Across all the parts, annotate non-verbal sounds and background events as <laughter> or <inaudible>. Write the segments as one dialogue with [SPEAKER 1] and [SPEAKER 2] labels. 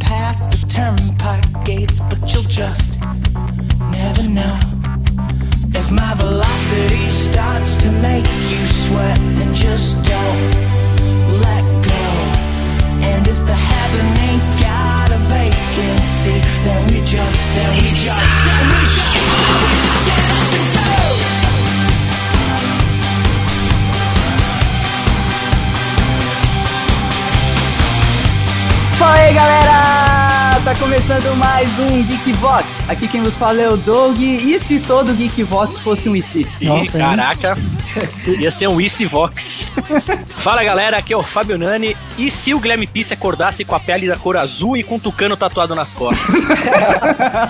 [SPEAKER 1] past the turnpike gates, but you'll just never know. If my velocity starts to make you sweat, then just don't let go. And if the heaven ain't got a vacancy, then we just, then we just, then we just, then we just get up and go.
[SPEAKER 2] Fala aí, galera! Tá começando mais um Geekbox. Aqui quem vos fala é o Doug. E se todo Geekbox fosse um
[SPEAKER 3] <laughs>
[SPEAKER 2] IC?
[SPEAKER 4] Ih, caraca, ia ser um Easy Vox. Fala galera, aqui é o Fábio Nani. E se o Guilherme Pisse acordasse com a pele da cor azul e com um tucano tatuado nas costas?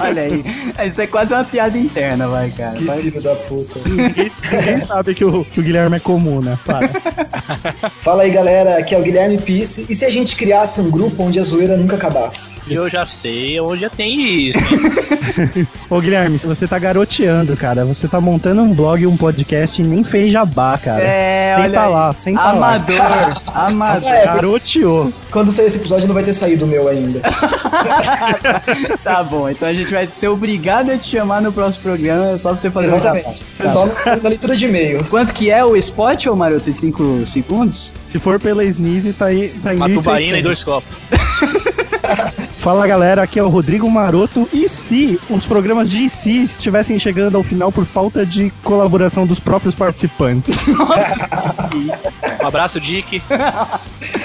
[SPEAKER 2] Olha aí. Isso é quase uma piada interna, vai, cara.
[SPEAKER 5] Que filho da puta.
[SPEAKER 3] Ninguém sabe que o, que o Guilherme é comum, né? Para.
[SPEAKER 5] <laughs> Fala aí, galera. Aqui é o Guilherme Pisse. E se a gente criasse um grupo onde a zoeira nunca acabasse?
[SPEAKER 4] E eu já sei onde já tem isso.
[SPEAKER 3] Ô, Guilherme, se você tá garoteando, cara, você tá montando um blog e um podcast e nem fez jabá, cara.
[SPEAKER 2] É,
[SPEAKER 3] senta
[SPEAKER 2] olha aí.
[SPEAKER 3] lá, senta lá.
[SPEAKER 2] Amador,
[SPEAKER 3] <laughs>
[SPEAKER 2] amador.
[SPEAKER 5] É,
[SPEAKER 3] Garoteou.
[SPEAKER 5] Quando sair esse episódio, não vai ter saído o meu ainda.
[SPEAKER 2] Tá bom, então a gente vai ser obrigado a te chamar no próximo programa só pra você fazer um
[SPEAKER 5] <laughs> Exatamente.
[SPEAKER 3] É
[SPEAKER 2] jabá.
[SPEAKER 5] É Só na, na leitura de e-mails.
[SPEAKER 2] Quanto que é o spot, ô Maroto, em 5
[SPEAKER 3] <laughs>
[SPEAKER 2] segundos?
[SPEAKER 3] Se for pela Sneeze, tá aí. Tá em
[SPEAKER 4] Uma tubaína
[SPEAKER 3] 1600.
[SPEAKER 4] e dois copos.
[SPEAKER 3] Fala galera, aqui é o Rodrigo Maroto. E se os programas de si estivessem chegando ao final por falta de colaboração dos próprios participantes? <laughs>
[SPEAKER 2] Nossa, que isso.
[SPEAKER 4] Um abraço, Dick.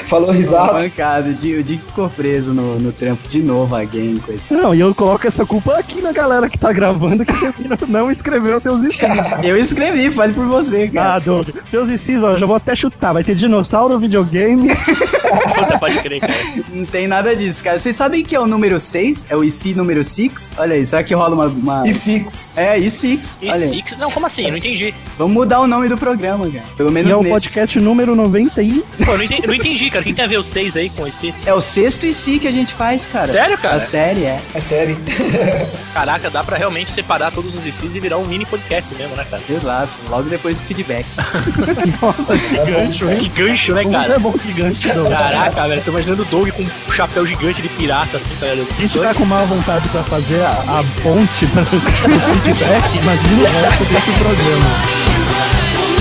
[SPEAKER 5] Falou risada.
[SPEAKER 2] Bancado, o Di- o Dick ficou preso no, no trampo de novo, a game, coisa.
[SPEAKER 3] Não, e eu coloco essa culpa aqui na galera que tá gravando que você não escreveu seus ICs.
[SPEAKER 2] Eu escrevi, fale por você, cara.
[SPEAKER 3] Ah, Doug, seus ICs, ó, já vou até chutar. Vai ter dinossauro, videogame.
[SPEAKER 4] Puta, pode crer, cara.
[SPEAKER 2] Não tem nada disso, cara. Vocês sabem que é o número 6? É o IC número 6? Olha aí, será que rola uma. uma-
[SPEAKER 5] E Six.
[SPEAKER 2] É, IC.
[SPEAKER 4] E
[SPEAKER 2] Olha aí.
[SPEAKER 4] Six? Não, como assim? Não entendi.
[SPEAKER 2] Vamos mudar o nome do programa, cara. Pelo menos
[SPEAKER 3] E é o
[SPEAKER 2] nesse.
[SPEAKER 3] podcast número 91.
[SPEAKER 4] Pô, não entendi, não entendi, cara. Quem tem a ver os seis aí com esse?
[SPEAKER 2] É o sexto IC que a gente faz, cara.
[SPEAKER 4] Sério, cara?
[SPEAKER 2] A série é.
[SPEAKER 5] É sério.
[SPEAKER 4] Caraca, dá pra realmente separar todos os ICs e virar um mini podcast mesmo, né, cara?
[SPEAKER 2] Exato. Logo depois do feedback.
[SPEAKER 3] <laughs> Nossa, que gancho, hein?
[SPEAKER 4] Que gancho, né,
[SPEAKER 3] Como você
[SPEAKER 4] cara?
[SPEAKER 3] é bom de gancho, Doug.
[SPEAKER 4] Caraca, velho, tô imaginando o Doug com um chapéu gigante de pirata, assim, tá ligado?
[SPEAKER 3] A gente tá com má vontade pra fazer a, a ponte para o <laughs> feedback. Imagina o resto desse programa.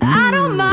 [SPEAKER 6] I don't mind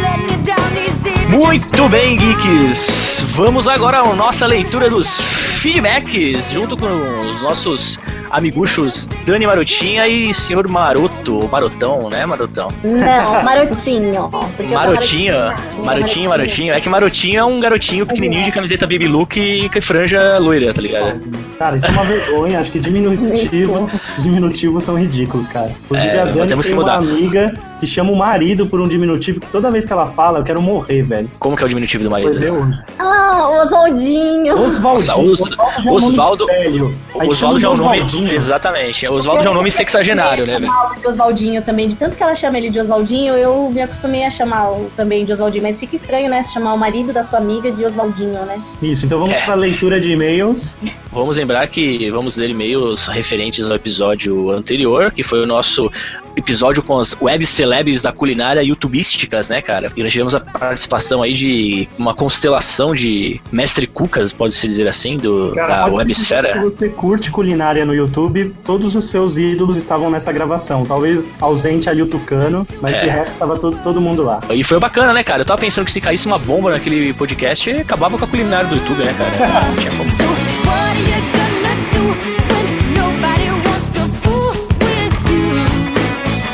[SPEAKER 6] letting you down easy.
[SPEAKER 4] Muito bem, geeks! Vamos agora à nossa leitura dos feedbacks, junto com os nossos amiguchos Dani Marotinha e senhor Maroto, Marotão, né, Marotão?
[SPEAKER 7] Não, marotinho. Porque eu tô
[SPEAKER 4] Marotinha, Marotinho, Marotinho. É que Marotinho é um garotinho pequenininho de camiseta baby look e com franja loira, tá ligado?
[SPEAKER 8] Cara, isso é uma vergonha. Acho que diminutivos, diminutivos são ridículos, cara. Inclusive,
[SPEAKER 4] É,
[SPEAKER 8] a
[SPEAKER 4] nós
[SPEAKER 8] Dani
[SPEAKER 4] temos que
[SPEAKER 8] tem uma
[SPEAKER 4] mudar.
[SPEAKER 8] amiga que chama o marido por um diminutivo que toda vez que ela fala, eu quero morrer, velho.
[SPEAKER 4] Como que é o diminutivo do marido?
[SPEAKER 8] Perdeu hoje.
[SPEAKER 7] Ah, o Oswaldinho.
[SPEAKER 4] Nossa,
[SPEAKER 8] Oswaldinho. já
[SPEAKER 4] Os-
[SPEAKER 8] é um nome de
[SPEAKER 4] Osvaldo-
[SPEAKER 8] velho. Aí chama
[SPEAKER 4] Oswaldo já é um nome.
[SPEAKER 8] Oswaldinho.
[SPEAKER 4] Exatamente. Oswaldo já é um nome sexagenário, né,
[SPEAKER 7] Eu
[SPEAKER 4] velho?
[SPEAKER 7] chamava de Oswaldinho também. De tanto que ela chama ele de Oswaldinho, eu me acostumei a chamar o- também de Oswaldinho. Mas fica estranho, né? Se chamar o marido da sua amiga de Oswaldinho, né?
[SPEAKER 8] Isso, então vamos
[SPEAKER 4] É.
[SPEAKER 8] pra leitura de e-mails.
[SPEAKER 4] Vamos lembrar que vamos ler e-mails referentes ao episódio anterior, que foi o nosso episódio com as web celebs da culinária youtubísticas, né, cara? E nós tivemos a participação aí de uma constelação de mestre cucas, pode-se dizer assim, do, da
[SPEAKER 8] pode ser que Se
[SPEAKER 4] websfera.
[SPEAKER 8] você curte culinária no YouTube, todos os seus ídolos estavam nessa gravação. Talvez ausente ali o Tucano, mas
[SPEAKER 4] É.
[SPEAKER 8] de resto tava todo, todo mundo lá.
[SPEAKER 4] E foi bacana, né, cara? Eu tava pensando que se caísse uma bomba naquele podcast, acabava com a culinária do YouTube, né, cara? Não tinha como.
[SPEAKER 6] So what are you gonna do when nobody wants to fool with you?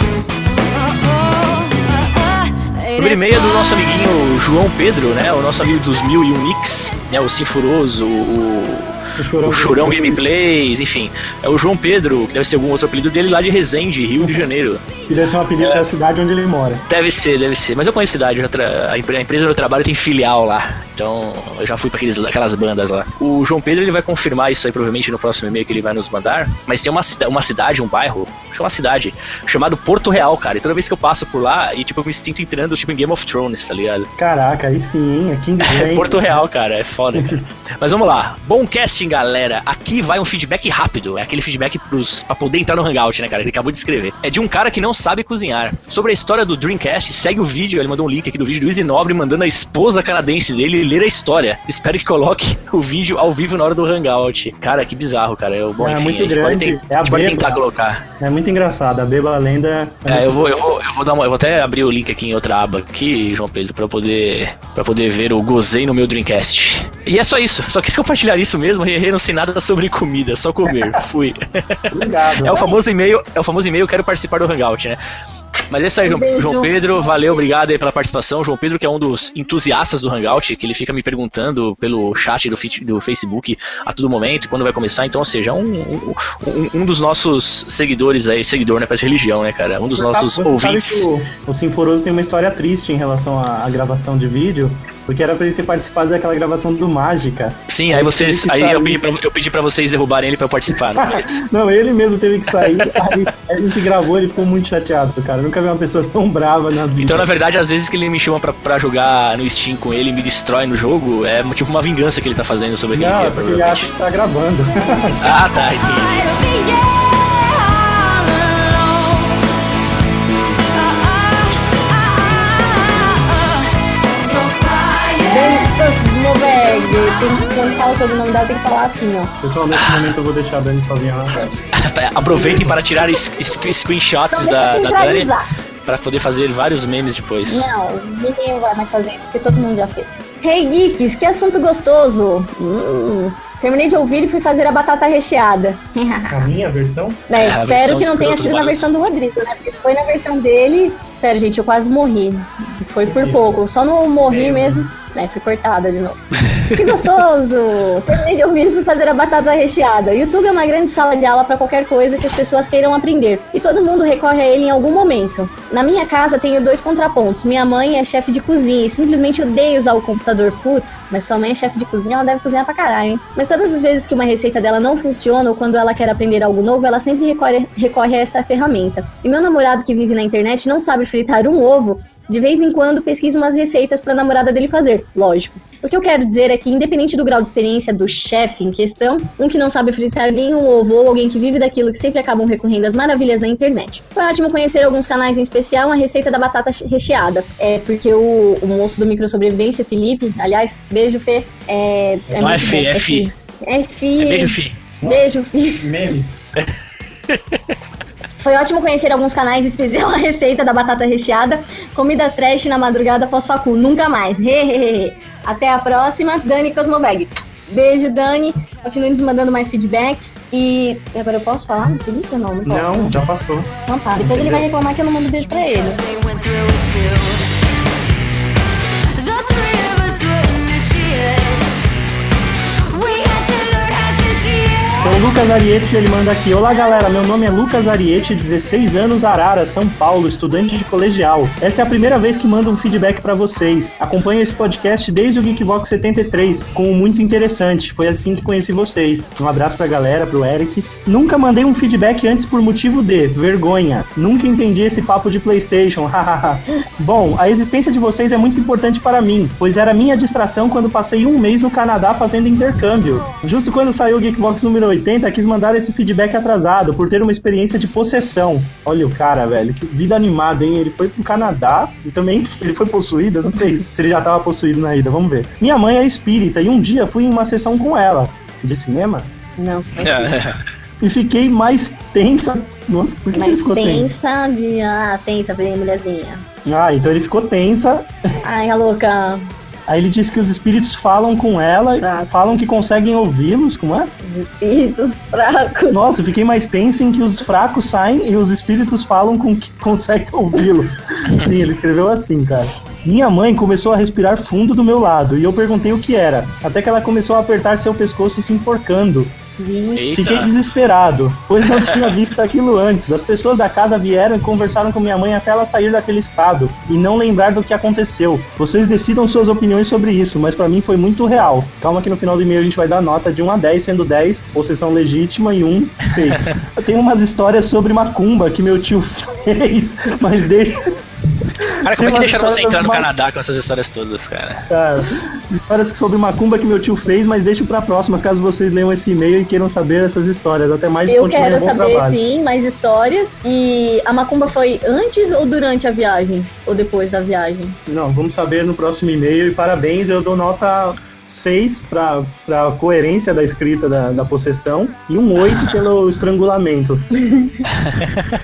[SPEAKER 6] é
[SPEAKER 4] Primeiro e-mail do nosso amiguinho João Pedro, né? O nosso amigo dos mil e um mix, né? O Sinfuroso, o
[SPEAKER 3] O Chorão.
[SPEAKER 4] o Chorão Gameplays, enfim. É o João Pedro, que deve ser algum outro apelido dele lá de Resende, Rio de Janeiro.
[SPEAKER 3] Que deve ser um
[SPEAKER 4] É.
[SPEAKER 3] apelido da cidade onde ele mora.
[SPEAKER 4] Deve ser, deve ser. Mas eu conheço a cidade, eu já tra- a, empre- a empresa onde eu trabalho tem filial lá. Então eu já fui pra aqueles, aquelas bandas lá. O João Pedro ele vai confirmar isso aí provavelmente no próximo e-mail que ele vai nos mandar. Mas tem uma, cida- uma cidade, um bairro, chama uma cidade, chamado Porto Real, cara. E toda vez que eu passo por lá, e tipo, eu me sinto entrando tipo, em Game of Thrones, tá ligado?
[SPEAKER 3] Caraca, aí sim, hein? É King
[SPEAKER 4] <laughs> É
[SPEAKER 3] James.
[SPEAKER 4] Porto Real, cara, é foda, cara. Mas vamos lá. Bom casting, galera. Aqui vai um feedback rápido. É aquele feedback pros, pra poder entrar no Hangout, né, cara? Ele acabou de escrever. É de um cara que não sabe cozinhar. Sobre a história do Dreamcast, segue o vídeo. Ele mandou um link aqui do vídeo do Easy Nobre mandando a esposa canadense dele ler a história. Espero que coloque <laughs> o vídeo ao vivo na hora do Hangout. Cara, que bizarro, cara. Eu, bom,
[SPEAKER 3] É
[SPEAKER 4] enfim,
[SPEAKER 3] muito
[SPEAKER 4] a gente pode,
[SPEAKER 3] grande.
[SPEAKER 4] ten-
[SPEAKER 3] É a
[SPEAKER 4] a gente pode
[SPEAKER 3] Beba.
[SPEAKER 4] tentar colocar.
[SPEAKER 3] É muito engraçado. A Beba Lenda.
[SPEAKER 4] É, eu vou, eu vou, eu vou dar uma, eu vou até abrir o link aqui em outra aba aqui, João Pedro, pra eu poder, para poder ver o gozei no meu Dreamcast. E é só isso. Só quis compartilhar isso mesmo. Rerê não sei nada sobre comida, só comer. Fui.
[SPEAKER 3] Obrigado.
[SPEAKER 4] É o famoso e-mail, é o famoso e-mail. Quero participar do hangout, né? Mas é isso aí, João,
[SPEAKER 7] Beijo.
[SPEAKER 4] João Pedro. Valeu, obrigado aí pela participação. João Pedro, que é um dos entusiastas do Hangout, que ele fica me perguntando pelo chat do, fit- do Facebook a todo momento, quando vai começar. Então, ou seja, é um, um, um- um dos nossos seguidores aí, seguidor, né? Parece religião, né, cara? Um dos
[SPEAKER 3] Você
[SPEAKER 4] nossos
[SPEAKER 3] sabe- você sabe
[SPEAKER 4] ouvintes.
[SPEAKER 3] que o, o Sinforoso tem uma história triste em relação à, à gravação de vídeo, porque era pra ele ter participado daquela gravação do Mágica.
[SPEAKER 4] Sim, aí vocês.
[SPEAKER 3] Tem que
[SPEAKER 4] Aí
[SPEAKER 3] sair.
[SPEAKER 4] eu pedi, pra, eu pedi pra vocês derrubarem ele pra eu participar, não é foi?
[SPEAKER 3] <laughs> Não, ele mesmo teve que sair, aí a gente gravou, ele ficou muito chateado, cara. Eu nunca vi uma pessoa tão brava na vida.
[SPEAKER 4] Então, na verdade, às vezes que ele me chama pra, pra jogar no Steam com ele e me destrói no jogo, é tipo uma vingança que ele tá fazendo sobre aquele
[SPEAKER 3] Não, é
[SPEAKER 4] dia,
[SPEAKER 3] porque ele acha
[SPEAKER 4] provavelmente.
[SPEAKER 3] que tá gravando.
[SPEAKER 4] <laughs> Ah, tá. entendi.
[SPEAKER 6] Uh-uh, uh-uh,
[SPEAKER 7] Dani Noveg, tem que- quando fala sobre o nome dela, tem que falar assim, ó.
[SPEAKER 3] Pessoal, nesse momento eu vou deixar a Dani sozinha lá atrás.
[SPEAKER 4] <laughs> Aproveitem para tirar es- es- screenshots
[SPEAKER 7] Então
[SPEAKER 4] da,
[SPEAKER 7] deixa
[SPEAKER 4] da
[SPEAKER 7] eu
[SPEAKER 4] Dani
[SPEAKER 7] improvisar.
[SPEAKER 4] para poder fazer vários memes depois.
[SPEAKER 7] Não, ninguém vai mais fazer, porque todo mundo já fez. Hey Geeks, que assunto gostoso! Hum, terminei de ouvir e fui fazer a batata recheada.
[SPEAKER 3] A minha
[SPEAKER 7] <laughs>
[SPEAKER 3] versão?
[SPEAKER 4] É,
[SPEAKER 7] Né,
[SPEAKER 4] a
[SPEAKER 7] espero
[SPEAKER 4] versão
[SPEAKER 7] que não tenha
[SPEAKER 4] escroto do
[SPEAKER 7] sido na
[SPEAKER 4] Maroto.
[SPEAKER 7] versão do Rodrigo, né? Porque foi na versão dele. Sério, gente, eu quase morri. Foi por pouco. Só não morri mesmo. Né, fui cortada de novo. Que gostoso! Terminei de ouvir e fui fazer a batata recheada. YouTube é uma grande sala de aula para qualquer coisa que as pessoas queiram aprender. E todo mundo recorre a ele em algum momento. Na minha casa tenho dois contrapontos. Minha mãe é chefe de cozinha e simplesmente odeio usar o computador. Putz, mas sua mãe é chefe de cozinha, ela deve cozinhar pra caralho, hein? Mas todas as vezes que uma receita dela não funciona ou quando ela quer aprender algo novo, ela sempre recorre, recorre a essa ferramenta. E meu namorado que vive na internet não sabe fritar um ovo, de vez em quando pesquisa umas receitas pra namorada dele fazer, lógico. O que eu quero dizer é que, independente do grau de experiência do chefe em questão, um que não sabe fritar nenhum ovo ou alguém que vive daquilo que sempre acabam recorrendo às maravilhas da internet. Foi ótimo conhecer alguns canais, em especial a receita da batata che- recheada. É porque o, o moço do Micro Sobrevivência, Felipe, aliás, beijo, Fê. É, é
[SPEAKER 4] Não é
[SPEAKER 7] muito
[SPEAKER 4] Fê,
[SPEAKER 7] bom,
[SPEAKER 4] é Fi.
[SPEAKER 7] É Fi.
[SPEAKER 4] Beijo, fi.
[SPEAKER 7] Beijo, Fi.
[SPEAKER 3] Memes.
[SPEAKER 7] Foi ótimo conhecer alguns canais, em especial a receita da batata recheada, comida trash na madrugada pós-facu, nunca mais. Hehehe. Até a próxima, Dani Cosmobag. Beijo, Dani. Continue nos mandando mais feedbacks. E agora eu posso falar no Felipe ou não? Não, posso.
[SPEAKER 3] Não, já passou.
[SPEAKER 7] Então tá. Depois ele vai reclamar que eu não mando beijo pra ele.
[SPEAKER 3] Então, o Lucas Ariete, ele manda aqui. Olá, galera. Meu nome é Lucas Ariete, 16 anos, Arara, São Paulo, estudante de colegial. Essa é a primeira vez que mando um feedback pra vocês. Acompanho esse podcast desde o Geekbox 73, com um muito interessante. Foi assim que conheci vocês. Um abraço pra galera, pro Eric. Nunca mandei um feedback antes por motivo de vergonha. Nunca entendi esse papo de PlayStation. <laughs> hahaha. Bom, a existência de vocês é muito importante para mim, pois era minha distração quando passei um mês no Canadá fazendo intercâmbio. Justo quando saiu o Geekbox número 80, quis mandar esse feedback atrasado, por ter uma experiência de possessão. Olha o cara, velho, que vida animada, hein? Ele foi pro Canadá e também <laughs> ele foi possuído, eu não sei se ele já tava possuído na ida, vamos ver. Minha mãe é espírita e um dia fui em uma sessão com ela. De cinema?
[SPEAKER 7] Não
[SPEAKER 4] Ah,
[SPEAKER 7] sei.
[SPEAKER 4] é.
[SPEAKER 3] E fiquei mais tensa. Nossa, por que, que ele
[SPEAKER 7] Mas
[SPEAKER 3] ficou tenso?
[SPEAKER 7] tensa de. Ah, tensa, falei, mulherzinha.
[SPEAKER 3] Ah, então ele ficou tensa
[SPEAKER 7] Ai, a louca.
[SPEAKER 3] Aí ele diz que os espíritos falam com ela,
[SPEAKER 7] Fracos.
[SPEAKER 3] falam que conseguem ouvi-los, como é?
[SPEAKER 7] Os espíritos fracos.
[SPEAKER 3] Nossa, eu fiquei mais tenso em que os fracos saem e os espíritos falam com que conseguem ouvi-los. Sim, ele escreveu assim, cara. Minha mãe começou a respirar fundo do meu lado e eu perguntei o que era, até que ela começou a apertar seu pescoço se enforcando.
[SPEAKER 7] Vixe.
[SPEAKER 4] Eita.
[SPEAKER 3] Fiquei desesperado, pois não tinha visto aquilo antes. As pessoas da casa vieram e conversaram com minha mãe até ela sair daquele estado e não lembrar do que aconteceu. Vocês decidam suas opiniões sobre isso, mas pra mim foi muito real. Calma que no final do e-mail a gente vai dar nota de 1 a 10, sendo 10 possessão legítima e 1 fake. Eu tenho umas histórias sobre macumba que meu tio fez, mas deixa.
[SPEAKER 4] Cara, como é que
[SPEAKER 3] Tem
[SPEAKER 4] deixaram
[SPEAKER 3] uma
[SPEAKER 4] você entrar no
[SPEAKER 3] história
[SPEAKER 4] Canadá com essas histórias todas, cara?
[SPEAKER 3] Cara, histórias sobre macumba que meu tio fez, mas deixo pra próxima, caso vocês leiam esse e-mail e queiram saber essas histórias. Até mais
[SPEAKER 7] Eu
[SPEAKER 3] continuem
[SPEAKER 7] quero
[SPEAKER 3] bom
[SPEAKER 7] saber,
[SPEAKER 3] trabalho.
[SPEAKER 7] sim, mais histórias. E a macumba foi antes ou durante a viagem? Ou depois da viagem?
[SPEAKER 3] Não, vamos saber no próximo e-mail. E parabéns, eu dou nota 6 para a coerência da escrita da, da possessão e um
[SPEAKER 4] <laughs>
[SPEAKER 3] 8 pelo estrangulamento.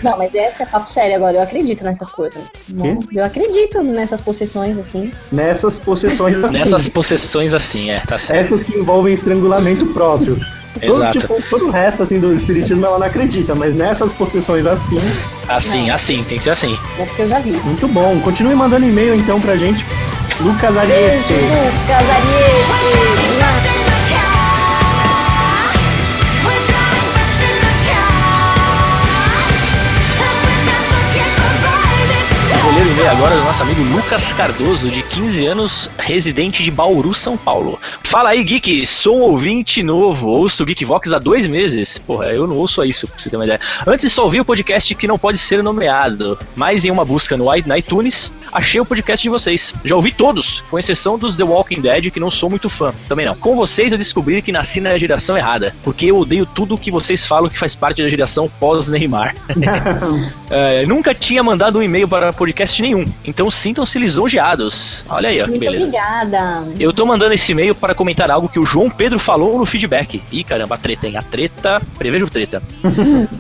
[SPEAKER 7] Não, mas essa é papo sério agora. Eu acredito nessas coisas. Não, eu acredito nessas possessões, assim.
[SPEAKER 3] Nessas possessões assim,
[SPEAKER 4] Nessas possessões assim, é, tá certo.
[SPEAKER 3] Essas que envolvem estrangulamento próprio. todo,
[SPEAKER 4] Exato.
[SPEAKER 3] tipo, todo o resto assim, do espiritismo ela não acredita, mas nessas possessões assim,
[SPEAKER 4] Assim, assim, tem que ser assim.
[SPEAKER 7] É porque eu já vi.
[SPEAKER 3] muito bom. Continue mandando e-mail então pra gente. Lucas
[SPEAKER 7] Beijo,
[SPEAKER 3] Ariete.
[SPEAKER 7] Lucas Ariete. Na-
[SPEAKER 4] Vou ler o e-mail agora do nosso amigo Lucas Cardoso, de 15 anos, residente de Bauru, São Paulo. Fala aí, Geek, sou um ouvinte novo, ouço o Geekvox há dois meses. Porra, eu não ouço a isso, pra você ter uma ideia. Antes só ouvi o podcast que não pode ser nomeado, mas em uma busca no i- na iTunes, achei o podcast de vocês. Já ouvi todos, com exceção dos The Walking Dead, que não sou muito fã, também não. Com vocês eu descobri que nasci na geração errada, porque eu odeio tudo que vocês falam que faz parte da geração pós-Neymar. É, nunca tinha mandado um e-mail para podcast nenhum, então sintam-se lisonjeados. Olha aí, ó, que
[SPEAKER 7] Muito
[SPEAKER 4] beleza.
[SPEAKER 7] obrigada.
[SPEAKER 4] Eu tô mandando esse e-mail para comentar algo que o João Pedro falou no feedback. Ih, caramba, a treta, hein? A treta. Prevejo
[SPEAKER 7] <laughs>
[SPEAKER 4] treta.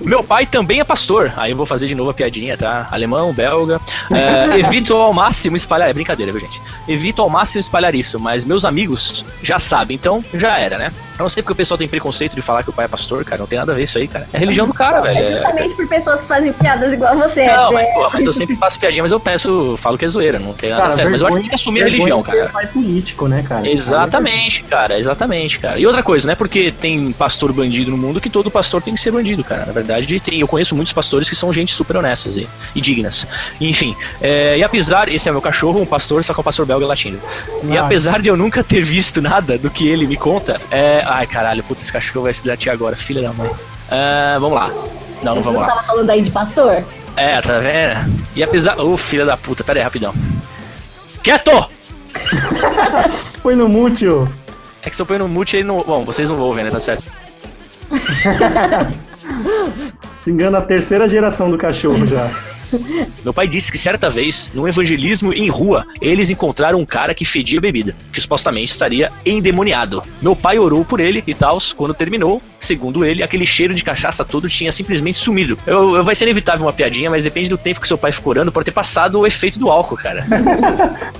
[SPEAKER 4] Meu pai também é pastor. Aí eu vou fazer de novo a piadinha, tá? Alemão, belga. É, <laughs> evito ao máximo espalhar. É brincadeira, viu, gente? Evito ao máximo espalhar isso, mas meus amigos já sabem, então já era, né? Eu não sei porque o pessoal tem preconceito de falar que o pai é pastor, cara. Não tem nada a ver isso aí, cara. É a religião do cara, velho.
[SPEAKER 7] É
[SPEAKER 4] É-
[SPEAKER 7] justamente por pessoas que fazem piadas igual a você.
[SPEAKER 4] não,
[SPEAKER 7] Zé.
[SPEAKER 4] mas, pô, mas eu sempre faço piadinha, mas eu peço, falo que é zoeira, não tem nada
[SPEAKER 3] Cara,
[SPEAKER 4] sério. Mas eu acho que tem
[SPEAKER 3] vergonha- é
[SPEAKER 4] que assumir a religião,
[SPEAKER 3] vergonha de
[SPEAKER 4] cara.
[SPEAKER 3] ser pai político, né, cara?
[SPEAKER 4] Exatamente, cara, exatamente, cara. E outra coisa, não é porque tem pastor bandido no mundo que todo pastor tem que ser bandido, cara. Na verdade, tem, eu conheço muitos pastores que são gente super honestas e, e dignas. Enfim, é, e apesar, esse é meu cachorro, um pastor, só que é um pastor belga e latino. E
[SPEAKER 3] Ah.
[SPEAKER 4] apesar de eu nunca ter visto nada do que ele me conta, é. Ai, caralho, puta, esse cachorro vai se latir agora, filha da mãe. Ah, vamos lá. Não, não
[SPEAKER 7] Você
[SPEAKER 4] vamos
[SPEAKER 7] não
[SPEAKER 4] lá.
[SPEAKER 7] tava falando aí de pastor?
[SPEAKER 4] É, tá vendo? E apesar. Ô, filha da puta, pera aí, rapidão. Quieto!
[SPEAKER 3] Foi no mute, ô.
[SPEAKER 4] É que se eu põe no mute, ele não. Bom, vocês não vão ver, né? Tá certo.
[SPEAKER 3] Xingando a terceira geração do cachorro já.
[SPEAKER 4] Meu pai disse que certa vez, num evangelismo em rua, eles encontraram um cara que fedia bebida, que supostamente estaria endemoniado. Meu pai orou por ele e tal, quando terminou, segundo ele, aquele cheiro de cachaça todo tinha simplesmente sumido. Eu, eu- vai ser inevitável uma piadinha, mas depende do tempo que seu pai ficou orando, pode ter passado o efeito do álcool, cara.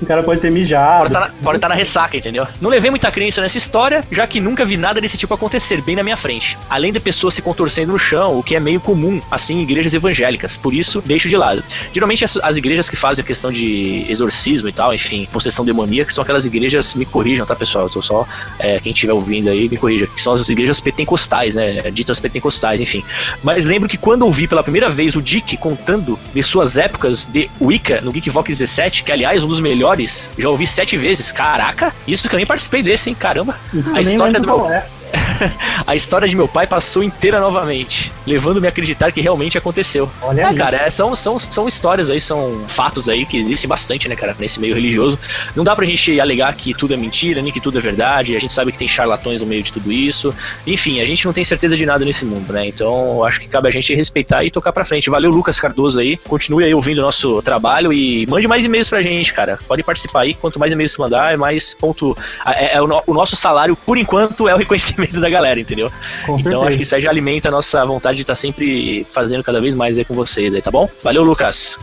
[SPEAKER 3] O cara pode ter
[SPEAKER 4] Pode
[SPEAKER 3] mijado.
[SPEAKER 4] estar na, pode tá na ressaca, entendeu? Não levei muita crença nessa história, já que nunca vi nada desse tipo acontecer bem na minha frente. Além de pessoas se contorcendo no chão, o que é meio comum, assim, em igrejas evangélicas. Por isso, deixo de lado. Geralmente, as, as igrejas que fazem a questão de exorcismo e tal, enfim, possessão demoníaca, são aquelas igrejas, me corrijam, tá, pessoal? Eu tô só, é, quem estiver ouvindo aí, me corrija. Que são as igrejas pentecostais, né? Ditas pentecostais, enfim. Mas lembro que quando ouvi pela primeira vez o Dick contando de suas épocas de Wicca no Geekvox 17, que aliás, um dos melhores, já ouvi sete vezes. Caraca, isso que eu nem participei desse, hein? Caramba.
[SPEAKER 3] Isso
[SPEAKER 4] A
[SPEAKER 3] eu nem
[SPEAKER 4] história, do
[SPEAKER 3] lembro
[SPEAKER 4] meu,
[SPEAKER 3] qual é.
[SPEAKER 4] <laughs> a história de meu pai passou inteira novamente, levando-me a acreditar que realmente aconteceu.
[SPEAKER 3] Olha
[SPEAKER 4] Ah,
[SPEAKER 3] aí.
[SPEAKER 4] cara, é, são, são, são histórias aí, são fatos aí que existem bastante, né, cara, nesse meio religioso. Não dá pra gente alegar que tudo é mentira, nem que tudo é verdade. A gente sabe que tem charlatões no meio de tudo isso. Enfim, a gente não tem certeza de nada nesse mundo, né? Então, acho que cabe a gente respeitar e tocar pra frente. Valeu, Lucas Cardoso aí. Continue aí ouvindo o nosso trabalho e mande mais e-mails pra gente, cara. Pode participar aí. Quanto mais e-mails você mandar, é mais ponto. É, é o, no- o nosso salário, por enquanto, é o reconhecimento da galera, entendeu?
[SPEAKER 3] Com
[SPEAKER 4] então
[SPEAKER 3] certeza.
[SPEAKER 4] acho que isso aí já alimenta a nossa vontade de estar sempre fazendo cada vez mais aí com vocês aí, tá bom? Valeu, Lucas.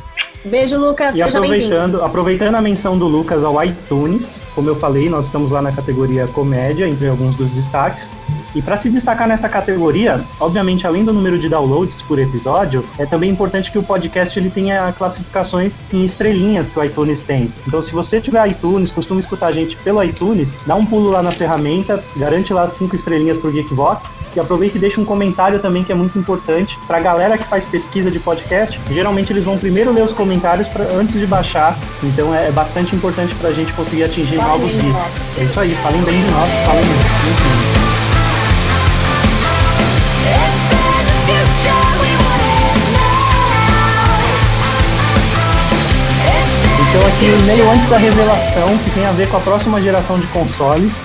[SPEAKER 7] Beijo, Lucas.
[SPEAKER 3] E
[SPEAKER 7] Seja bem-vindo.
[SPEAKER 3] aproveitando, aproveitando a menção do Lucas ao iTunes, como eu falei, nós estamos lá na categoria comédia, entre alguns dos destaques. E para se destacar nessa categoria, obviamente, além do número de downloads por episódio, é também importante que o podcast ele tenha classificações em estrelinhas que o iTunes tem. Então, se você tiver iTunes, costuma escutar a gente pelo iTunes, dá um pulo lá na ferramenta, garante lá as cinco estrelinhas pro Geekbox e aproveita e deixa um comentário também que é muito importante para a galera que faz pesquisa de podcast. Geralmente eles vão primeiro ler os comentários pra- antes de baixar, então é, é bastante importante para a gente conseguir atingir
[SPEAKER 7] Falem
[SPEAKER 3] novos
[SPEAKER 7] bem de
[SPEAKER 3] geeks.
[SPEAKER 7] nós.
[SPEAKER 3] É isso aí, falem bem de nós, falem enfim.
[SPEAKER 6] If there's a future, we want it now. If there's
[SPEAKER 3] Então
[SPEAKER 6] a
[SPEAKER 3] aqui meio antes da revelação, que tem a ver com a próxima geração de consoles.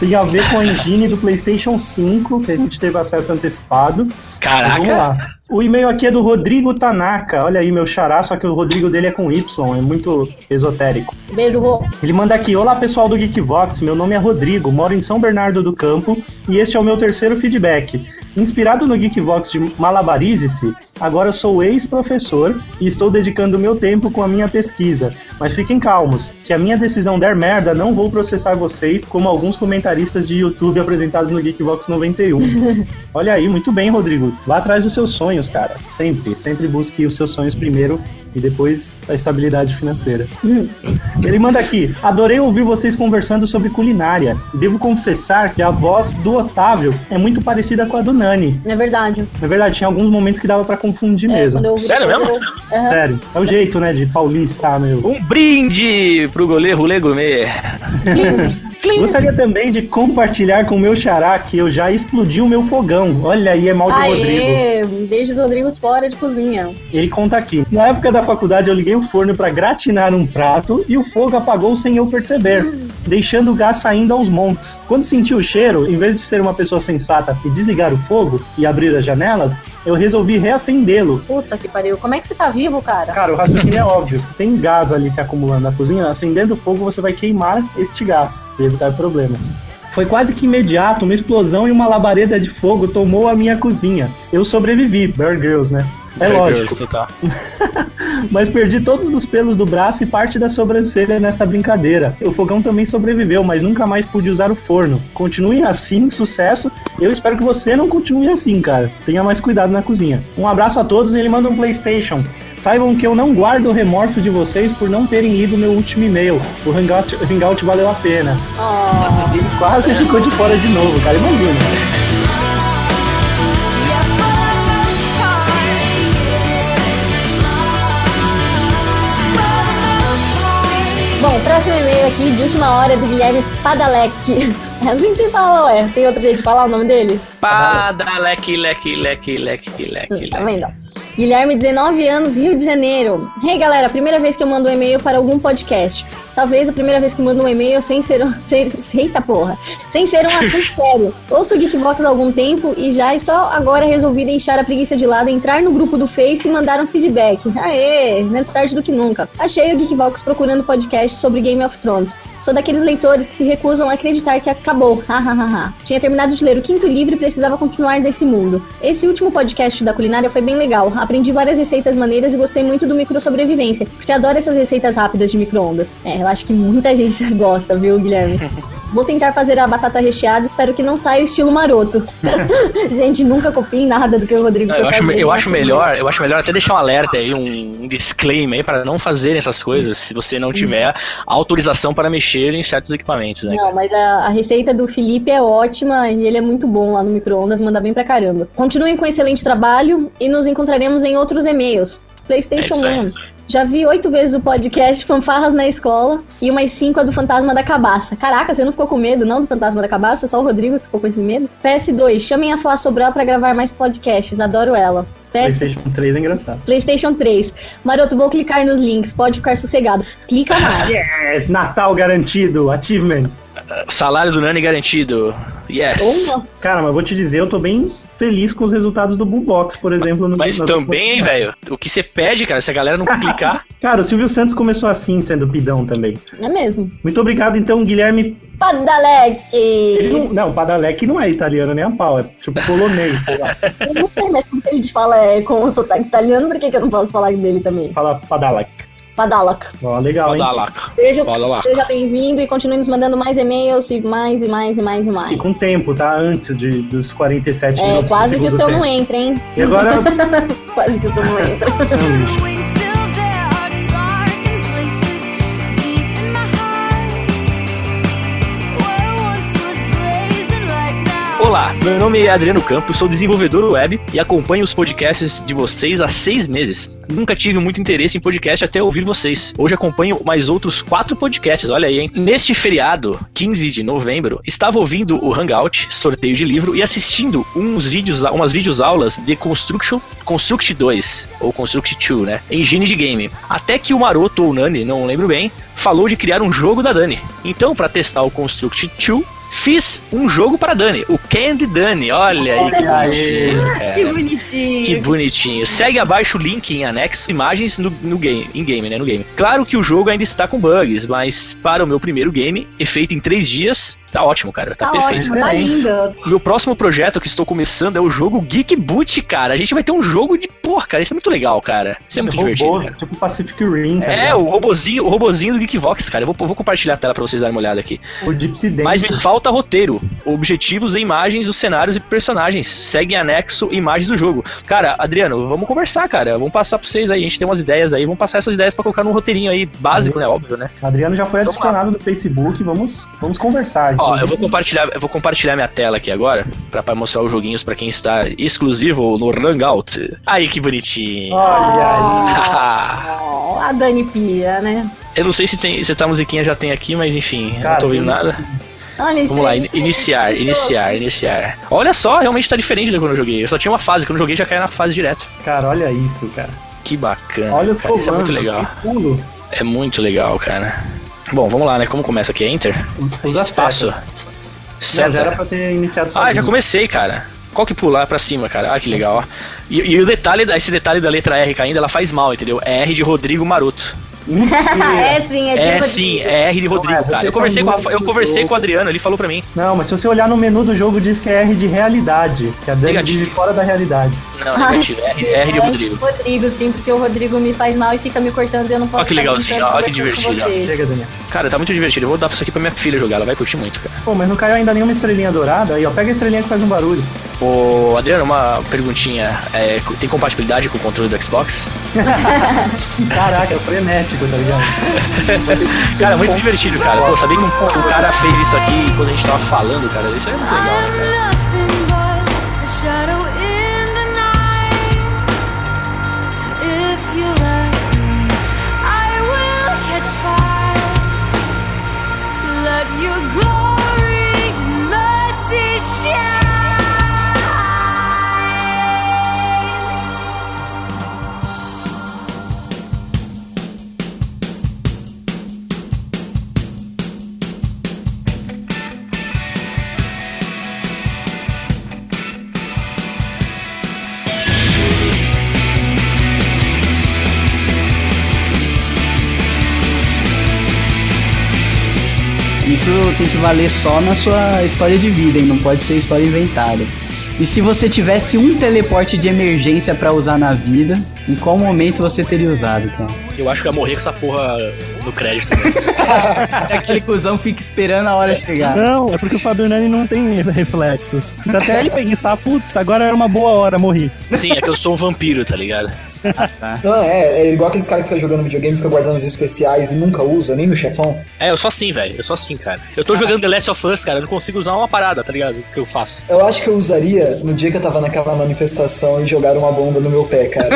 [SPEAKER 3] tem a ver com a engine do PlayStation 5, que a gente teve acesso antecipado. Mas Vamos
[SPEAKER 4] Caraca.
[SPEAKER 3] lá. O e-mail aqui é do Rodrigo Tanaka. Olha aí, meu xará, só que o Rodrigo dele é com Y, é muito esotérico.
[SPEAKER 7] Beijo, Rô.
[SPEAKER 3] Ele manda aqui: Olá pessoal do Geekvox, meu nome é Rodrigo, moro em São Bernardo do Campo e este é o meu terceiro feedback. Inspirado no Geekvox de Malabarize-se, agora sou ex-professor e estou dedicando meu tempo com a minha pesquisa. Mas fiquem calmos, se a minha decisão der merda, não vou processar vocês como alguns comentaristas de YouTube apresentados no Geekvox 91. Olha aí, muito bem, Rodrigo. Vá atrás dos seus sonhos, cara. Sempre, sempre busque os seus sonhos primeiro e depois a estabilidade financeira. Ele manda aqui: Adorei ouvir vocês conversando sobre culinária. Devo confessar que a voz do Otávio é muito parecida com a do Nani.
[SPEAKER 7] É verdade.
[SPEAKER 3] Na verdade, tinha alguns momentos que dava pra confundir
[SPEAKER 7] É,
[SPEAKER 3] mesmo.
[SPEAKER 7] quando eu ouvi
[SPEAKER 4] Sério
[SPEAKER 7] depois,
[SPEAKER 4] mesmo?
[SPEAKER 7] eu- Aham.
[SPEAKER 3] Sério. É o jeito, né, de paulista, meu.
[SPEAKER 4] Um brinde pro goleiro Lê
[SPEAKER 3] É
[SPEAKER 4] Gourmet.
[SPEAKER 3] Gostaria também de compartilhar com o meu xará que eu já explodi o meu fogão. Olha aí, é mal do Rodrigo.
[SPEAKER 7] Aê, beijos Rodrigos fora de cozinha.
[SPEAKER 3] Ele conta aqui. Na época da faculdade, eu liguei o forno para gratinar um prato e o fogo apagou sem eu perceber, deixando o gás saindo aos montes. Quando senti o cheiro, em vez de ser uma pessoa sensata e desligar o fogo e abrir as janelas, eu resolvi reacendê-lo.
[SPEAKER 7] Puta que pariu. Como é que você tá vivo, cara?
[SPEAKER 3] Cara, o raciocínio é óbvio. Se tem gás ali se acumulando na cozinha, acendendo o fogo você vai queimar este gás e evitar problemas. Foi quase que imediato, uma explosão e uma labareda de fogo tomou a minha cozinha. Eu sobrevivi, Bear Girls, né? É lógico.
[SPEAKER 4] Tá.
[SPEAKER 3] Mas perdi todos os pelos do braço e parte da sobrancelha nessa brincadeira. O fogão também sobreviveu, mas nunca mais pude usar o forno. Continuem assim, sucesso. Eu espero que você não continue assim, cara. Tenha mais cuidado na cozinha. Um abraço a todos e ele manda um PlayStation. Saibam que eu não guardo o remorso de vocês por não terem lido meu último e-mail. O hangout, hangout valeu a pena.
[SPEAKER 7] Ah,
[SPEAKER 3] Ele quase ficou de fora de novo, cara. Imagina.
[SPEAKER 6] Yeah, for the first time, yeah. For the first time.
[SPEAKER 7] Bom, próximo e-mail aqui de última hora é do Guilherme Padalec. <laughs> É assim que se fala, ué. Tem outro jeito de falar o nome dele?
[SPEAKER 4] Pada, leque, leque, leque, leque, leque,
[SPEAKER 7] Hum, Tá
[SPEAKER 4] leque.
[SPEAKER 7] vendo? Guilherme, 19 anos, Rio de Janeiro. Hey, galera, primeira vez que eu mando um e-mail para algum podcast. Talvez a primeira vez que mando um e-mail sem ser um. <laughs> Ser, eita porra! Sem ser um assunto sério. Ouço o Geekbox há algum tempo e já e só agora resolvi deixar a preguiça de lado, entrar no grupo do Face e mandar um feedback. Aê! Menos tarde do que nunca. Achei o Geekbox procurando podcast sobre Game of Thrones. Sou daqueles leitores que se recusam a acreditar que acabou. Hahaha. Tinha terminado de ler o quinto livro e precisava continuar nesse mundo. Esse último podcast da culinária foi bem legal. Aprendi várias receitas maneiras e gostei muito do micro sobrevivência, porque adoro essas receitas rápidas de micro-ondas. É, eu acho que muita <laughs> gente gosta,
[SPEAKER 4] <laughs>
[SPEAKER 7] viu, Guilherme? Vou tentar fazer a batata recheada, espero que não saia o estilo maroto. <laughs> gente, nunca copiem nada do que o Rodrigo
[SPEAKER 4] Não,
[SPEAKER 7] foi
[SPEAKER 4] eu, acho,
[SPEAKER 7] fazer,
[SPEAKER 4] eu
[SPEAKER 7] né?
[SPEAKER 4] acho melhor, eu acho melhor até deixar um alerta aí, um, um disclaimer aí para não fazerem essas coisas se você não tiver autorização para mexer em certos equipamentos, né?
[SPEAKER 7] Não, mas a, a receita do Felipe é ótima e ele é muito bom lá no micro-ondas, manda bem pra caramba. Continuem com excelente trabalho e nos encontraremos em outros e-mails. PlayStation
[SPEAKER 4] É isso aí.
[SPEAKER 7] 1. Já vi oito vezes o podcast Fanfarras na Escola e umas cinco a do Fantasma da Cabaça. Caraca, você não ficou com medo, não, do Fantasma da Cabaça? Só o Rodrigo que ficou com esse medo? PS2. Chamem a Flá Sobral pra gravar mais podcasts. Adoro ela. PS...
[SPEAKER 3] PlayStation 3 é engraçado.
[SPEAKER 7] PlayStation 3. Maroto, vou clicar nos links. Pode ficar sossegado.
[SPEAKER 4] <laughs>
[SPEAKER 7] Clica mais.
[SPEAKER 3] Yes, É Natal garantido, achievement.
[SPEAKER 4] Salário do Nani garantido. Yes.
[SPEAKER 7] Uma.
[SPEAKER 3] Cara, mas vou te dizer, eu tô bem feliz com os resultados do Bullbox, por exemplo. no-
[SPEAKER 4] Mas
[SPEAKER 3] nas
[SPEAKER 4] também, hein,
[SPEAKER 3] últimas-
[SPEAKER 4] velho, o que você pede, cara, se a
[SPEAKER 3] <laughs>
[SPEAKER 4] galera não clicar,
[SPEAKER 3] Cara, o Silvio Santos começou assim, sendo pidão também.
[SPEAKER 7] É mesmo.
[SPEAKER 3] Muito obrigado, então, Guilherme. Ele
[SPEAKER 7] Padalec!
[SPEAKER 3] não, não, Padalec não é italiano nem a pau, é tipo polonês, sei lá. <laughs>
[SPEAKER 7] Eu não sei, mas tudo que a gente fala é com o sotaque italiano, por que, que eu não posso falar dele também?
[SPEAKER 3] Fala Padalec.
[SPEAKER 7] Badalak.
[SPEAKER 8] Ó, legal, hein?
[SPEAKER 4] Roda lá.
[SPEAKER 7] Seja,
[SPEAKER 4] Roda lá.
[SPEAKER 7] seja bem-vindo e continue nos mandando mais e-mails e mais e mais e mais e mais.
[SPEAKER 8] E com tempo, tá? Antes de, dos 47
[SPEAKER 7] É,
[SPEAKER 8] minutos. do
[SPEAKER 7] quase que o
[SPEAKER 8] segundo
[SPEAKER 7] seu
[SPEAKER 8] tempo.
[SPEAKER 7] não entra, hein?
[SPEAKER 8] E
[SPEAKER 7] <laughs>
[SPEAKER 8] agora.
[SPEAKER 3] tipo,
[SPEAKER 7] Quase que o seu não entra.
[SPEAKER 8] Não, lixo.
[SPEAKER 4] Olá, meu nome é Adriano Campos, sou desenvolvedor web e acompanho os podcasts de vocês há seis meses. Nunca tive muito interesse em podcast até ouvir vocês. Hoje acompanho mais outros quatro podcasts, olha aí, hein? Neste feriado, 15 de novembro, estava ouvindo o Hangout, sorteio de livro, e assistindo uns vídeos, umas videoaulas de Construction, Construct 2, ou Construct 2, né? Engine de game. Até que o Maroto ou Nani, não lembro bem, falou de criar um jogo da Dani. Então, para testar o Construct 2, Fiz um jogo para Dani, o Candy Dani. Olha aí que bonitinho.
[SPEAKER 7] Que
[SPEAKER 4] cara.
[SPEAKER 7] bonitinho.
[SPEAKER 4] Que bonitinho. Segue abaixo o link em anexo, imagens no, no game, em game, né, no game. Claro que o jogo ainda está com bugs, mas para o meu primeiro game, e feito em três dias, tá ótimo, cara, tá,
[SPEAKER 7] Tá
[SPEAKER 4] perfeito.
[SPEAKER 7] ótimo, tá
[SPEAKER 8] Excelente.
[SPEAKER 7] lindo.
[SPEAKER 4] Meu próximo projeto que estou começando é o jogo Geek Boot, cara. A gente vai ter um jogo de porra, cara. Isso é muito legal, cara. Isso é muito divertido.
[SPEAKER 8] Robôs,
[SPEAKER 4] cara.
[SPEAKER 8] tipo Pacific Rim, tá
[SPEAKER 4] É,
[SPEAKER 8] ligado?
[SPEAKER 4] o robozinho, o robozinho do Geekvox, cara. Eu vou, vou compartilhar a tela pra vocês darem uma olhada aqui.
[SPEAKER 8] o Gypsy Dance.
[SPEAKER 4] Mas me falta roteiro, objetivos, e imagens, os cenários e personagens. Segue em anexo imagens do jogo. Cara, Adriano, vamos conversar, cara. Vamos passar pra vocês aí. A gente tem umas ideias aí. Vamos passar essas ideias pra colocar num roteirinho aí básico, né? Óbvio, né?
[SPEAKER 8] Adriano já foi
[SPEAKER 4] Vamos
[SPEAKER 8] adicionado no Facebook, vamos, vamos conversar.
[SPEAKER 4] Ó, eu
[SPEAKER 8] inclusive.
[SPEAKER 4] vou compartilhar, eu vou compartilhar minha tela aqui agora pra, pra mostrar os joguinhos pra quem está exclusivo no Rangout. Aí que bonitinho.
[SPEAKER 8] Olha aí. Ah.
[SPEAKER 7] Oh, a Dani Pia, né?
[SPEAKER 4] <laughs> eu não sei se tem, se tá musiquinha já tem aqui, mas enfim, eu não
[SPEAKER 8] Cara,
[SPEAKER 4] tô ouvindo
[SPEAKER 8] tem-
[SPEAKER 4] nada.
[SPEAKER 7] Olha isso
[SPEAKER 4] Vamos lá,
[SPEAKER 7] aí.
[SPEAKER 4] in- iniciar, iniciar, iniciar. Olha só, realmente tá diferente do quando eu joguei. Eu só tinha uma fase, quando eu joguei já caiu na fase direto.
[SPEAKER 8] Cara, olha isso, cara.
[SPEAKER 4] Que bacana.
[SPEAKER 8] Olha os né?
[SPEAKER 4] cara.
[SPEAKER 8] comandos.
[SPEAKER 4] Isso é muito legal.
[SPEAKER 8] que Pulo.
[SPEAKER 4] É muito legal, cara. Bom, vamos lá, né? Como começa aqui? Enter?
[SPEAKER 8] Usa
[SPEAKER 4] Espaço.
[SPEAKER 8] seta.
[SPEAKER 4] Seta.
[SPEAKER 8] Não, já era pra ter iniciado sozinho.
[SPEAKER 4] Ah, já comecei, cara. Qual que pular pra cima, cara? Ah, que legal, ó. E, e o detalhe, da- esse detalhe da letra R caindo, ela faz mal, entendeu? É R de Rodrigo Maroto.
[SPEAKER 7] <laughs> é sim, é de
[SPEAKER 4] É,
[SPEAKER 7] Rodrigo.
[SPEAKER 4] sim, é R de Rodrigo,
[SPEAKER 8] Não, é,
[SPEAKER 4] cara. Eu
[SPEAKER 8] vocês
[SPEAKER 4] conversei, com,
[SPEAKER 8] são
[SPEAKER 4] a- eu
[SPEAKER 8] muito
[SPEAKER 4] conversei
[SPEAKER 8] loucos.
[SPEAKER 4] com o Adriano, ele falou pra mim.
[SPEAKER 8] Não, mas se você olhar no menu do jogo, diz que é R de realidade. Que a Dani
[SPEAKER 4] Negativo.
[SPEAKER 8] vive fora da realidade.
[SPEAKER 7] <laughs>
[SPEAKER 4] Não,
[SPEAKER 7] Ai,
[SPEAKER 4] negativo, é R, é R de Rodrigo.
[SPEAKER 7] Rodrigo, sim, porque o Rodrigo me faz mal e fica me cortando e eu não posso
[SPEAKER 4] Olha que legalzinho,
[SPEAKER 7] ficar
[SPEAKER 4] olha que
[SPEAKER 7] brincando, conversando
[SPEAKER 4] divertido,
[SPEAKER 7] com você.
[SPEAKER 8] Chega, Daniel.
[SPEAKER 4] Cara, tá muito divertido. Eu vou dar isso aqui pra minha filha jogar, ela vai curtir muito, cara.
[SPEAKER 8] Pô, mas não caiu ainda nenhuma estrelinha dourada? Aí, ó, pega a estrelinha que faz um barulho.
[SPEAKER 4] Ô, Adriano, uma perguntinha. É, co- tem compatibilidade com o controle do Xbox?
[SPEAKER 2] é
[SPEAKER 8] Caraca, frenético, tá ligado?
[SPEAKER 4] Cara, muito divertido, cara. Pô, saber que um, um cara fez isso aqui quando a gente tava falando, cara, isso é muito legal, né, cara?
[SPEAKER 6] Shadow in the night. So if you let me, I will catch fire. To let your glory, and mercy shine.
[SPEAKER 2] Isso tem que valer só na sua história de vida, hein? Não pode ser história inventada. E se você tivesse um teleporte de emergência pra usar na vida, em qual momento você teria usado, cara?
[SPEAKER 4] Eu acho que eu ia morrer com essa porra no crédito. né?
[SPEAKER 2] Se aquele cuzão fica esperando a hora
[SPEAKER 3] <laughs>
[SPEAKER 2] chegar.
[SPEAKER 3] Não, é porque o Fábio Nani não tem <laughs> reflexos. Então até ele pensar, putz, agora era uma boa hora, morri.
[SPEAKER 4] Sim, é que eu sou um vampiro, tá ligado?
[SPEAKER 5] Não, é, é igual aqueles caras que ficam jogando videogame, fica guardando os especiais e nunca usa, nem no chefão.
[SPEAKER 4] É, eu sou assim, velho. Eu sou assim, cara. Eu tô jogando The Last of Us, cara. Eu não consigo usar uma parada, tá ligado? Que eu faço.
[SPEAKER 5] Eu acho que eu usaria no dia que eu tava naquela manifestação e jogaram uma bomba no meu pé, cara.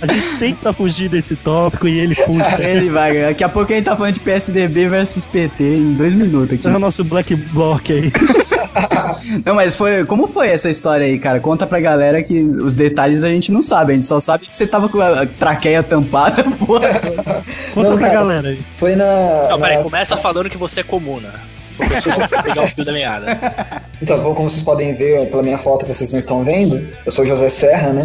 [SPEAKER 3] A gente tenta fugir desse tópico e ele puxa.
[SPEAKER 2] <laughs> Ele vai, ganhar. daqui a pouco a gente tá falando de PSDB versus PT em dois minutos
[SPEAKER 3] Esse é o
[SPEAKER 2] aqui.
[SPEAKER 3] nosso Black Block aí.
[SPEAKER 2] Não, mas foi. Como foi essa história aí, cara? Conta pra galera que os detalhes a gente não sabe, a gente só sabe que você tava com a traqueia tampada, <laughs> porra.
[SPEAKER 3] Conta
[SPEAKER 5] Não,
[SPEAKER 3] pra
[SPEAKER 5] cara.
[SPEAKER 3] galera aí.
[SPEAKER 5] Foi na.
[SPEAKER 4] Não,
[SPEAKER 5] na-
[SPEAKER 4] peraí, começa falando que você é comuna. Porque eu sou pegar o fio da meada.
[SPEAKER 5] Então, bom, como vocês podem ver pela minha foto que vocês não estão vendo, eu sou José Serra, né?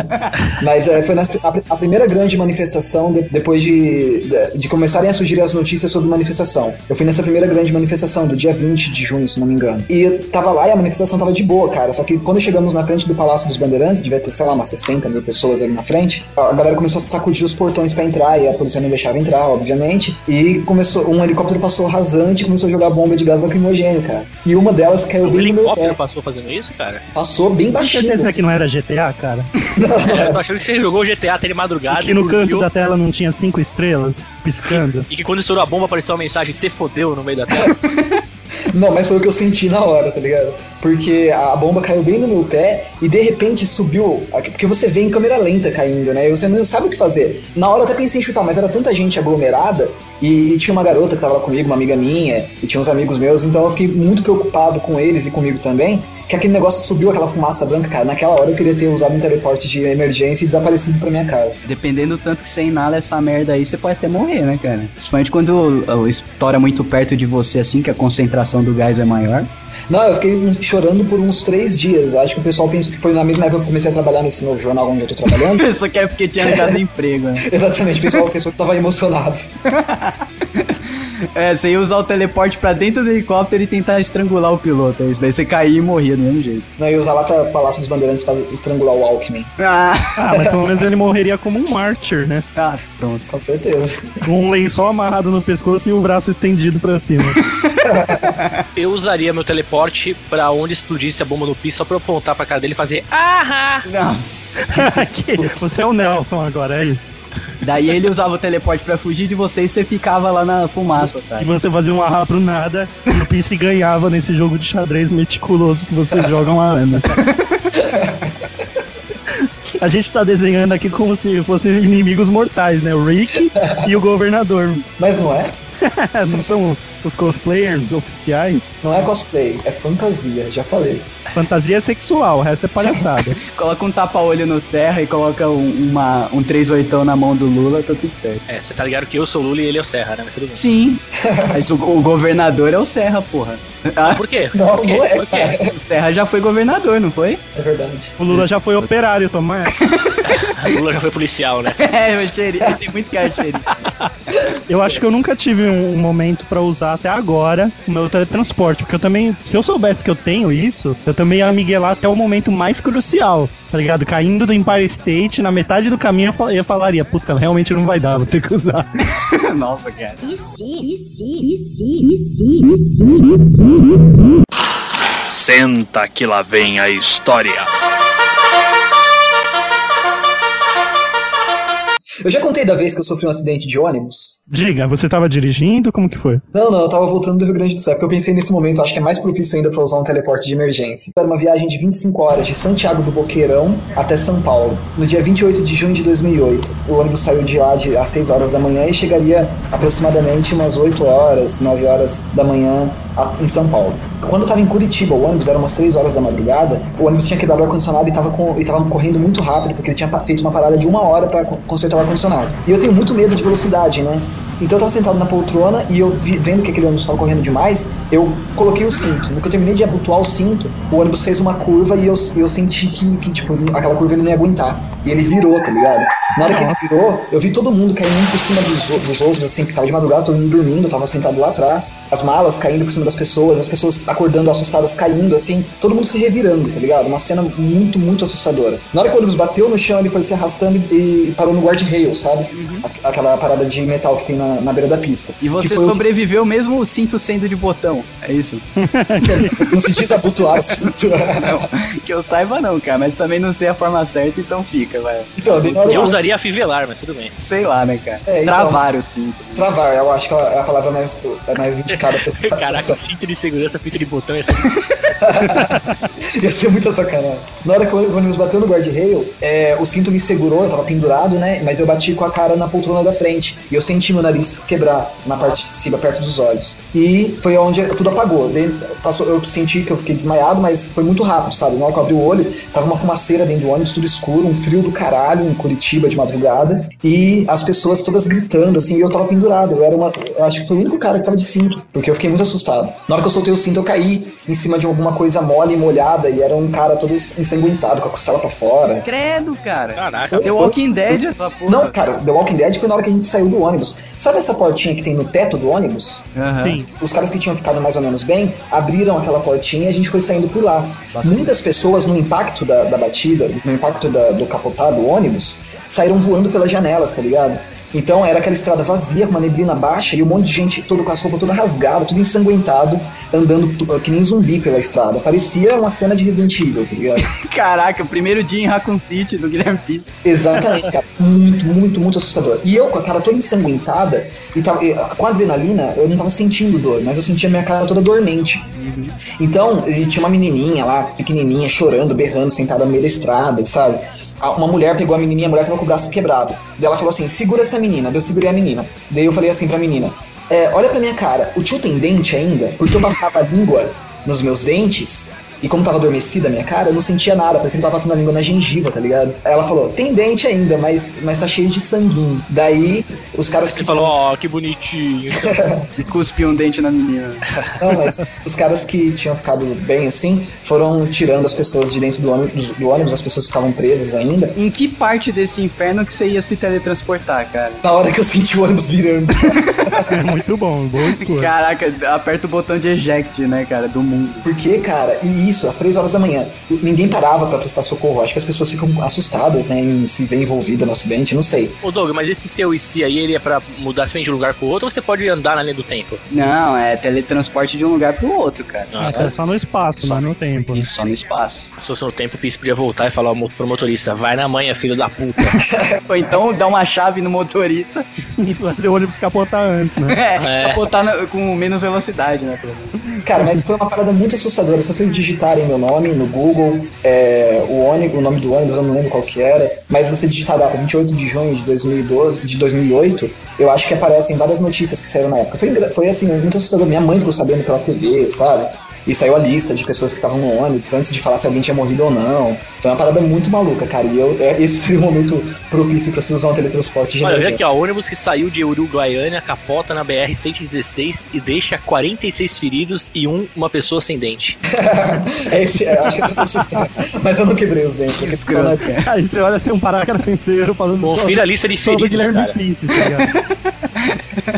[SPEAKER 5] Mas é, foi na- a, a primeira grande manifestação de- depois de, de, de começarem a surgir as notícias sobre manifestação. Eu fui nessa primeira grande manifestação, do dia 20 de junho, se não me engano. E eu tava lá e a manifestação tava de boa, cara. Só que quando chegamos na frente do Palácio dos Bandeirantes, devia ter, sei lá, umas 60 mil pessoas ali na frente, a galera começou a sacudir os portões pra entrar e a polícia não deixava entrar, obviamente. E começou, um helicóptero passou rasante e começou a jogar bomba de gás lacrimogênio, cara. E uma delas caiu
[SPEAKER 4] O
[SPEAKER 5] bem no meu pé.
[SPEAKER 4] helicóptero passou fazendo isso, cara?
[SPEAKER 5] Passou bem
[SPEAKER 3] Com
[SPEAKER 5] baixinho. <laughs>
[SPEAKER 3] certeza que não era GTA, cara.
[SPEAKER 4] É, eu tô achando que você jogou o GTA até de madrugada.
[SPEAKER 3] Que no
[SPEAKER 4] dormiu,
[SPEAKER 3] canto da tela não tinha cinco estrelas piscando.
[SPEAKER 4] E que quando estourou a bomba apareceu uma mensagem, se fodeu no meio da
[SPEAKER 3] <laughs>
[SPEAKER 4] tela.
[SPEAKER 5] Não, mas foi o que eu senti na hora, tá ligado? Porque a bomba caiu bem no meu pé e de repente subiu. Porque você vê em câmera lenta caindo, né? E você não sabe o que fazer. Na hora eu até pensei em chutar, mas era tanta gente aglomerada e, e tinha uma garota que tava lá comigo, uma amiga minha, e tinha uns amigos meus, então eu fiquei muito preocupado com eles e comigo também. Que aquele negócio subiu aquela fumaça branca, cara. Naquela hora eu queria ter usado um teleporte de emergência e desaparecido pra minha casa.
[SPEAKER 2] Dependendo do tanto que você inala essa merda aí, você pode até morrer, né, cara? Principalmente quando ó, estoura muito perto de você, assim, que a concentração do gás é <laughs> maior.
[SPEAKER 5] Não, eu fiquei chorando por uns três dias. Acho que o pessoal pensa que foi na mesma época que eu comecei a trabalhar nesse novo jornal onde eu tô trabalhando.
[SPEAKER 2] <laughs> Só que é porque tinha me <laughs> dado emprego, né?
[SPEAKER 5] Exatamente, o pessoal pensou que tava emocionado.
[SPEAKER 2] É, você ia usar o teleporte pra dentro do helicóptero e tentar estrangular o piloto. é Isso daí você caía e morria do mesmo jeito.
[SPEAKER 5] Não, eu ia usar lá pra Palácio dos Bandeirantes pra estrangular o Alckmin.
[SPEAKER 2] Ah,
[SPEAKER 3] Ah, mas pelo menos ele morreria como um mártir, né?
[SPEAKER 2] ah, pronto.
[SPEAKER 5] Com certeza.
[SPEAKER 3] Com um lençol amarrado no pescoço e o braço estendido pra cima.
[SPEAKER 4] Eu usaria meu teleporte pra onde explodisse a bomba no piso só pra eu apontar pra cara dele e fazer "Ah!" Ahá!
[SPEAKER 2] Nossa.
[SPEAKER 3] Que- Você é o Nelson agora, é isso.
[SPEAKER 2] Daí ele usava o teleporte pra fugir de você e você ficava lá na fumaça, tá?
[SPEAKER 3] E
[SPEAKER 2] cara.
[SPEAKER 3] você fazia um arra pro nada e o Pisse ganhava nesse jogo de xadrez meticuloso que vocês jogam lá, né? A gente tá desenhando aqui como se fossem inimigos mortais, né? O Rick e o governador. <laughs>
[SPEAKER 5] Mas não é?
[SPEAKER 3] Não são os cosplayers oficiais?
[SPEAKER 5] Não é cosplay, é fantasia, já falei.
[SPEAKER 3] Fantasia é sexual, o resto é palhaçada.
[SPEAKER 2] Coloca um tapa-olho no Serra e coloca um, uma, um 38 na mão do Lula, tá tudo certo.
[SPEAKER 4] É, você tá ligado que eu sou o Lula e ele é o Serra, né? Mas tudo bem.
[SPEAKER 5] <laughs>
[SPEAKER 2] Sim. Mas o, o governador é o Serra, porra. Ah,
[SPEAKER 4] Por quê?
[SPEAKER 5] Não,
[SPEAKER 4] Por quê?
[SPEAKER 5] não é,
[SPEAKER 4] Por quê?
[SPEAKER 2] o Serra já foi governador, não foi? <laughs>
[SPEAKER 5] É verdade.
[SPEAKER 3] O Lula já foi operário, toma essa.
[SPEAKER 4] O Lula já foi policial, né?
[SPEAKER 2] É, meu xerife, tem muito cara de xerife.
[SPEAKER 3] Eu acho que eu nunca tive um um momento pra usar até agora o meu teletransporte, porque eu também, se eu soubesse que eu tenho isso, eu também ia miguelar até o momento mais crucial, tá ligado? Caindo do Empire State, na metade do caminho eu fal- eu falaria, puta, realmente não vai dar, vou ter que usar.
[SPEAKER 2] Nossa, cara.
[SPEAKER 9] Senta que lá vem a história.
[SPEAKER 5] Eu já contei da vez que eu sofri um acidente de ônibus?
[SPEAKER 3] Diga, você tava dirigindo? Como que foi?
[SPEAKER 5] Não, não, eu tava voltando do Rio Grande do Sul. É porque eu pensei nesse momento, acho que é mais propício ainda pra usar um teleporte de emergência. Era uma viagem de 25 horas de Santiago do Boqueirão até São Paulo. No dia 28 de junho de 2008. O ônibus saiu de lá de, às 6 horas da manhã e chegaria aproximadamente umas 8 horas, 9 horas da manhã a- em São Paulo. Quando eu tava em Curitiba, o ônibus era umas 3 horas da madrugada, o ônibus tinha quebrado o ar-condicionado e tava, com, e tava correndo muito rápido, porque ele tinha pa- feito uma parada de uma hora pra co- consertar o ar-condicionado. E eu tenho muito medo de velocidade, né? Então eu tava sentado na poltrona e eu vi- vendo que aquele ônibus tava correndo demais, eu coloquei o cinto. No que eu terminei de abotoar o cinto, o ônibus fez uma curva e eu, eu senti que, que, tipo, aquela curva ele não ia aguentar. E ele virou, tá ligado? Na hora que ele virou, eu vi todo mundo caindo um por cima dos, o- dos outros, assim, que tava de madrugada, todo mundo dormindo, eu tava sentado lá atrás, as malas caindo por cima das pessoas, as pessoas acordando assustadas, caindo, assim, todo mundo se revirando, tá ligado? Uma cena muito, muito assustadora. Na hora que o ônibus bateu no chão, ele foi se arrastando e, e parou no guard-rail, sabe? Aqu- Aquela parada de metal que tem na, na beira da pista.
[SPEAKER 2] E você
[SPEAKER 5] que foi um o-
[SPEAKER 2] sobreviveu mesmo o cinto sendo de botão. É isso?
[SPEAKER 5] Não <laughs> se diz
[SPEAKER 2] <laughs>
[SPEAKER 5] abotoar o cinto. <laughs>
[SPEAKER 2] Não, Então, que eu saiba não, cara. Mas também não sei a forma certa, então fica, vai.
[SPEAKER 5] então, bem na
[SPEAKER 2] é
[SPEAKER 5] hora
[SPEAKER 2] um
[SPEAKER 4] Eu
[SPEAKER 5] eu-
[SPEAKER 4] usaria a fivelar, mas tudo
[SPEAKER 5] <laughs>
[SPEAKER 4] bem.
[SPEAKER 2] Sei lá, né, cara.
[SPEAKER 5] É, então-
[SPEAKER 2] Travar o cinto.
[SPEAKER 5] Travar, eu acho que é a palavra mais, é mais indicada
[SPEAKER 2] <laughs>
[SPEAKER 5] pra essa
[SPEAKER 4] Caraca, cinto de segurança, fita de botão ia ser
[SPEAKER 5] Ia ser muita sacanagem. Na hora que o ônibus bateu no guard-rail, é, o cinto me segurou, eu tava pendurado, né? Mas eu bati com a cara na poltrona da frente. E eu senti meu nariz quebrar na parte de cima, perto dos olhos. E foi onde tudo apagou. Daí passou, eu senti que eu fiquei desmaiado, mas foi muito rápido, sabe? Na hora que eu abri o olho, tava uma fumaceira dentro do ônibus, tudo escuro, um frio frio do caralho em Curitiba de madrugada e as pessoas todas gritando assim, e eu tava pendurado. Eu era uma, eu acho que foi o único cara que tava de cinto, porque eu fiquei muito assustado. Na hora que eu soltei o cinto, eu caí em cima de alguma coisa mole e molhada e era um cara todo ensanguentado com a costela pra fora.
[SPEAKER 2] Credo, cara.
[SPEAKER 4] Caraca.
[SPEAKER 2] Seu Walking Dead, essa porra.
[SPEAKER 5] É. Não, cara, The Walking Dead foi na hora que a gente saiu do ônibus. Sabe essa portinha que tem no teto do ônibus?
[SPEAKER 2] Aham.
[SPEAKER 3] Sim.
[SPEAKER 5] os caras que tinham ficado mais ou menos bem abriram aquela portinha e a gente foi saindo por lá. Muitas pessoas, no impacto da, da batida, no impacto da- do capotar do ônibus, saíram voando pelas janelas, tá ligado? Então era aquela estrada vazia, com uma neblina baixa e um monte de gente todo com as roupas toda rasgada, tudo ensanguentado, andando tu- ah, que nem zumbi pela estrada. Parecia uma cena de Resident Evil, tá ligado?
[SPEAKER 2] Caraca, o primeiro dia em Raccoon City do Guilherme Pires.
[SPEAKER 5] <laughs> Exatamente, cara. Muito, muito, muito assustador. E eu com a cara toda ensanguentada, e tava, e, com a adrenalina, eu não tava sentindo dor, mas eu sentia minha cara toda dormente. Então, e tinha uma menininha lá, pequenininha, chorando, berrando, sentada no meio da estrada, sabe? A- Uma mulher pegou a menininha, a mulher tava com o braço quebrado. Daí ela falou assim: segura essa menina. Daí eu segurei a menina. Daí eu falei assim pra menina: "É, olha pra minha cara, o tio tem dente ainda? Porque eu passava a língua nos meus dentes e como tava adormecida a minha cara, eu não sentia nada, parecia que tava passando a língua na gengiva, tá ligado? Aí Ela falou, tem dente ainda, mas, mas tá cheio de sanguinho. Daí, os caras que.
[SPEAKER 4] Você falou, ó, que bonitinho.
[SPEAKER 2] E cuspiu um dente na menina.
[SPEAKER 5] Não, mas os caras que tinham ficado bem assim foram tirando as pessoas de dentro do ônibus, do ônibus, as pessoas ficavam presas ainda.
[SPEAKER 2] Em que parte desse inferno que você ia se teletransportar, cara?
[SPEAKER 5] Na hora que eu senti o ônibus virando.
[SPEAKER 3] É muito bom,
[SPEAKER 2] <laughs>
[SPEAKER 3] boa escolha.
[SPEAKER 2] Caraca, aperta o botão de eject, né, cara, do mundo.
[SPEAKER 5] Porque, cara, e isso, às três horas da manhã, ninguém parava pra prestar socorro. Acho que as pessoas ficam assustadas, né, em se ver envolvida no acidente, não sei.
[SPEAKER 4] Ô, Doug, mas esse seu IC aí, ele é pra mudar também de um lugar pro outro ou você pode andar na linha do tempo?
[SPEAKER 2] Não, é teletransporte de um lugar pro outro, cara.
[SPEAKER 4] Ah,
[SPEAKER 3] É só no espaço, não no tempo.
[SPEAKER 2] E só no espaço. <laughs>
[SPEAKER 4] Se fosse no tempo, o Pix podia voltar e falar pro motorista, vai na manha, filho da puta.
[SPEAKER 2] Ou então dá uma chave no motorista <laughs>
[SPEAKER 3] E <laughs> fazer o ônibus capotar antes, né?
[SPEAKER 2] é,
[SPEAKER 4] É.
[SPEAKER 2] capotar na- com menos velocidade, né, pelo menos.
[SPEAKER 5] Cara, mas foi uma parada muito assustadora. Se vocês digitarem meu nome no Google, é, o, ônibus, o nome do ônibus, eu não lembro qual que era, mas se você digitar a data 28 de junho de 2012, de 2008, eu acho que aparecem várias notícias que saíram na época. Foi, engra- foi assim, muito assustador. Minha mãe ficou sabendo pela TV, sabe? E saiu a lista de pessoas que estavam no ônibus antes de falar se alguém tinha morrido ou não. Foi uma parada muito maluca, cara. E eu, é- esse seria o momento propício pra vocês usar um teletransporte de
[SPEAKER 4] Olha, vê
[SPEAKER 5] emergência.
[SPEAKER 4] aqui, ó, ônibus que saiu de Uruguaiana capota na BR-116 e deixa 46 feridos e um, uma pessoa sem dente.
[SPEAKER 5] É esse, é, acho que essa notícia.
[SPEAKER 4] <laughs>
[SPEAKER 5] Mas eu não quebrei os dentes. eu quebrei só na-
[SPEAKER 3] <laughs> Aí você olha, tem um parágrafo inteiro falando só-
[SPEAKER 4] Confira a lista de
[SPEAKER 3] sobre o
[SPEAKER 4] feridos,
[SPEAKER 3] Guilherme
[SPEAKER 4] cara.
[SPEAKER 3] Pisse, tá ligado?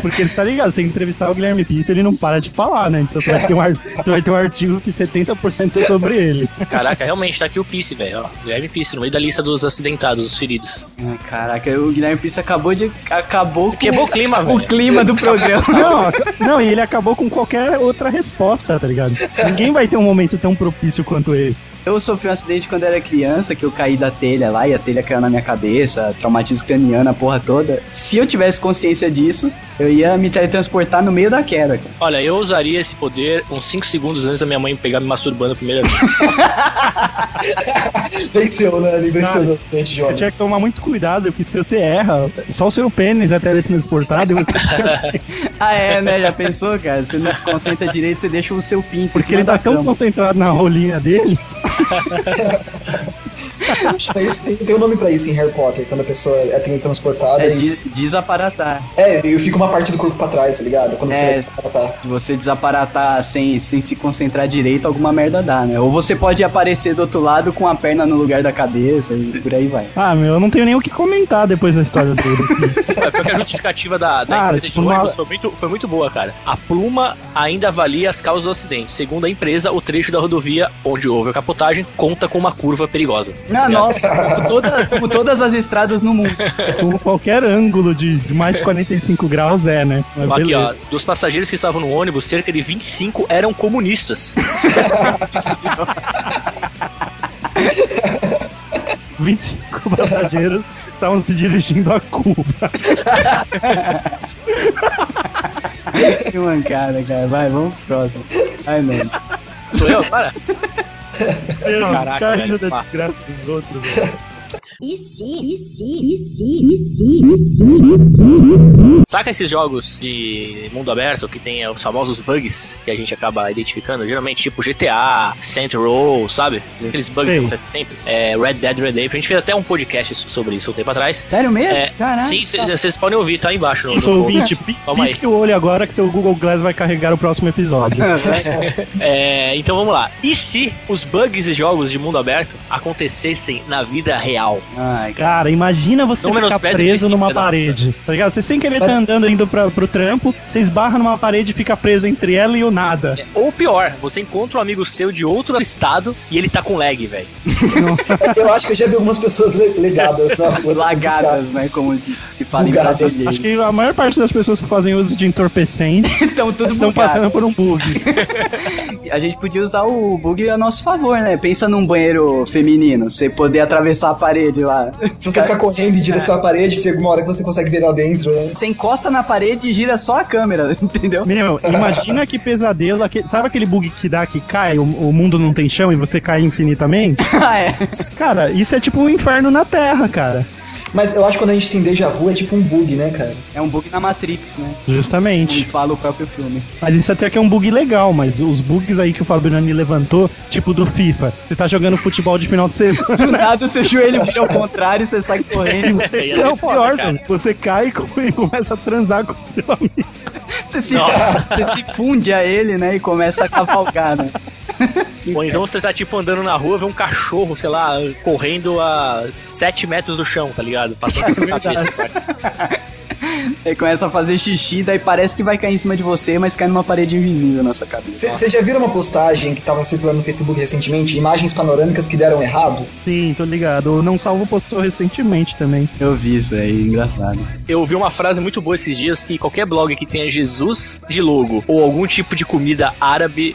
[SPEAKER 4] <laughs>
[SPEAKER 3] Porque você tá ligado, você entrevistar o Guilherme Pisse, ele não para de falar, né? Então você vai ter um, ar- você vai ter um artigo que 70% é sobre ele.
[SPEAKER 4] Caraca, realmente, tá aqui o Pisse, velho, ó. Guilherme Pisse, no meio da lista dos acidentados, dos feridos.
[SPEAKER 2] Ah, Caraca, o Guilherme Pires acabou de. acabou <laughs> com
[SPEAKER 4] Quebrou o clima,
[SPEAKER 2] o
[SPEAKER 4] velho.
[SPEAKER 2] clima
[SPEAKER 4] <laughs>
[SPEAKER 2] do programa.
[SPEAKER 3] Não, não, e ele acabou com qualquer outra resposta, tá ligado? Ninguém vai ter um momento tão propício quanto esse.
[SPEAKER 2] Eu sofri um acidente quando era criança, que eu caí da telha lá e a telha caiu na minha cabeça, traumatismo craniano, a porra toda. Se eu tivesse consciência disso, eu ia me teletransportar no meio da queda, cara.
[SPEAKER 4] Olha, eu usaria esse poder uns 5 segundos antes da minha mãe pegar me masturbando a primeira vez.
[SPEAKER 5] Venceu, né? Ele venceu
[SPEAKER 3] Cara,
[SPEAKER 5] no acidente de
[SPEAKER 3] Você
[SPEAKER 5] ônibus.
[SPEAKER 3] tinha que tomar muito cuidado, porque se você erra, só o seu pênis é teletransportado e você fica
[SPEAKER 4] <laughs>
[SPEAKER 3] assim.
[SPEAKER 2] Ah, é, né? Já pensou, cara? Você não se concentra direito, você deixa o seu pinto. em
[SPEAKER 3] Porque
[SPEAKER 2] cima
[SPEAKER 3] ele tá
[SPEAKER 4] é
[SPEAKER 2] da
[SPEAKER 3] tão
[SPEAKER 2] cama.
[SPEAKER 3] concentrado na rolinha dele.
[SPEAKER 5] Pra isso, tem, tem um nome pra isso em Harry Potter, quando a pessoa é teletransportada
[SPEAKER 2] É,
[SPEAKER 5] e.
[SPEAKER 2] de, desaparatar.
[SPEAKER 5] É, e fica uma parte do corpo pra trás, tá ligado? Quando
[SPEAKER 2] É.
[SPEAKER 5] você vai tratar.
[SPEAKER 2] Se você desaparatar sem, sem se concentrar direito, alguma merda dá, né? Ou você pode aparecer do outro lado com a perna no lugar da cabeça e por aí vai.
[SPEAKER 3] Ah, meu, eu não tenho nem o que comentar depois da história dele.
[SPEAKER 4] É, porque a justificativa da, da
[SPEAKER 3] Cara,
[SPEAKER 4] empresa
[SPEAKER 3] tipo,
[SPEAKER 4] de ônibus
[SPEAKER 3] uma-
[SPEAKER 4] foi, muito, foi muito boa, cara. A pluma ainda avalia as causas do acidente. Segundo a empresa, o trecho da rodovia onde houve a capotagem conta com uma curva perigosa.
[SPEAKER 2] Ah,
[SPEAKER 4] Obrigado.
[SPEAKER 2] nossa, como, toda- como todas as estradas no mundo.
[SPEAKER 3] Ou qualquer ângulo de, de
[SPEAKER 4] <laughs>
[SPEAKER 3] mais 45 graus é, né? Mas
[SPEAKER 4] Aqui,
[SPEAKER 3] beleza.
[SPEAKER 4] ó, dos passageiros que estavam no ônibus, cerca de 25 eram comunistas.
[SPEAKER 3] 25 passageiros estavam se dirigindo
[SPEAKER 4] <laughs>
[SPEAKER 3] a Cuba.
[SPEAKER 2] Que mancada, cara. Vai, vamos pro próximo. Ai, mano.
[SPEAKER 3] <laughs>
[SPEAKER 4] Sou eu? Para.
[SPEAKER 3] Eu
[SPEAKER 4] Caraca, velho,
[SPEAKER 3] caindo da
[SPEAKER 4] pá.
[SPEAKER 3] desgraça dos outros. velho.
[SPEAKER 4] Saca esses jogos de mundo aberto que tem os famosos bugs que a gente acaba identificando, geralmente tipo GTA, Saint Row, sabe? Aqueles bugs
[SPEAKER 3] Sim.
[SPEAKER 4] que acontecem sempre. É, Red Dead Redemption, a gente fez até um podcast sobre isso um tempo atrás.
[SPEAKER 2] Sério mesmo? <laughs>
[SPEAKER 4] É,
[SPEAKER 2] Caralho.
[SPEAKER 4] sim, vocês podem ouvir, tá aí embaixo no,
[SPEAKER 3] Eu
[SPEAKER 4] no-
[SPEAKER 3] sou ouvinte, pi-
[SPEAKER 4] Calma aí.
[SPEAKER 3] pisque o olho agora que seu Google Glass vai carregar o
[SPEAKER 4] <laughs>
[SPEAKER 3] próximo episódio.
[SPEAKER 4] É, então vamos lá. E se os bugs e jogos de mundo aberto acontecessem na vida real?
[SPEAKER 2] Ai, cara.
[SPEAKER 3] Cara, imagina você
[SPEAKER 4] Não
[SPEAKER 3] ficar
[SPEAKER 4] menospreze
[SPEAKER 3] preso
[SPEAKER 4] quem
[SPEAKER 3] numa
[SPEAKER 4] fica na-
[SPEAKER 3] parede, tá ligado? Você sem querer tá andando indo pra, pro trampo, você esbarra numa parede e fica preso entre ela e o nada.
[SPEAKER 4] Ou pior, você encontra um amigo seu de outro estado e ele tá com lag, velho.
[SPEAKER 5] Eu acho que eu já vi algumas pessoas le- legadas na
[SPEAKER 2] <laughs>
[SPEAKER 5] rua.
[SPEAKER 2] Lagadas, né? Como se fala em
[SPEAKER 5] Bugadas.
[SPEAKER 4] É.
[SPEAKER 3] Acho
[SPEAKER 2] brasileiro.
[SPEAKER 3] que a maior parte das pessoas que fazem uso de entorpecentes
[SPEAKER 2] Então, tudo
[SPEAKER 3] estão
[SPEAKER 2] bugado.
[SPEAKER 3] passando por um bug.
[SPEAKER 2] A gente podia usar o bug a nosso favor, né? Pensa num banheiro feminino, você poder atravessar a parede lá. <laughs>
[SPEAKER 5] Se você ficar correndo em direção à parede, tem alguma hora que você consegue ver lá dentro, né?
[SPEAKER 2] Você encosta na parede e gira só a câmera, <laughs> entendeu?
[SPEAKER 3] Meu, imagina que pesadelo. aque- sabe aquele bug que dá que cai, o, o mundo não tem chão e você cai infinitamente?
[SPEAKER 2] ah, é.
[SPEAKER 3] Cara, isso é tipo um inferno na Terra, cara.
[SPEAKER 5] Mas eu acho que quando a gente tem déjà vu é tipo um bug, né, cara?
[SPEAKER 2] É um bug na Matrix, né? Como
[SPEAKER 3] Justamente.
[SPEAKER 2] fala o próprio filme.
[SPEAKER 3] Mas isso até que é um bug legal, mas os bugs aí que o Fabiano levantou, tipo do FIFA. Você tá jogando futebol de final de <laughs> semana.
[SPEAKER 2] Do nada, seu joelho vira ao contrário, você sai correndo,
[SPEAKER 4] Ia
[SPEAKER 3] Isso
[SPEAKER 4] ser
[SPEAKER 3] é o
[SPEAKER 4] foda,
[SPEAKER 3] pior,
[SPEAKER 4] cara.
[SPEAKER 3] velho. Você cai e co- e <laughs> começa a transar com o seu amigo.
[SPEAKER 2] você se, você se funde a ele, né? E começa a cavalgar, né?
[SPEAKER 4] Ou então você tá tipo andando na rua, vê um cachorro, sei lá, correndo a 7 metros do chão, tá ligado?
[SPEAKER 3] <laughs>
[SPEAKER 4] Passando por sua cabeça, saca?
[SPEAKER 2] Aí começa a fazer xixi, daí parece que vai cair em cima de você, mas cai numa parede invisível na sua cabeça.
[SPEAKER 5] Vocês já viram uma postagem que tava circulando no Facebook recentemente? Imagens panorâmicas que deram errado?
[SPEAKER 3] Sim, tô ligado. O Não Salvo postou recentemente também.
[SPEAKER 2] Eu vi isso aí, engraçado.
[SPEAKER 4] Eu ouvi uma frase muito boa esses dias que qualquer blog que tenha Jesus de logo ou algum tipo de comida árabe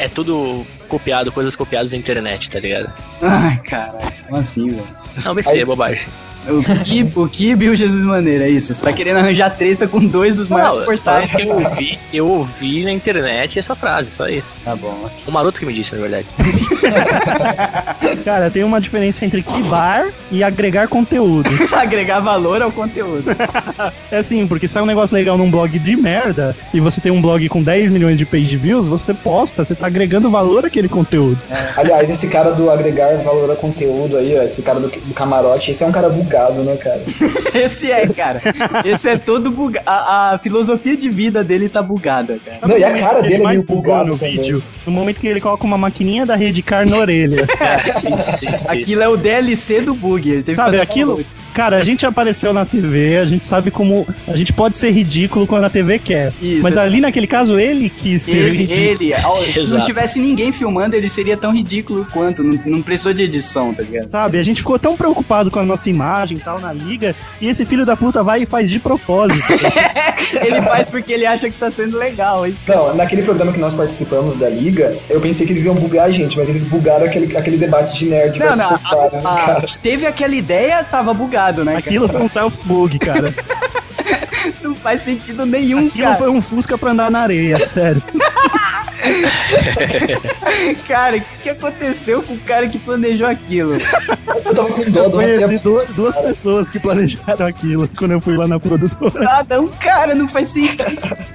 [SPEAKER 4] é tudo copiado, coisas copiadas da internet, tá ligado?
[SPEAKER 2] Ai, caralho, como assim, velho?
[SPEAKER 4] Não, besteira, é bobagem.
[SPEAKER 2] O Kibe, o Kibe e o Jesus Maneiro, é isso. Você tá querendo arranjar treta com dois dos
[SPEAKER 4] Não,
[SPEAKER 2] maiores
[SPEAKER 4] só
[SPEAKER 2] portais. <laughs>
[SPEAKER 4] isso que eu ouvi, eu ouvi na internet essa frase, só isso.
[SPEAKER 2] Tá bom, ok.
[SPEAKER 4] O maroto que me disse,
[SPEAKER 2] <laughs>
[SPEAKER 4] na verdade.
[SPEAKER 3] Cara, tem uma diferença entre kibar e agregar conteúdo.
[SPEAKER 2] Agregar valor ao conteúdo. <laughs>
[SPEAKER 3] É assim, porque se é um negócio legal num blog de merda e você tem um blog com 10 milhões de page views, você posta, você tá agregando valor àquele conteúdo.
[SPEAKER 5] É. Aliás, esse cara do agregar valor a conteúdo aí, ó, esse cara do, do camarote, esse é um cara bugado, né, cara?
[SPEAKER 2] Esse é, cara. Esse é todo bugado. A, a filosofia de vida dele tá bugada, cara.
[SPEAKER 5] Não, e a
[SPEAKER 3] Sabe o
[SPEAKER 5] cara
[SPEAKER 3] momento que
[SPEAKER 5] dele
[SPEAKER 3] ele
[SPEAKER 5] é meio
[SPEAKER 3] mais bugou
[SPEAKER 5] bugada
[SPEAKER 3] no
[SPEAKER 5] também.
[SPEAKER 3] vídeo. No momento que ele coloca uma maquininha da rede car na orelha.
[SPEAKER 4] Isso, isso,
[SPEAKER 2] Aquilo é o DLC do bug. <laughs> Ele teve que
[SPEAKER 3] Sabe
[SPEAKER 2] fazer um
[SPEAKER 3] aquilo? Cara, a gente apareceu na TV, a gente sabe como. A gente pode ser ridículo quando a TV quer.
[SPEAKER 2] Isso.
[SPEAKER 3] Mas ali naquele caso, ele quis ser
[SPEAKER 2] Ele,
[SPEAKER 3] é ridículo.
[SPEAKER 2] ele, ó, se não
[SPEAKER 4] Exato.
[SPEAKER 2] tivesse ninguém filmando, ele seria tão ridículo quanto. Não, não precisou de edição, tá ligado?
[SPEAKER 3] Sabe, a gente ficou tão preocupado com a nossa imagem e tal na liga, e esse filho da puta vai e faz de propósito.
[SPEAKER 2] <laughs> Ele faz porque ele acha que tá sendo legal. Isso que-
[SPEAKER 5] Não, naquele programa que nós participamos da Liga, eu pensei que eles iam bugar a gente, mas eles bugaram aquele, aquele debate de nerd
[SPEAKER 2] Não,
[SPEAKER 5] versus
[SPEAKER 2] não.
[SPEAKER 3] ah,
[SPEAKER 5] otários, né,
[SPEAKER 2] a- a-
[SPEAKER 5] cara.
[SPEAKER 2] teve aquela ideia, tava bugado, né? cara?
[SPEAKER 3] Aquilo foi um self-bug, cara.
[SPEAKER 2] Não faz sentido nenhum,
[SPEAKER 3] Aquilo
[SPEAKER 2] cara.
[SPEAKER 3] foi um Fusca pra andar na areia, sério.
[SPEAKER 2] Cara, o que, que aconteceu com o cara que planejou aquilo?
[SPEAKER 5] Eu tava com dó
[SPEAKER 3] Eu
[SPEAKER 5] do Rafael.
[SPEAKER 3] conheci duas, duas pessoas que planejaram aquilo quando eu fui lá na produtora.
[SPEAKER 2] nada, um cara, não faz sentido.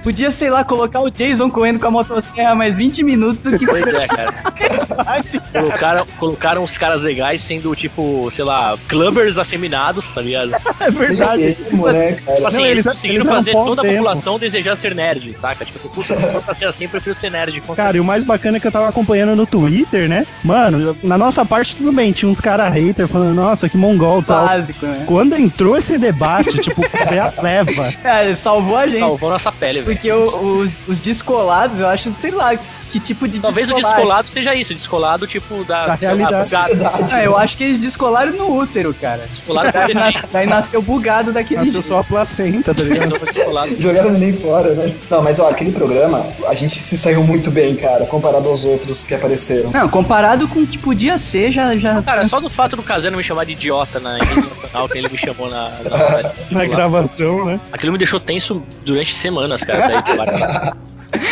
[SPEAKER 2] Podia, sei lá, colocar o Jason correndo com a motosserra mais 20 minutos do que
[SPEAKER 4] Pois é, cara.
[SPEAKER 2] verdade.
[SPEAKER 4] Colocaram, colocaram os caras legais sendo, tipo, sei lá, clubbers afeminados, tá ligado?
[SPEAKER 3] É verdade.
[SPEAKER 5] Mesmo, né,
[SPEAKER 4] Tipo
[SPEAKER 5] cara?
[SPEAKER 4] assim,
[SPEAKER 3] Não,
[SPEAKER 4] eles,
[SPEAKER 3] eles-
[SPEAKER 4] conseguiram
[SPEAKER 3] eles eram
[SPEAKER 4] fazer
[SPEAKER 3] bom
[SPEAKER 4] toda a
[SPEAKER 3] tempo.
[SPEAKER 4] população desejar ser nerd, saca? Tipo assim, puta, se for pra ser assim, eu prefiro ser nerd. com
[SPEAKER 3] Cara, e o mais bacana é que eu tava acompanhando no Twitter, né? Mano, eu- na nossa parte tudo bem, tinha uns caras hater falando, nossa, que mongol tal.
[SPEAKER 2] Básico, né?
[SPEAKER 3] Quando entrou esse debate, tipo, <laughs> foi a leva.
[SPEAKER 2] É, salvou a
[SPEAKER 4] certeza.
[SPEAKER 2] gente.
[SPEAKER 4] Salvou nossa pele, velho.
[SPEAKER 2] Porque o- os, os descolados, eu acho, sei lá, que tipo de
[SPEAKER 4] Talvez o descolado seja isso, descolado, tipo, da,
[SPEAKER 3] Da
[SPEAKER 4] sei lá,
[SPEAKER 3] realidade.
[SPEAKER 4] bugado.
[SPEAKER 2] Ah, eu acho que eles descolaram no útero, cara.
[SPEAKER 4] Descolado
[SPEAKER 2] Daí,
[SPEAKER 4] porque
[SPEAKER 2] nas- daí nasceu bugado daquele
[SPEAKER 3] Nasceu
[SPEAKER 2] jeito.
[SPEAKER 3] só a placenta, tá ligado?
[SPEAKER 4] pessoa foi descolado.
[SPEAKER 3] <laughs>
[SPEAKER 5] Jogaram nem fora, né? Não, mas ó, aquele programa, a gente se saiu muito bem, cara, comparado aos outros que apareceram.
[SPEAKER 2] Não, comparado com o que podia ser, já... já
[SPEAKER 4] Cara, só do fato do Casano me chamar de idiota na internacional que ele me chamou na, Tipo, na,
[SPEAKER 3] Na gravação, né?
[SPEAKER 4] Aquilo me deixou tenso durante semanas, cara. Daí,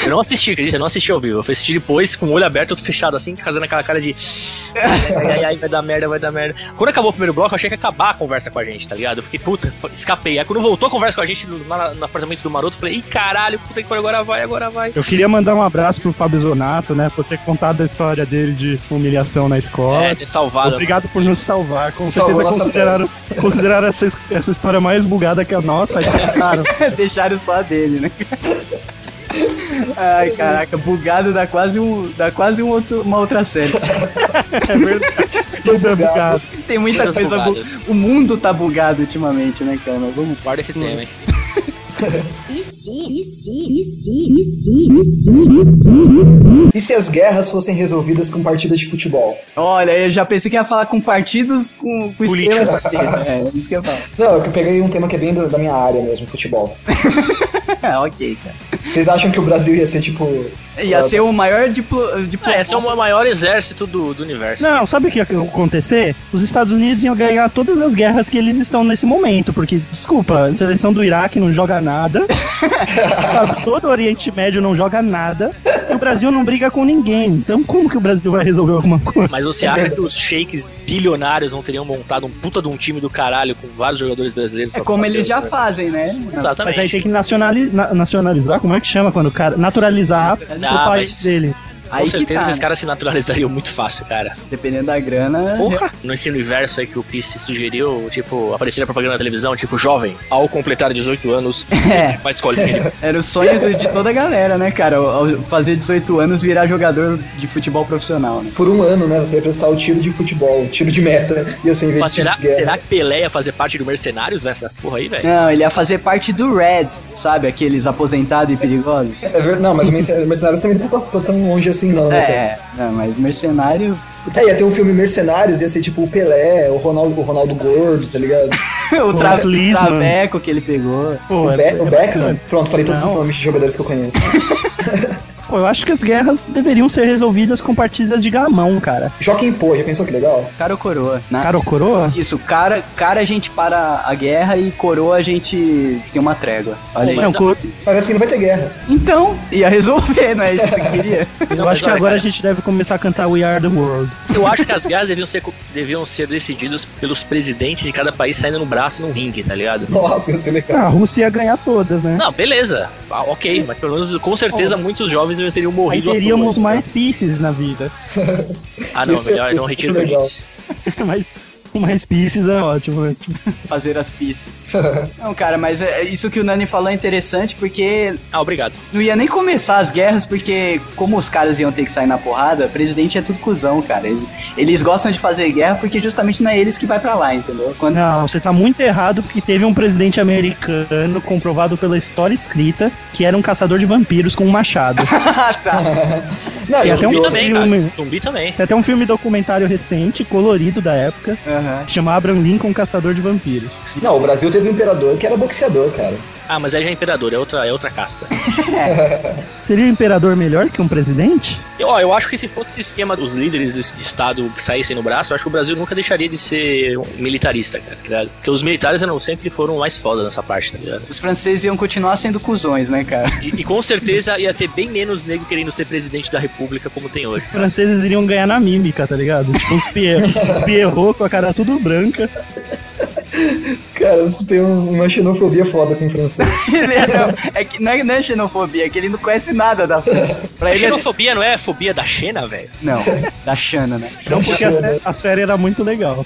[SPEAKER 4] Eu não assisti, acredita? Eu não assisti ao vivo. Eu fui assistir depois com o olho aberto, outro fechado assim, fazendo aquela cara de. Ai, ai, ai, vai dar merda, vai dar merda. Quando acabou o primeiro bloco, eu achei que ia acabar a conversa com a gente, tá ligado? Eu fiquei, puta, escapei. Aí quando voltou a conversa com a gente no- lá no apartamento do Maroto, eu falei, ih, caralho, puta que pariu, agora vai, agora vai.
[SPEAKER 3] Eu queria mandar um abraço pro Fábio Zonato, né? Por ter contado a história dele de humilhação na escola.
[SPEAKER 4] É, ter salvado.
[SPEAKER 3] Obrigado por nos salvar. Com
[SPEAKER 5] Salvou
[SPEAKER 3] certeza
[SPEAKER 5] nossa
[SPEAKER 3] consideraram, <laughs> consideraram essa, es- essa história mais bugada que a
[SPEAKER 5] <laughs>
[SPEAKER 3] nossa. Aí pensaram,
[SPEAKER 2] <laughs> Deixaram só a dele, né? Ai, caraca, bugado dá quase, um, dá quase um outro, uma outra série.
[SPEAKER 3] é verdade. Tudo é bugado.
[SPEAKER 2] Tem muita
[SPEAKER 4] Muitas
[SPEAKER 2] coisa. bu-
[SPEAKER 4] bugadas.
[SPEAKER 2] O mundo tá bugado ultimamente, né, cara? Mas vamos.
[SPEAKER 4] Guarda esse tema, hein?
[SPEAKER 5] E se as guerras fossem resolvidas com partidas de futebol?
[SPEAKER 2] Olha, eu já pensei que ia falar com partidos com, com esquema partido. É, isso que eu falo.
[SPEAKER 5] Não, eu peguei um tema que é bem do- da minha área mesmo, futebol.
[SPEAKER 2] <laughs> Ah, ok, cara.
[SPEAKER 5] Vocês acham que o Brasil ia ser tipo.
[SPEAKER 2] Ia ser o maior diplo, diplo...
[SPEAKER 4] É, esse é o maior exército do, do universo.
[SPEAKER 3] Não, sabe o que ia acontecer? Os Estados Unidos iam ganhar todas as guerras que eles estão nesse momento, porque, desculpa, a seleção do Iraque não joga nada, <laughs> tá, todo o Oriente Médio não joga nada, e o Brasil não briga com ninguém. Então, como que o Brasil vai resolver alguma coisa?
[SPEAKER 4] Mas você acha que os sheiks bilionários não teriam montado um puta de um time do caralho com vários jogadores brasileiros?
[SPEAKER 2] É como eles já fazem, né?
[SPEAKER 3] Mas aí
[SPEAKER 4] Exatamente.
[SPEAKER 3] tem que nacionali- na- nacionalizar, como é que chama quando o cara. Naturalizar pro
[SPEAKER 4] Ah,
[SPEAKER 3] país
[SPEAKER 4] mas-
[SPEAKER 3] dele.
[SPEAKER 2] Aí
[SPEAKER 4] com
[SPEAKER 2] que
[SPEAKER 4] certeza
[SPEAKER 2] tá,
[SPEAKER 3] né?
[SPEAKER 4] esses caras se naturalizariam muito fácil, cara.
[SPEAKER 2] né? dependendo da grana.
[SPEAKER 4] Porra! Nesse universo aí que o Pisse sugeriu, tipo, aparecer na propaganda na televisão, tipo, jovem, ao completar 18
[SPEAKER 3] <laughs>
[SPEAKER 4] anos,
[SPEAKER 2] É,
[SPEAKER 4] uma escolinha.
[SPEAKER 2] era o sonho de de toda a galera, né, cara? Ao- ao Fazer 18 anos virar jogador de futebol profissional, né?
[SPEAKER 5] Por um ano, né? Você ia prestar o tiro de futebol, o tiro de meta, né? ia ser
[SPEAKER 4] Mas
[SPEAKER 5] investido
[SPEAKER 4] assim, será,
[SPEAKER 5] em guerra.
[SPEAKER 4] será que Pelé ia fazer parte do Mercenários nessa porra aí, velho?
[SPEAKER 2] Não, ele ia fazer parte do Red, sabe? Aqueles aposentados e perigosos.
[SPEAKER 5] É verdade, não, mas o Mercen- Mercenários também não tá pra- pra tão longe assim, não, né? cara?
[SPEAKER 2] É, não, mas mercenário. <laughs>
[SPEAKER 5] É, ia ter um filme Mercenários, ia ser tipo o Pelé, o Ronaldo, o Ronaldo Gordo,
[SPEAKER 4] <laughs>
[SPEAKER 5] tá ligado?
[SPEAKER 2] o tra
[SPEAKER 3] Lisman.
[SPEAKER 2] traveco que ele pegou.
[SPEAKER 3] Pô,
[SPEAKER 5] O,
[SPEAKER 3] é-
[SPEAKER 5] Be o
[SPEAKER 3] é
[SPEAKER 5] Beckham? Pronto, falei todos
[SPEAKER 3] Não.
[SPEAKER 5] os nomes de jogadores que eu conheço.
[SPEAKER 3] Pô, eu acho que as guerras deveriam ser resolvidas com partidas de gamão, cara.
[SPEAKER 5] Joaquim Pô, já pensou que legal?
[SPEAKER 2] Cara ou coroa, né?
[SPEAKER 3] Cara ou coroa?
[SPEAKER 2] Isso, cara, cara a gente para a guerra e coroa a gente tem uma trégua. Olha
[SPEAKER 4] Pô,
[SPEAKER 2] aí.
[SPEAKER 3] Não,
[SPEAKER 4] mas-
[SPEAKER 3] cor-
[SPEAKER 5] Mas assim, não vai ter guerra. <laughs>
[SPEAKER 2] Então, ia resolver, não é isso que você queria? <laughs>
[SPEAKER 3] eu acho que
[SPEAKER 4] olha,
[SPEAKER 3] agora
[SPEAKER 4] cara.
[SPEAKER 3] a gente deve começar a cantar We Are the World.
[SPEAKER 4] Eu acho que as guerras deviam ser, deviam ser decididas pelos presidentes de cada país saindo no braço num ringue, tá ligado?
[SPEAKER 5] Nossa, ia ser legal.
[SPEAKER 3] Ah, a Rússia ia ganhar todas, né?
[SPEAKER 4] Não, beleza. Ah, ok, mas pelo menos com certeza muitos jovens não teriam
[SPEAKER 3] Aí
[SPEAKER 4] morrido. à toa.
[SPEAKER 3] teríamos mais pieces na vida. <laughs>
[SPEAKER 4] Ah, não,
[SPEAKER 5] Isso é-
[SPEAKER 4] melhor,
[SPEAKER 5] isso
[SPEAKER 4] não
[SPEAKER 5] é
[SPEAKER 4] retiro o que
[SPEAKER 5] muito
[SPEAKER 4] eu
[SPEAKER 5] legal.
[SPEAKER 4] disse.
[SPEAKER 3] Mas mais pieces é ótimo. né? Tipo,
[SPEAKER 2] Fazer as pistas.
[SPEAKER 3] <laughs>
[SPEAKER 2] Não, cara, mas é, isso que o Nani falou é interessante porque
[SPEAKER 4] Ah, obrigado.
[SPEAKER 2] não ia nem começar as guerras, porque como os caras iam ter que sair na porrada, presidente é tudo cuzão, cara. Eles, eles gostam de fazer guerra porque justamente não é eles que vai pra lá, entendeu?
[SPEAKER 3] <laughs>
[SPEAKER 2] Quando <laughs>
[SPEAKER 3] Não, você tá muito errado porque teve um presidente americano comprovado pela história escrita que era um caçador de vampiros com um machado.
[SPEAKER 2] tá.
[SPEAKER 5] Não,
[SPEAKER 3] Tem
[SPEAKER 5] eu
[SPEAKER 3] até um
[SPEAKER 4] Zumbi
[SPEAKER 3] outro
[SPEAKER 4] também,
[SPEAKER 3] filme.
[SPEAKER 4] cara. Zumbi também.
[SPEAKER 3] Tem até um filme documentário recente, colorido da época,
[SPEAKER 2] Aham.
[SPEAKER 3] que chama Abraham Lincoln Caçador de Vampiros.
[SPEAKER 5] Não, o Brasil teve um imperador que era boxeador, cara.
[SPEAKER 4] Ah, mas aí já é imperador, é outra, é outra casta.
[SPEAKER 3] Seria um imperador melhor que um presidente?
[SPEAKER 4] Eu, ó, eu acho que se fosse esse esquema dos líderes de Estado que saíssem no braço, eu acho que o Brasil nunca deixaria de ser um militarista, cara. tá ligado? Porque os militares eram, sempre foram mais foda nessa parte, tá ligado?
[SPEAKER 2] Os franceses iam continuar sendo cuzões, né, cara? <laughs>
[SPEAKER 4] E, e com certeza ia ter bem menos negro querendo ser presidente da república como tem hoje.
[SPEAKER 3] Os franceses iriam ganhar na mímica, tá ligado? Tipo, os, Pier, os Pierrot com a cara tudo branca.
[SPEAKER 5] Cara, você tem um- uma xenofobia foda com o francês.
[SPEAKER 2] Ele é, não, é que não é, não é xenofobia, é que ele não conhece nada da França. Pra ele é.
[SPEAKER 3] <laughs>
[SPEAKER 4] Xenofobia não é fobia da Xena, velho?
[SPEAKER 2] Não, da Xana, né?
[SPEAKER 5] Não,
[SPEAKER 3] Porque a, sé- a série era muito legal.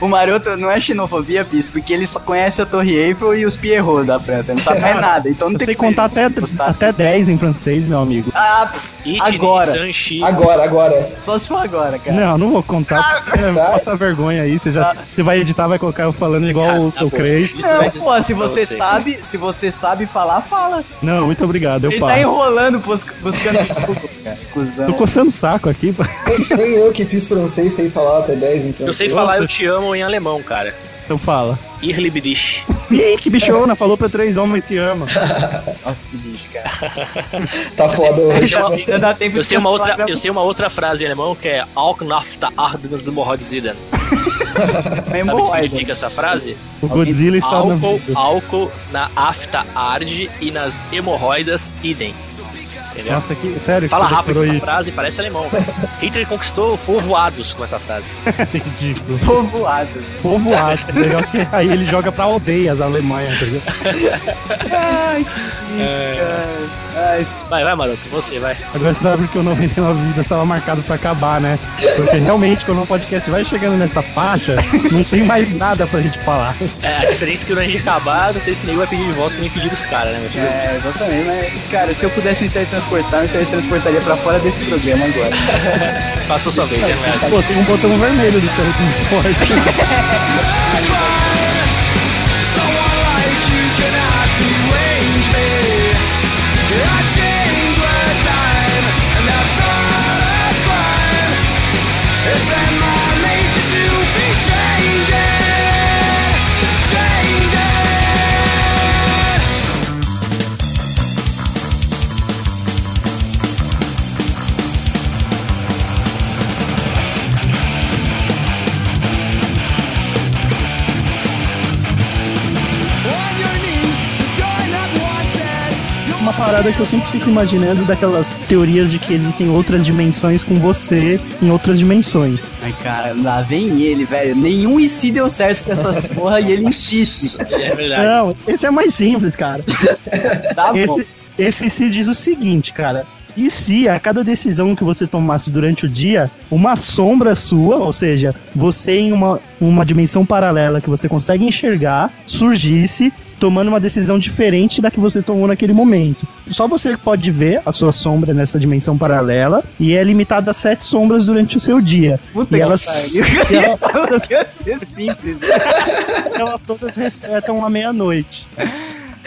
[SPEAKER 2] O Maroto não é xenofobia, Bis, porque ele só conhece a Torre Eiffel e os Pierrot da França. Ele não sabe
[SPEAKER 3] <laughs>
[SPEAKER 2] mais nada. Então não
[SPEAKER 3] Eu
[SPEAKER 2] tem
[SPEAKER 3] sei
[SPEAKER 2] como
[SPEAKER 3] contar até,
[SPEAKER 2] gostar.
[SPEAKER 3] até 10 em francês, meu amigo.
[SPEAKER 2] Ah, pff, Agora.
[SPEAKER 4] Sanchi.
[SPEAKER 5] Agora, agora.
[SPEAKER 2] só se for agora, cara.
[SPEAKER 3] Não, não vou contar. porque é,
[SPEAKER 4] Ah,
[SPEAKER 3] Passa vergonha aí. Você, já, você vai editar, vai colocar eu falando igual
[SPEAKER 4] Ah,
[SPEAKER 3] o
[SPEAKER 4] tá
[SPEAKER 3] seu
[SPEAKER 4] bom.
[SPEAKER 3] Cres.
[SPEAKER 4] Isso vai
[SPEAKER 2] Não, pô, se
[SPEAKER 4] pra
[SPEAKER 2] você
[SPEAKER 4] você.
[SPEAKER 2] sabe, se você sabe falar, fala.
[SPEAKER 3] Não, muito obrigado. Eu
[SPEAKER 2] ele tá
[SPEAKER 3] passo.
[SPEAKER 2] enrolando bus- buscando desculpa, <laughs> cara.
[SPEAKER 3] Tô
[SPEAKER 2] Cusão.
[SPEAKER 3] coçando o saco aqui.
[SPEAKER 5] Nem- Nem eu que fiz francês sei falar até então. 10 em francês.
[SPEAKER 4] Eu sei falar eu te amo em alemão, cara.
[SPEAKER 3] Então fala.
[SPEAKER 4] Irlibdich.
[SPEAKER 3] Ih, que bichona. Falou pra três homens que ama.
[SPEAKER 2] Nossa, que bicho, cara.
[SPEAKER 5] Tá foda
[SPEAKER 4] <laughs>
[SPEAKER 5] hoje.
[SPEAKER 4] Eu-
[SPEAKER 5] <laughs>
[SPEAKER 2] Ainda dá tempo
[SPEAKER 4] Eu
[SPEAKER 2] de
[SPEAKER 4] sei, uma
[SPEAKER 2] cancelar
[SPEAKER 4] outra,
[SPEAKER 2] a
[SPEAKER 4] eu sei uma outra frase em alemão que é Alknafta
[SPEAKER 2] É
[SPEAKER 4] Ardensmorhodziden.
[SPEAKER 2] minha
[SPEAKER 4] Sabe o que
[SPEAKER 2] hemorroida.
[SPEAKER 4] significa essa frase?
[SPEAKER 3] O Godzilla está na
[SPEAKER 4] Álcool,
[SPEAKER 3] vida.
[SPEAKER 4] álcool na afta arde e nas hemorroidas idem. Entendeu?
[SPEAKER 3] Nossa, que, sério, que
[SPEAKER 4] Fala
[SPEAKER 3] você
[SPEAKER 4] rápido
[SPEAKER 3] decorou
[SPEAKER 4] essa
[SPEAKER 3] isso.
[SPEAKER 4] frase, parece alemão. Hitler conquistou povoados com essa frase.
[SPEAKER 3] <laughs> Ridículo.
[SPEAKER 2] Povoado. assim,
[SPEAKER 3] Povoado, tá <laughs> ligado? Que Aí ele joga pra aldeias a Alemanha, tá ligado?
[SPEAKER 2] Ai, que lixo,
[SPEAKER 3] É.
[SPEAKER 2] cara. Ai, s-
[SPEAKER 4] Vai, vai, maroto, você vai.
[SPEAKER 3] Agora você sabe que o 99 Vidas estava marcado pra acabar, né? Porque realmente, quando o podcast vai chegando nessa faixa, não tem mais nada pra gente falar.
[SPEAKER 4] É, a diferença é que o Nanji acabar, não sei se nenhum vai pedir de volta que nem pedir dos caras, né? Mas,
[SPEAKER 2] é, exatamente, mas, cara, se eu pudesse me teletransportar, eu me teletransportaria pra fora desse programa agora.
[SPEAKER 4] Passou sua vez, né? Mas-
[SPEAKER 3] Pô, tem um botão vermelho do teletransporte. <laughs> Uma parada que eu sempre fico imaginando daquelas teorias de que existem outras dimensões com você em outras dimensões.
[SPEAKER 2] Ai, cara, lá vem ele, velho. Nenhum e se deu certo com essas porra e ele insiste.
[SPEAKER 4] É
[SPEAKER 3] <laughs>
[SPEAKER 4] verdade.
[SPEAKER 3] Não, esse é mais simples, cara.
[SPEAKER 2] Tá bom.
[SPEAKER 3] Esse, esse se diz o seguinte, cara. E se a cada decisão que você tomasse durante o dia, uma sombra sua, ou seja, você em uma, uma dimensão paralela que você consegue enxergar, surgisse tomando uma decisão diferente da que você tomou naquele momento. Só você pode ver a sua sombra nessa dimensão paralela e é limitada a sete sombras durante o seu dia.
[SPEAKER 2] Puta
[SPEAKER 3] e
[SPEAKER 2] que
[SPEAKER 3] elas,
[SPEAKER 2] pariu.
[SPEAKER 3] <laughs>
[SPEAKER 2] <laughs>
[SPEAKER 3] e elas, todas,
[SPEAKER 2] Ia ser simples.
[SPEAKER 3] elas todas resetam à meia-noite.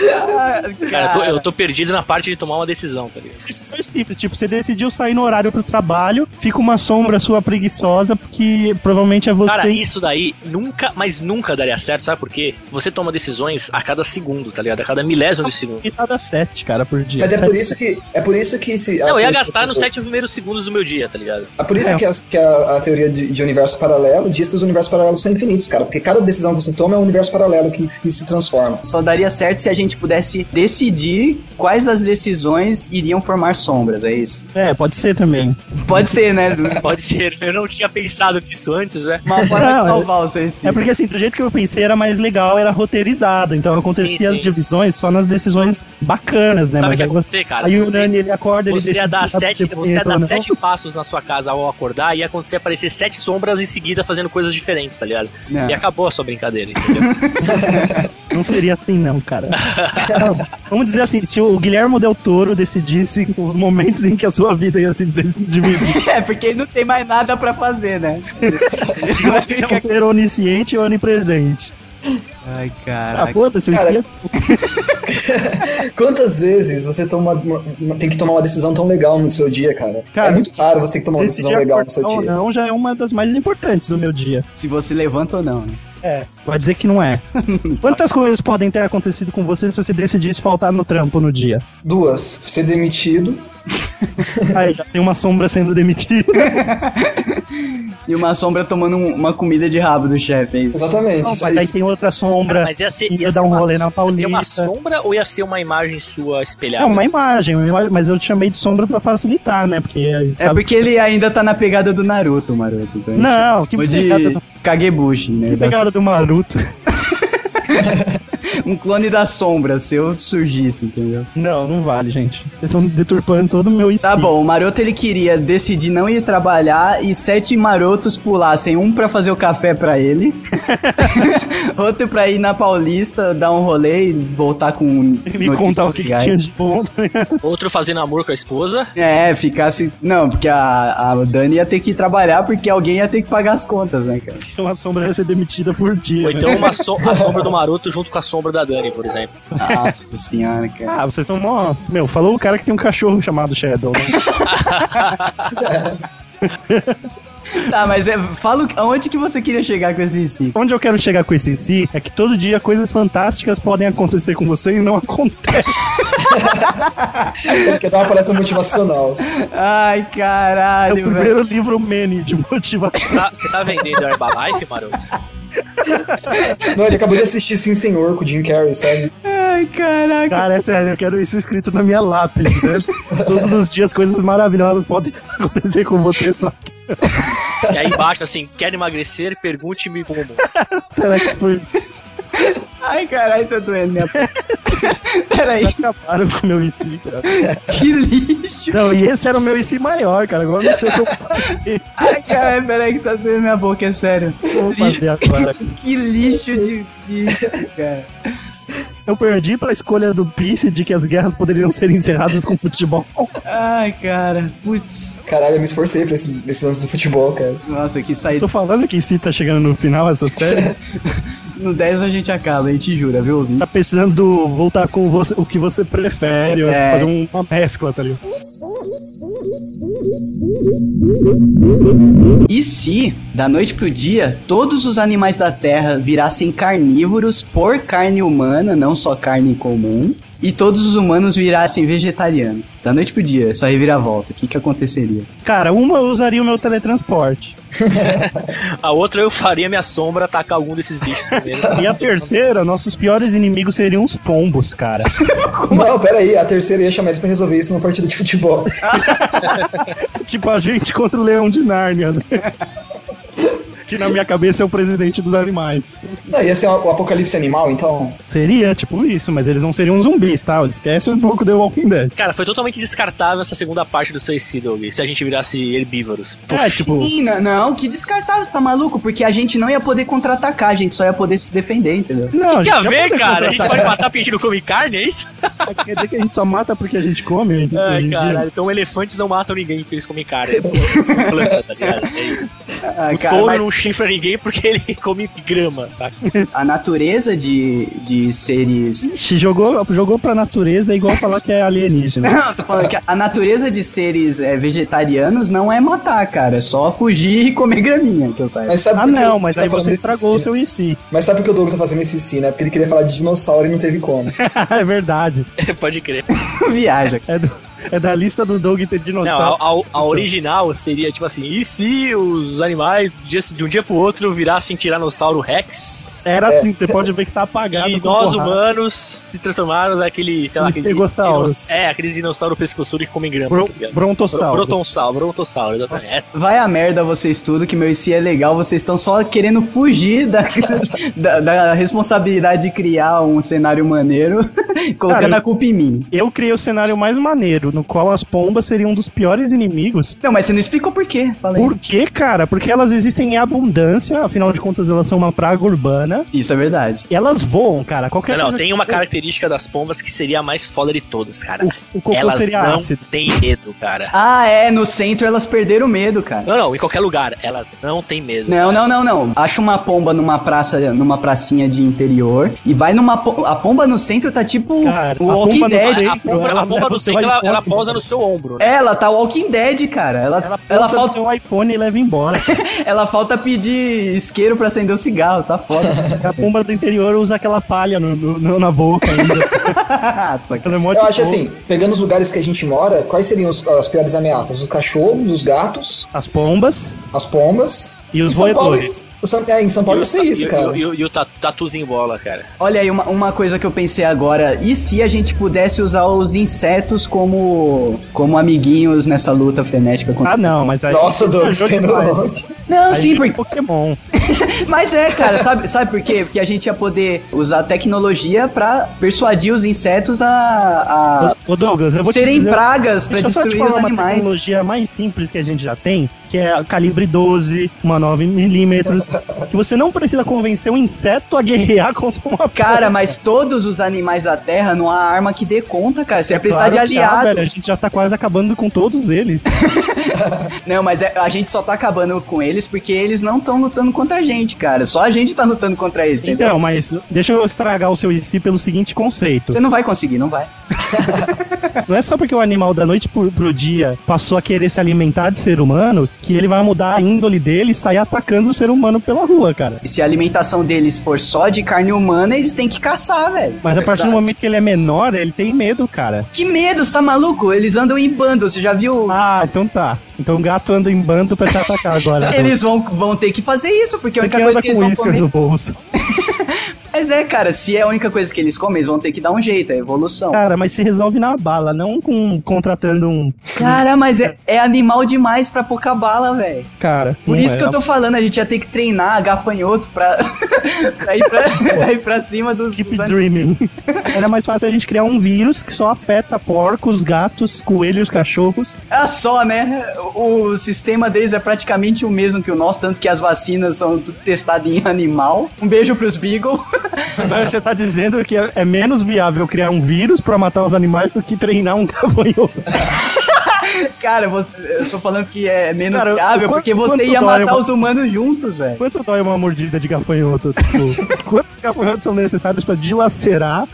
[SPEAKER 2] Ah,
[SPEAKER 4] Cara, eu tô, eu tô perdido na parte de tomar uma decisão, tá ligado?
[SPEAKER 3] decisões simples, tipo, você decidiu sair no horário pro trabalho, fica uma sombra sua preguiçosa, porque provavelmente é você.
[SPEAKER 4] Cara, isso daí nunca, mas nunca daria certo, sabe por quê? Você toma decisões a cada segundo, tá ligado? A cada milésimo de segundo.
[SPEAKER 3] E tá dá sete, cara, por dia.
[SPEAKER 5] Mas é
[SPEAKER 3] Sete
[SPEAKER 5] por isso que. É por isso que se.
[SPEAKER 4] Não, eu
[SPEAKER 5] a-
[SPEAKER 4] ia gastar nos sete primeiros segundos do meu dia, tá ligado?
[SPEAKER 5] É por isso
[SPEAKER 3] É.
[SPEAKER 5] que, a, que a- a teoria de, de universo paralelo diz que os universos paralelos são infinitos, cara. Porque cada decisão que você toma é um universo paralelo que, que se transforma.
[SPEAKER 2] Só daria certo se a gente pudesse decidir quais das decisões iriam formar sombras, é isso?
[SPEAKER 3] É, pode ser também.
[SPEAKER 2] Pode ser, né?
[SPEAKER 3] <laughs>
[SPEAKER 2] Du?
[SPEAKER 4] Pode ser, <laughs> eu não tinha pensado nisso antes, né?
[SPEAKER 2] Uma forma de
[SPEAKER 3] Não,
[SPEAKER 2] salvar o seu esse.
[SPEAKER 3] É porque assim, do jeito que eu pensei era mais legal, era roteirizado, então acontecia
[SPEAKER 4] Sim, sim.
[SPEAKER 3] as divisões só nas decisões bacanas, né?
[SPEAKER 4] Sabe o que
[SPEAKER 3] Mas
[SPEAKER 4] ia
[SPEAKER 3] aí você.
[SPEAKER 4] acontecer, cara?
[SPEAKER 3] aí o
[SPEAKER 4] Você-
[SPEAKER 3] Nani ele acorda, ele
[SPEAKER 4] Você ia dar,
[SPEAKER 3] sabe
[SPEAKER 4] sete,
[SPEAKER 3] se
[SPEAKER 4] você ia
[SPEAKER 3] entra
[SPEAKER 4] dar
[SPEAKER 3] ou não.
[SPEAKER 4] sete passos na sua casa ao acordar e ia acontecer aparecer sete sombras em seguida fazendo coisas diferentes, tá ligado?
[SPEAKER 2] Não.
[SPEAKER 3] É.
[SPEAKER 4] E acabou a sua brincadeira, entendeu?
[SPEAKER 3] Não seria assim, não,
[SPEAKER 4] <laughs>
[SPEAKER 3] cara. Não, vamos dizer assim, se o Guilherme Del Toro decidisse os momentos em que a sua vida ia se dividir.
[SPEAKER 4] <laughs>
[SPEAKER 2] <laughs> É, porque não tem mais nada pra fazer,
[SPEAKER 3] <laughs>
[SPEAKER 2] né?
[SPEAKER 3] Ele é um ser onisciente e onipresente.
[SPEAKER 2] Ai,
[SPEAKER 3] Ah,
[SPEAKER 2] cara.
[SPEAKER 3] foda-se, o
[SPEAKER 5] Cara,
[SPEAKER 3] Cia-
[SPEAKER 5] Quantas vezes você toma uma- uma- tem que tomar uma decisão tão legal no seu dia, cara?
[SPEAKER 3] Cara,
[SPEAKER 5] é muito raro você ter que tomar uma decisão
[SPEAKER 3] decidir
[SPEAKER 5] legal no seu
[SPEAKER 3] acordar ou
[SPEAKER 5] dia.
[SPEAKER 3] é não já é uma das mais importantes do meu dia.
[SPEAKER 2] Se você levanta ou não, né?
[SPEAKER 3] É. Vai dizer que não é. Quantas coisas podem ter acontecido com você se você decidisse faltar no trampo no dia?
[SPEAKER 5] Duas, ser demitido.
[SPEAKER 3] Aí já tem uma sombra sendo demitida.
[SPEAKER 2] E uma sombra tomando um- uma comida de rabo do chefe, é isso?
[SPEAKER 5] Exatamente.
[SPEAKER 3] Não,
[SPEAKER 5] isso é
[SPEAKER 3] mas aí
[SPEAKER 5] isso.
[SPEAKER 3] tem outra <laughs> sombra.
[SPEAKER 4] Ah, Mas ia ser,
[SPEAKER 3] Ia
[SPEAKER 4] ia
[SPEAKER 3] dar
[SPEAKER 4] ser
[SPEAKER 3] um
[SPEAKER 4] uma-
[SPEAKER 3] rolê na
[SPEAKER 4] Ia ser uma
[SPEAKER 3] Paulista.
[SPEAKER 4] sombra ou ia ser uma imagem sua espelhada?
[SPEAKER 3] É uma imagem, uma imagem, mas eu te chamei de sombra pra facilitar, né? Porque.
[SPEAKER 2] É
[SPEAKER 3] sabe- tipo assim,
[SPEAKER 2] porque ele ainda tá na pegada do Naruto, maroto. Então,
[SPEAKER 3] Não, que
[SPEAKER 2] Ou
[SPEAKER 3] pegada,
[SPEAKER 2] de
[SPEAKER 3] do-
[SPEAKER 2] Kagebushi, né?
[SPEAKER 3] que pegada do Maruto. <laughs>
[SPEAKER 2] Um clone da sombra, se eu surgisse, entendeu?
[SPEAKER 3] Não, não vale, gente. Vocês estão deturpando todo o meu
[SPEAKER 2] Tá
[SPEAKER 3] ensino.
[SPEAKER 2] bom, o maroto ele queria decidir não ir trabalhar e sete marotos pulassem, um pra fazer o café pra ele, <laughs> outro pra ir na Paulista, dar um rolê e voltar com
[SPEAKER 3] Me contar o que, que
[SPEAKER 2] legais.
[SPEAKER 3] tinha de bom. <laughs>
[SPEAKER 4] Outro fazendo amor com a esposa.
[SPEAKER 2] É, ficasse. Não, porque a, a Dani ia ter que trabalhar porque alguém ia ter que pagar as contas, né, cara?
[SPEAKER 3] Uma sombra ia ser demitida por dia.
[SPEAKER 4] Ou então uma so- a sombra do Maroto junto com a sombra da Dani, por exemplo.
[SPEAKER 3] <laughs>
[SPEAKER 2] Nossa senhora, cara.
[SPEAKER 3] Ah, vocês são mó. Meu, falou o cara que tem um cachorro chamado Shadow. <laughs> Né?
[SPEAKER 2] Tá, mas é, fala o- aonde que você queria chegar com esse sim?
[SPEAKER 3] Onde eu quero chegar com esse em si é que todo dia coisas fantásticas podem acontecer com você e não acontece. tá.
[SPEAKER 5] <laughs> Ele quer dar é uma palestra motivacional.
[SPEAKER 2] Ai,
[SPEAKER 3] É o
[SPEAKER 2] caralho, velho.
[SPEAKER 3] primeiro livro Manny de motivação.
[SPEAKER 4] Tá- Você tá vendendo a Herbalife, Maroto?
[SPEAKER 5] Não, ele acabou de assistir Sim Senhor com o Jim Carrey, sabe?
[SPEAKER 2] Ai, caraca.
[SPEAKER 3] <laughs> Cara, é sério, eu quero isso escrito na minha lápis. né? Todos os dias coisas maravilhosas podem acontecer com você, só <laughs> que
[SPEAKER 4] E aí embaixo, assim, quer emagrecer? Pergunte-me como.
[SPEAKER 3] Telex por
[SPEAKER 2] Ai, caralho, tá doendo minha <laughs> p- Peraí,
[SPEAKER 3] acabaram com o meu IC, cara.
[SPEAKER 2] <laughs> que lixo.
[SPEAKER 3] Não, e esse era o meu IC maior, cara. Agora eu não sei o que eu vou fazer.
[SPEAKER 2] Ai, caralho, peraí que tá doendo minha boca, é sério.
[SPEAKER 3] O que eu vou fazer agora.
[SPEAKER 2] Que lixo de, <laughs> de cara.
[SPEAKER 3] Eu perdi pra escolha do Pisse de que as guerras poderiam ser encerradas com futebol.
[SPEAKER 2] Ai, cara, putz.
[SPEAKER 5] Caralho, eu me esforcei pra esse, esse lance do futebol, cara.
[SPEAKER 2] Nossa, que saída.
[SPEAKER 3] Tô falando que IC tá chegando no final essa
[SPEAKER 4] <laughs>
[SPEAKER 3] série.
[SPEAKER 2] No 10 a gente acaba, a gente jura, viu, ouvinte?
[SPEAKER 3] Tá precisando voltar com você- o que você prefere, ó,
[SPEAKER 2] É.
[SPEAKER 3] fazer um- uma mescla, tá ligado?
[SPEAKER 2] E se, da noite pro dia, todos os animais da Terra virassem carnívoros por carne humana, não só carne comum, e todos os humanos virassem vegetarianos? Da noite pro dia, essa reviravolta, o que que aconteceria?
[SPEAKER 3] Cara, uma eu usaria o meu teletransporte.
[SPEAKER 4] A outra eu faria minha sombra atacar algum desses bichos primeiro.
[SPEAKER 3] <laughs> E a terceira, nossos piores inimigos seriam os pombos, cara. <laughs> é?
[SPEAKER 5] Não, peraí, a terceira ia chamar eles pra resolver isso numa partida de futebol.
[SPEAKER 3] tipo a gente contra o leão de Nárnia, né? Que na minha cabeça é o presidente dos animais.
[SPEAKER 5] Não, ia ser o o apocalipse animal, então.
[SPEAKER 3] Seria, tipo, isso, mas eles não seriam zumbis, tá? Esquece um pouco The Walking Dead.
[SPEAKER 4] Cara, foi totalmente descartável essa segunda parte do suicídio, Doug. Se a gente virasse herbívoros. <laughs>
[SPEAKER 3] É, tipo,
[SPEAKER 2] Ih, não, não, que descartável, você tá maluco? Porque a gente não ia poder contra-atacar, a gente só ia poder se defender, entendeu?
[SPEAKER 3] não,
[SPEAKER 4] Tem a
[SPEAKER 3] já
[SPEAKER 4] ver,
[SPEAKER 3] pode
[SPEAKER 4] cara? A gente
[SPEAKER 3] contratar-
[SPEAKER 4] pode matar porque a gente não come carne, é isso?
[SPEAKER 3] Quer dizer que a gente só mata porque a gente come? hoje
[SPEAKER 4] Ai,
[SPEAKER 3] em dia?
[SPEAKER 4] caralho. Então elefantes não matam ninguém porque eles comem carne. É planta, tá ligado? É isso.
[SPEAKER 2] Ah,
[SPEAKER 4] O touro não chifra ninguém porque ele <laughs> come grama, saca? <laughs>
[SPEAKER 2] a natureza de, de seres.
[SPEAKER 3] Ixi, jogou, jogou pra natureza é igual falar que é alienígena.
[SPEAKER 2] Não, tô falando que a natureza de seres eh, vegetarianos não é matar, cara. É só fugir e comer graminha, então que eu <laughs> saiba.
[SPEAKER 5] Mas sabe
[SPEAKER 3] Ah,
[SPEAKER 5] por que
[SPEAKER 3] não,
[SPEAKER 5] eu-
[SPEAKER 3] mas
[SPEAKER 5] tá
[SPEAKER 3] aí
[SPEAKER 5] falando
[SPEAKER 3] você
[SPEAKER 5] desse
[SPEAKER 3] estragou o
[SPEAKER 5] sim?
[SPEAKER 3] seu IC.
[SPEAKER 5] Mas sabe por que o Doug tá fazendo esse sim, né? Porque ele queria falar de dinossauro e não teve como.
[SPEAKER 3] <laughs> é verdade.
[SPEAKER 4] Pode crer.
[SPEAKER 2] Viaja.
[SPEAKER 3] É, do- é da lista do Doug ter
[SPEAKER 4] Não, a,
[SPEAKER 3] dinossauro.
[SPEAKER 4] a- a original seria tipo assim: e se os animais de um dia- de um dia pro outro virassem Tiranossauro Rex?
[SPEAKER 3] Era assim, você pode ver que tá apagado.
[SPEAKER 4] E
[SPEAKER 3] com
[SPEAKER 4] nós
[SPEAKER 3] porrada.
[SPEAKER 4] humanos se transformaram naquele, sei lá,
[SPEAKER 3] Nos
[SPEAKER 4] aquele
[SPEAKER 3] estegossauros.
[SPEAKER 4] dinoss- É, aqueles dinossauros pescoçudo que comem grama.
[SPEAKER 3] Bron-
[SPEAKER 4] tá ligado? Bro-
[SPEAKER 3] Brontossauro.
[SPEAKER 4] Brontossauro, brontossauro, exatamente. Essa.
[SPEAKER 2] Vai a merda vocês tudo, que meu IC é legal, vocês estão só querendo fugir da, <laughs> da, da responsabilidade de criar um cenário maneiro, <laughs> colocando
[SPEAKER 3] Cara,
[SPEAKER 2] a culpa em mim.
[SPEAKER 3] Eu criei o cenário mais maneiro, no qual as pombas seriam um dos piores inimigos.
[SPEAKER 2] Não, mas você não explicou por quê. Falei.
[SPEAKER 3] Por quê, cara? Porque elas existem em abundância, afinal de contas elas são uma praga urbana.
[SPEAKER 2] Isso é verdade.
[SPEAKER 3] E elas voam, cara. Qualquer
[SPEAKER 4] Não, não,
[SPEAKER 3] coisa
[SPEAKER 4] tem
[SPEAKER 3] que-
[SPEAKER 4] uma característica das pombas que seria a mais foda de todas, cara.
[SPEAKER 3] O, o cocô
[SPEAKER 4] Elas
[SPEAKER 3] seria
[SPEAKER 4] não
[SPEAKER 3] ácido.
[SPEAKER 4] têm medo, cara.
[SPEAKER 2] Ah, é, no centro elas perderam o medo, cara.
[SPEAKER 4] Não, não, em qualquer lugar, elas não têm medo.
[SPEAKER 2] Não, não, não, não. Acha uma pomba numa praça, numa pracinha de interior e vai numa po- a pomba no centro tá tipo
[SPEAKER 3] Cara,
[SPEAKER 2] o
[SPEAKER 3] a
[SPEAKER 2] Walking
[SPEAKER 3] pomba no
[SPEAKER 2] Dead.
[SPEAKER 4] A, a
[SPEAKER 3] centro,
[SPEAKER 4] pomba,
[SPEAKER 3] ela
[SPEAKER 4] a pomba
[SPEAKER 3] leva
[SPEAKER 4] do
[SPEAKER 3] o seu
[SPEAKER 4] centro, ela, ela
[SPEAKER 3] iPhone.
[SPEAKER 4] posa no seu ombro, né?
[SPEAKER 2] Ela tá Walking Dead, cara. Ela ela,
[SPEAKER 3] Ela falta
[SPEAKER 2] falta
[SPEAKER 3] seu iPhone e leva embora.
[SPEAKER 2] ela falta pedir isqueiro pra acender o cigarro, tá foda. <laughs>
[SPEAKER 3] a pomba do interior usa aquela palha no- no- no- na boca ainda. <laughs>
[SPEAKER 2] Nossa, cara.
[SPEAKER 3] Ela é mó
[SPEAKER 5] Eu acho
[SPEAKER 3] tipo,
[SPEAKER 5] assim, pegando os lugares que a gente mora, quais seriam os- as piores ameaças? Os cachorros, os gatos,
[SPEAKER 3] As pombas
[SPEAKER 5] as pombas.
[SPEAKER 3] e os
[SPEAKER 5] Em São Paulo-
[SPEAKER 3] roedores.
[SPEAKER 5] o São- é, em São Paulo
[SPEAKER 4] E
[SPEAKER 5] ia
[SPEAKER 4] o-
[SPEAKER 5] ser
[SPEAKER 4] e
[SPEAKER 5] isso,
[SPEAKER 4] o-
[SPEAKER 5] cara.
[SPEAKER 4] E, o- e o tatu- tatuzinho bola, cara.
[SPEAKER 2] Olha aí uma, uma coisa que eu pensei agora, e se a gente pudesse usar os insetos como como amiguinhos nessa luta frenética contra
[SPEAKER 3] Ah, não, mas aí. <laughs>
[SPEAKER 5] Nossa, Doug,
[SPEAKER 3] Jogo
[SPEAKER 5] você é
[SPEAKER 3] demais.
[SPEAKER 5] longe.
[SPEAKER 2] Não,
[SPEAKER 3] Aí
[SPEAKER 2] sim,
[SPEAKER 3] vira
[SPEAKER 2] porque
[SPEAKER 3] Pokémon.
[SPEAKER 2] Mas é, cara, sabe, sabe por quê? Porque a gente ia poder usar tecnologia pra persuadir os insetos a, a
[SPEAKER 3] Ô, Douglas, eu vou te
[SPEAKER 2] Ah, serem
[SPEAKER 3] dizer-
[SPEAKER 2] pragas pra
[SPEAKER 3] Deixa eu só te
[SPEAKER 2] destruir
[SPEAKER 3] falar
[SPEAKER 2] os
[SPEAKER 3] uma
[SPEAKER 2] animais.
[SPEAKER 3] tecnologia mais simples que a gente já tem, que é a calibre 12,
[SPEAKER 5] <laughs>
[SPEAKER 3] uma 9mm, que você não precisa convencer um inseto a guerrear contra uma
[SPEAKER 2] Cara,
[SPEAKER 3] porra.
[SPEAKER 2] mas todos os animais da Terra não há arma que dê conta, cara. Você ia precisar
[SPEAKER 3] É Claro
[SPEAKER 2] de
[SPEAKER 3] que há,
[SPEAKER 2] aliado.
[SPEAKER 3] velho, a gente já tá quase acabando com todos eles.
[SPEAKER 2] não, mas é- a gente só tá acabando com eles porque eles não estão lutando contra a gente, cara. Só a gente tá lutando contra eles, entendeu?
[SPEAKER 3] então, mas deixa eu estragar o seu IC pelo seguinte conceito.
[SPEAKER 2] Você não vai conseguir, não vai.
[SPEAKER 3] Não é só porque o animal da noite pro, pro dia passou a querer se alimentar de ser humano que que ele vai mudar a índole dele e sair atacando o ser humano pela rua, cara.
[SPEAKER 2] E se a alimentação deles for só de carne humana, eles têm que caçar, velho. Tá.
[SPEAKER 3] Mas a partir do momento que ele é menor, ele tem medo, cara.
[SPEAKER 2] Que medo, você tá maluco? Eles andam em bando, você já viu?
[SPEAKER 3] Ah, então tá. Então o gato anda em bando pra te atacar
[SPEAKER 2] <laughs>
[SPEAKER 3] agora.
[SPEAKER 2] Eles vão, vão ter que fazer isso, porque
[SPEAKER 3] Você
[SPEAKER 2] a única
[SPEAKER 3] que
[SPEAKER 2] coisa
[SPEAKER 3] anda
[SPEAKER 2] que eles
[SPEAKER 3] com
[SPEAKER 2] vão
[SPEAKER 3] isca
[SPEAKER 2] comer.
[SPEAKER 3] no bolso.
[SPEAKER 2] Mas é, cara, se é a única coisa que eles comem, eles vão ter que dar um jeito, é evolução.
[SPEAKER 3] Cara, mas se resolve na bala, não com contratando um
[SPEAKER 2] Cara, mas é, é animal demais pra pouca bala, velho.
[SPEAKER 3] cara.
[SPEAKER 2] Por
[SPEAKER 3] Não
[SPEAKER 2] isso
[SPEAKER 3] é.
[SPEAKER 2] que eu tô falando, a gente ia ter que treinar gafanhoto pra, <laughs> pra, ir, pra, pra ir pra cima dos.
[SPEAKER 3] Keep
[SPEAKER 2] dos
[SPEAKER 3] dreaming. <laughs> Era mais fácil a gente criar um vírus que só afeta porcos, gatos, coelhos, cachorros.
[SPEAKER 2] É só, né? O sistema deles é praticamente o mesmo que o nosso, tanto que as vacinas são tudo testadas em animal. Um beijo pros Beagle. <laughs>
[SPEAKER 3] Mas você tá dizendo que é é menos viável criar um vírus pra matar os animais do que treinar um <laughs> gafanhoto.
[SPEAKER 2] Cara, você- eu tô falando que é menos
[SPEAKER 3] Cara,
[SPEAKER 2] viável,
[SPEAKER 3] quanto-
[SPEAKER 2] porque você
[SPEAKER 3] quanto
[SPEAKER 2] ia
[SPEAKER 3] dólar
[SPEAKER 2] matar
[SPEAKER 3] eu-
[SPEAKER 2] os humanos juntos, velho.
[SPEAKER 3] Quanto dói uma mordida de gafanhoto?
[SPEAKER 2] <laughs>
[SPEAKER 3] Tipo, quantos gafanhotos são necessários pra dilacerar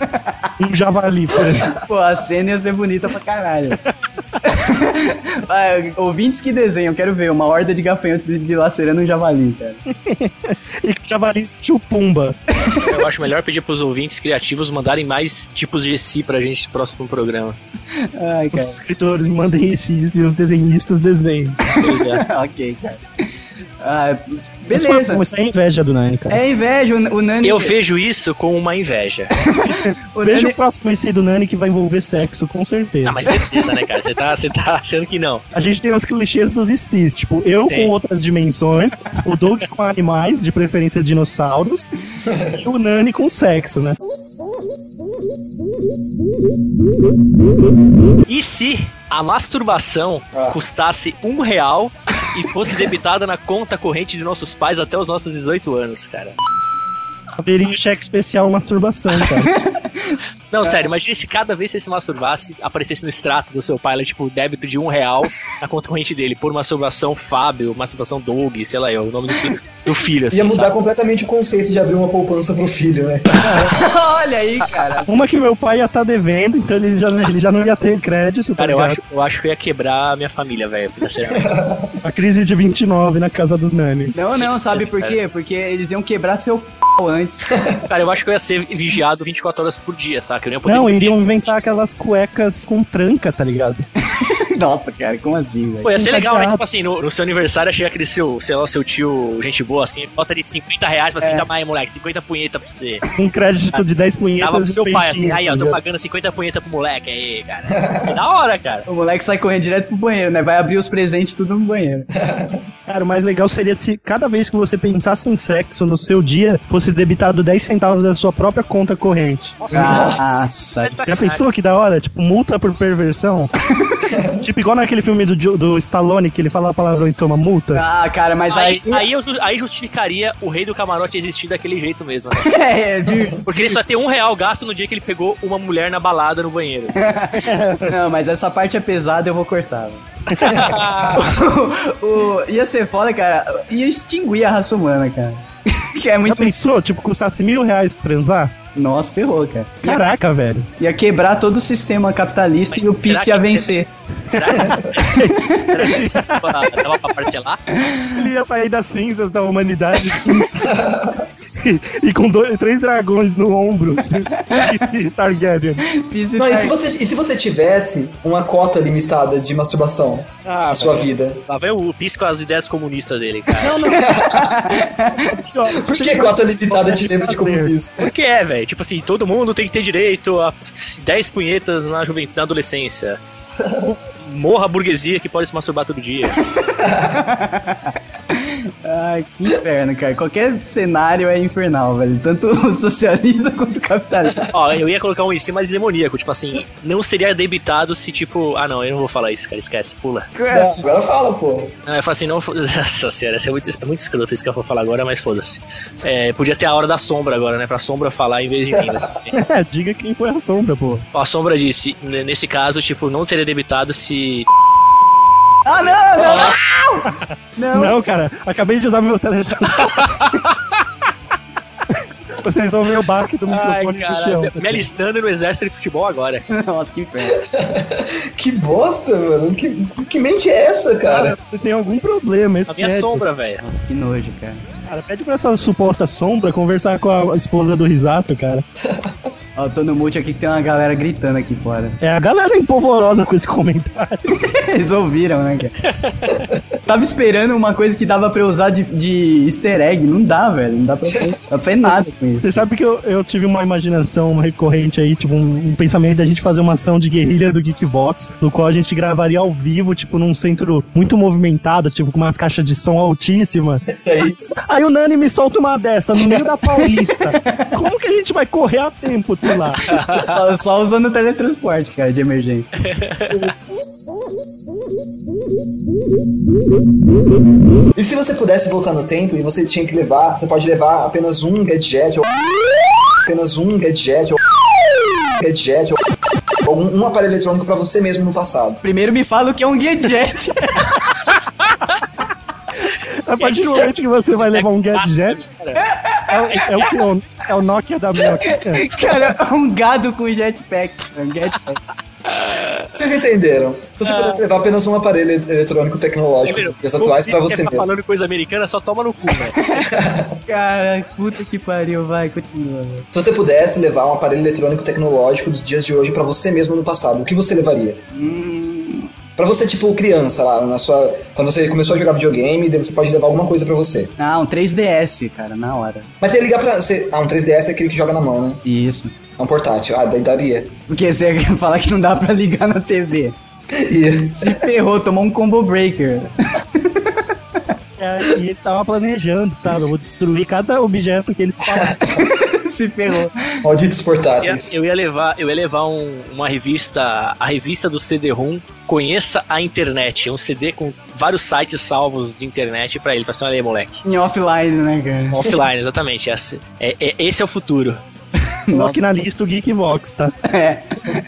[SPEAKER 3] um javali, por exemplo?
[SPEAKER 2] Pô, a cena ia ser bonita pra <laughs> caralho. Vai, ouvintes que desenham, quero ver uma horda de gafanhotos dilacerando um javali, cara.
[SPEAKER 3] E que o javali chupumba.
[SPEAKER 4] Eu acho melhor pedir pros ouvintes criativos mandarem mais tipos de si pra gente no próximo programa.
[SPEAKER 2] Ai,
[SPEAKER 3] Os
[SPEAKER 2] cara.
[SPEAKER 3] escritores mandem esses e os desenhistas desenhem.
[SPEAKER 4] Pois é.
[SPEAKER 2] <laughs> ok, cara. Ah,
[SPEAKER 3] Mas foi
[SPEAKER 2] beleza.
[SPEAKER 3] bom, Isso é inveja do Nani, cara.
[SPEAKER 2] É inveja, o, o Nani.
[SPEAKER 4] Eu vejo isso com uma inveja.
[SPEAKER 2] o Nani-
[SPEAKER 3] Veja o próximo IC do Nani que vai envolver sexo, com certeza.
[SPEAKER 4] Ah, mas certeza, né, cara? Você tá, você tá achando que não.
[SPEAKER 3] A gente tem os clichês dos ICs, tipo, eu
[SPEAKER 4] Tem.
[SPEAKER 3] com outras dimensões, o Doug com animais, de preferência dinossauros, e o Nani com sexo, né?
[SPEAKER 4] E se a masturbação
[SPEAKER 3] Ah.
[SPEAKER 4] custasse um real e fosse debitada na conta corrente de nossos pais até os nossos 18 anos, cara?
[SPEAKER 3] Haveria um cheque especial masturbação, cara. É.
[SPEAKER 4] Não, sério, imagina se cada vez que você se masturbasse, aparecesse no extrato do seu pai, era tipo débito de um real na conta corrente dele, por masturbação Fábio, masturbação Doug, sei lá, é o nome do, filho- do filho, assim,
[SPEAKER 5] Ia mudar
[SPEAKER 4] sabe?
[SPEAKER 5] completamente o conceito de abrir uma poupança pro filho, né?
[SPEAKER 2] Olha aí, cara.
[SPEAKER 3] Uma que meu pai ia estar devendo, então ele já, ele já não ia ter crédito, tá
[SPEAKER 4] Cara, eu
[SPEAKER 3] ligado?
[SPEAKER 4] acho, eu acho que eu ia quebrar a minha família, velho, financeiramente.
[SPEAKER 3] A crise de 29 na casa do Nani.
[SPEAKER 2] Não, não, sabe
[SPEAKER 4] é.
[SPEAKER 2] por quê? Porque eles iam quebrar seu p antes.
[SPEAKER 4] Cara, eu acho que eu ia ser vigiado 24 horas por dia, saca? Eu não ia poder
[SPEAKER 3] Não,
[SPEAKER 4] viver
[SPEAKER 3] iriam
[SPEAKER 4] assim.
[SPEAKER 3] inventar aquelas cuecas com tranca, tá ligado?
[SPEAKER 2] <laughs> Nossa, cara, como assim, velho?
[SPEAKER 4] Pô, ia ser legal, né?
[SPEAKER 3] Encadeado.
[SPEAKER 4] Tipo assim, no, no seu aniversário, chega aquele seu, sei lá, seu tio, gente boa, assim, bota de 50 reais, fala assim, tá mais, moleque, 50 punheta pra você.
[SPEAKER 3] Com crédito de 10 punhetas
[SPEAKER 4] Dava pro
[SPEAKER 3] e
[SPEAKER 4] seu pai, assim,
[SPEAKER 3] peitinho,
[SPEAKER 4] aí,
[SPEAKER 3] tá
[SPEAKER 4] ó, tô
[SPEAKER 3] ligado?
[SPEAKER 4] pagando 50 punheta pro moleque, aí, cara. Ia ser da hora, cara.
[SPEAKER 2] <laughs> O moleque sai correndo direto pro banheiro, né? Vai abrir os presentes tudo no banheiro.
[SPEAKER 3] Cara, o mais legal seria se cada vez que você pensasse em sexo no seu dia, fosse debitado 10 centavos da sua própria conta corrente.
[SPEAKER 2] Nossa.
[SPEAKER 3] Já pensou que da hora? Tipo, multa por
[SPEAKER 5] <laughs>
[SPEAKER 3] perversão? tipo, igual naquele filme do, Jo- do Stallone, que ele fala a palavra e toma multa.
[SPEAKER 2] Ah, cara, mas aí.
[SPEAKER 4] Aí, aí, eu ju- aí justificaria o rei do camarote existir daquele jeito mesmo. né?
[SPEAKER 2] <laughs> É, viu?
[SPEAKER 4] Porque ele só tem um real gasto no dia que ele pegou uma mulher na balada no banheiro.
[SPEAKER 2] Não, mas essa parte é pesada, eu vou cortar. velho. <laughs> O- o- ia ser foda, cara. Ia extinguir a raça humana, cara. <laughs> Que é
[SPEAKER 3] Já
[SPEAKER 2] muito.
[SPEAKER 3] pensou? Tipo, custasse mil reais transar?
[SPEAKER 2] Nossa, ferrou, cara. Ia,
[SPEAKER 3] Caraca, velho.
[SPEAKER 2] ia quebrar todo o sistema capitalista
[SPEAKER 4] Mas
[SPEAKER 2] e o
[SPEAKER 4] será
[SPEAKER 2] PIS
[SPEAKER 4] que-
[SPEAKER 2] ia vencer.
[SPEAKER 4] Será que isso dava dava pra parcelar?
[SPEAKER 3] Ele ia sair das cinzas da
[SPEAKER 5] <laughs>
[SPEAKER 3] humanidade. e, e com dois, três dragões
[SPEAKER 5] <laughs>
[SPEAKER 3] no ombro. Esse Targaryen.
[SPEAKER 2] PIS e
[SPEAKER 5] Não, e
[SPEAKER 2] tar-
[SPEAKER 5] se, você, e se você tivesse uma cota limitada de masturbação
[SPEAKER 4] Ah,
[SPEAKER 5] na
[SPEAKER 3] tá
[SPEAKER 5] sua vida?
[SPEAKER 4] Lá vem o Pisco com as ideias comunistas dele, cara.
[SPEAKER 5] Por que cota limitada
[SPEAKER 3] <laughs>
[SPEAKER 5] te lembra de comunismo?
[SPEAKER 4] Porque é, velho. Tipo assim, todo mundo tem que ter direito a 10 punhetas na juventude, na adolescência. Morra a burguesia que pode se masturbar todo dia.
[SPEAKER 2] Ai, que inferno, cara. Qualquer cenário é infernal, velho. Tanto o <laughs> socialista quanto o capitalista.
[SPEAKER 4] Ó, eu ia colocar um em cima mais demoníaco, tipo assim, não seria debitado se tipo. Ah não, eu não vou falar isso, cara. Esquece, pula.
[SPEAKER 5] Não, agora fala, pô.
[SPEAKER 4] Não, eu falo assim, não. <laughs> Nossa senhora, isso é muito, isso é muito escroto isso que eu vou falar agora, mas foda-se. É, podia ter a hora da sombra agora, né? Pra sombra falar em vez de mim. né?
[SPEAKER 3] <laughs> É, diga quem foi a sombra, pô.
[SPEAKER 4] Ó, a sombra disse, n- nesse caso, tipo, não seria debitado se.
[SPEAKER 2] Ah, não, não, não! Não,
[SPEAKER 4] <laughs>
[SPEAKER 3] Não, cara, acabei de usar meu telefone. Vocês vão ver o baque do
[SPEAKER 4] <laughs> Ai,
[SPEAKER 3] microfone do
[SPEAKER 4] cara,
[SPEAKER 3] chão.
[SPEAKER 4] me- me alistando no exército de futebol agora.
[SPEAKER 2] <laughs> Nossa, que inferno.
[SPEAKER 5] Que bosta, mano. Que, que mente é essa, cara?
[SPEAKER 3] Cara, você tem algum problema, é
[SPEAKER 4] A minha
[SPEAKER 3] sério.
[SPEAKER 4] sombra, velho.
[SPEAKER 2] Nossa, que nojo, cara.
[SPEAKER 3] Cara, pede pra essa suposta sombra conversar com a esposa do Risato, cara.
[SPEAKER 2] Ó, tô no mute aqui que tem uma galera gritando aqui fora.
[SPEAKER 3] É, a galera é empolvorosa com esse comentário.
[SPEAKER 2] <laughs> Eles ouviram, né, cara? Tava esperando uma coisa que dava pra eu usar de, de easter egg. Não dá, velho. Não dá pra fazer, dá pra fazer nada com isso.
[SPEAKER 3] Você sabe que eu, eu tive uma imaginação recorrente aí, tipo, um, um pensamento da gente fazer uma ação de guerrilha do Geekbox, no qual a gente gravaria ao vivo, tipo, num centro muito movimentado, tipo, com umas caixas de som altíssima.
[SPEAKER 5] É isso.
[SPEAKER 3] Aí o Nani me solta uma dessa no meio da <laughs> Paulista. Como que a gente vai correr a tempo de <laughs> lá?
[SPEAKER 2] Só, só usando o teletransporte, cara, de emergência.
[SPEAKER 5] E se você pudesse voltar no tempo e você tinha que levar, você pode levar apenas um gadget ou apenas um gadget ou gadget ou ou um, um aparelho eletrônico pra você mesmo no passado.
[SPEAKER 2] Primeiro me fala o que é um gadget. <laughs>
[SPEAKER 3] A partir do momento que você vai levar um gadget, é, o- é o clone, é o Nokia da <laughs> Melk.
[SPEAKER 2] cara, é um gado com jetpack. É um gadget.
[SPEAKER 5] Vocês entenderam? Se você pudesse levar apenas um aparelho el- eletrônico tecnológico dos dias atuais pra você
[SPEAKER 4] tá
[SPEAKER 5] mesmo.
[SPEAKER 4] falando coisa americana, só toma no cu, né?
[SPEAKER 5] <laughs>
[SPEAKER 4] velho.
[SPEAKER 2] Cara, puta que pariu. Vai, continua, velho.
[SPEAKER 5] Se você pudesse levar um aparelho eletrônico tecnológico dos dias de hoje pra você mesmo no passado, o que você levaria?
[SPEAKER 2] Hum,
[SPEAKER 5] Pra você, tipo, criança lá, na sua. Quando você começou a jogar videogame, daí você pode levar alguma coisa pra você.
[SPEAKER 2] não, um 3DS, cara, na hora.
[SPEAKER 5] Mas você ia ligar pra. Você... Ah, um 3DS é aquele que joga na mão, né?
[SPEAKER 2] Isso.
[SPEAKER 5] É um portátil. Ah, daí daria. <laughs>
[SPEAKER 2] Porque você <laughs> ia falar que não dá pra ligar na TV.
[SPEAKER 5] E
[SPEAKER 2] Se ferrou, tomou um combo breaker. <laughs>
[SPEAKER 3] É, e ele tava planejando, sabe? Eu vou destruir cada objeto que eles <laughs> falam.
[SPEAKER 2] Se ferrou.
[SPEAKER 5] malditos
[SPEAKER 4] Eu ia-
[SPEAKER 5] portáteis.
[SPEAKER 4] Eu ia levar, eu ia levar um- uma revista, a revista do CD-ROM, Conheça a Internet. É um CD com vários sites salvos de internet pra ele. Fala assim, olha aí, moleque.
[SPEAKER 2] Em offline, né, cara?
[SPEAKER 4] Offline, exatamente. Esse é, é- esse é o futuro.
[SPEAKER 3] Coloque na lista o Geekbox, tá?
[SPEAKER 2] É.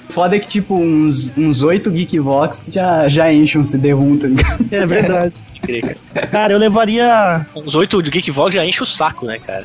[SPEAKER 2] Foda é que, tipo, uns, uns 8 Geekbox já, já enche um CD-ROM, tá ligado? <laughs>
[SPEAKER 3] É verdade.
[SPEAKER 4] Pode crer, cara.
[SPEAKER 3] Cara, eu levaria.
[SPEAKER 4] Uns oito de Geekvog já enche o saco, né, cara?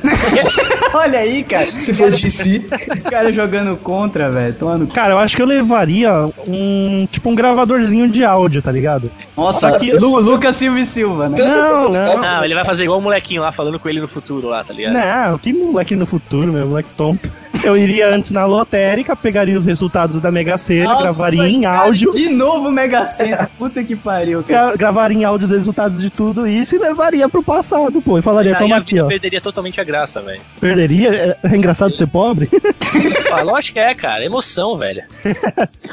[SPEAKER 2] Olha aí, cara.
[SPEAKER 5] Se for DC,
[SPEAKER 2] O cara jogando contra, velho. Tomando.
[SPEAKER 3] Cara, eu acho que eu levaria um. Tipo um gravadorzinho de áudio, tá ligado?
[SPEAKER 2] Nossa,
[SPEAKER 3] que-
[SPEAKER 2] Lu- Lucas Silva e Silva, né?
[SPEAKER 3] Não, não.
[SPEAKER 4] Não, ele vai fazer igual o molequinho lá falando com ele no futuro lá, tá ligado?
[SPEAKER 3] Não, que moleque no futuro, meu moleque tonto. Eu iria antes na lotérica, pegaria os resultados da Mega Sena,
[SPEAKER 2] Nossa,
[SPEAKER 3] gravaria em
[SPEAKER 2] cara,
[SPEAKER 3] áudio.
[SPEAKER 2] De novo Mega
[SPEAKER 3] <laughs>
[SPEAKER 2] Sena. Puta que pariu, cara.
[SPEAKER 3] gra- Gravaria em áudio os resultados de tudo isso e levaria pro passado, pô. E falaria,
[SPEAKER 4] Aí
[SPEAKER 3] toma
[SPEAKER 4] a
[SPEAKER 3] aqui,
[SPEAKER 4] vida
[SPEAKER 3] ó.
[SPEAKER 4] perderia totalmente a graça, velho.
[SPEAKER 3] Perderia? É, é engraçado ser pobre?
[SPEAKER 4] Ah, lógico que é, cara. Emoção, velho.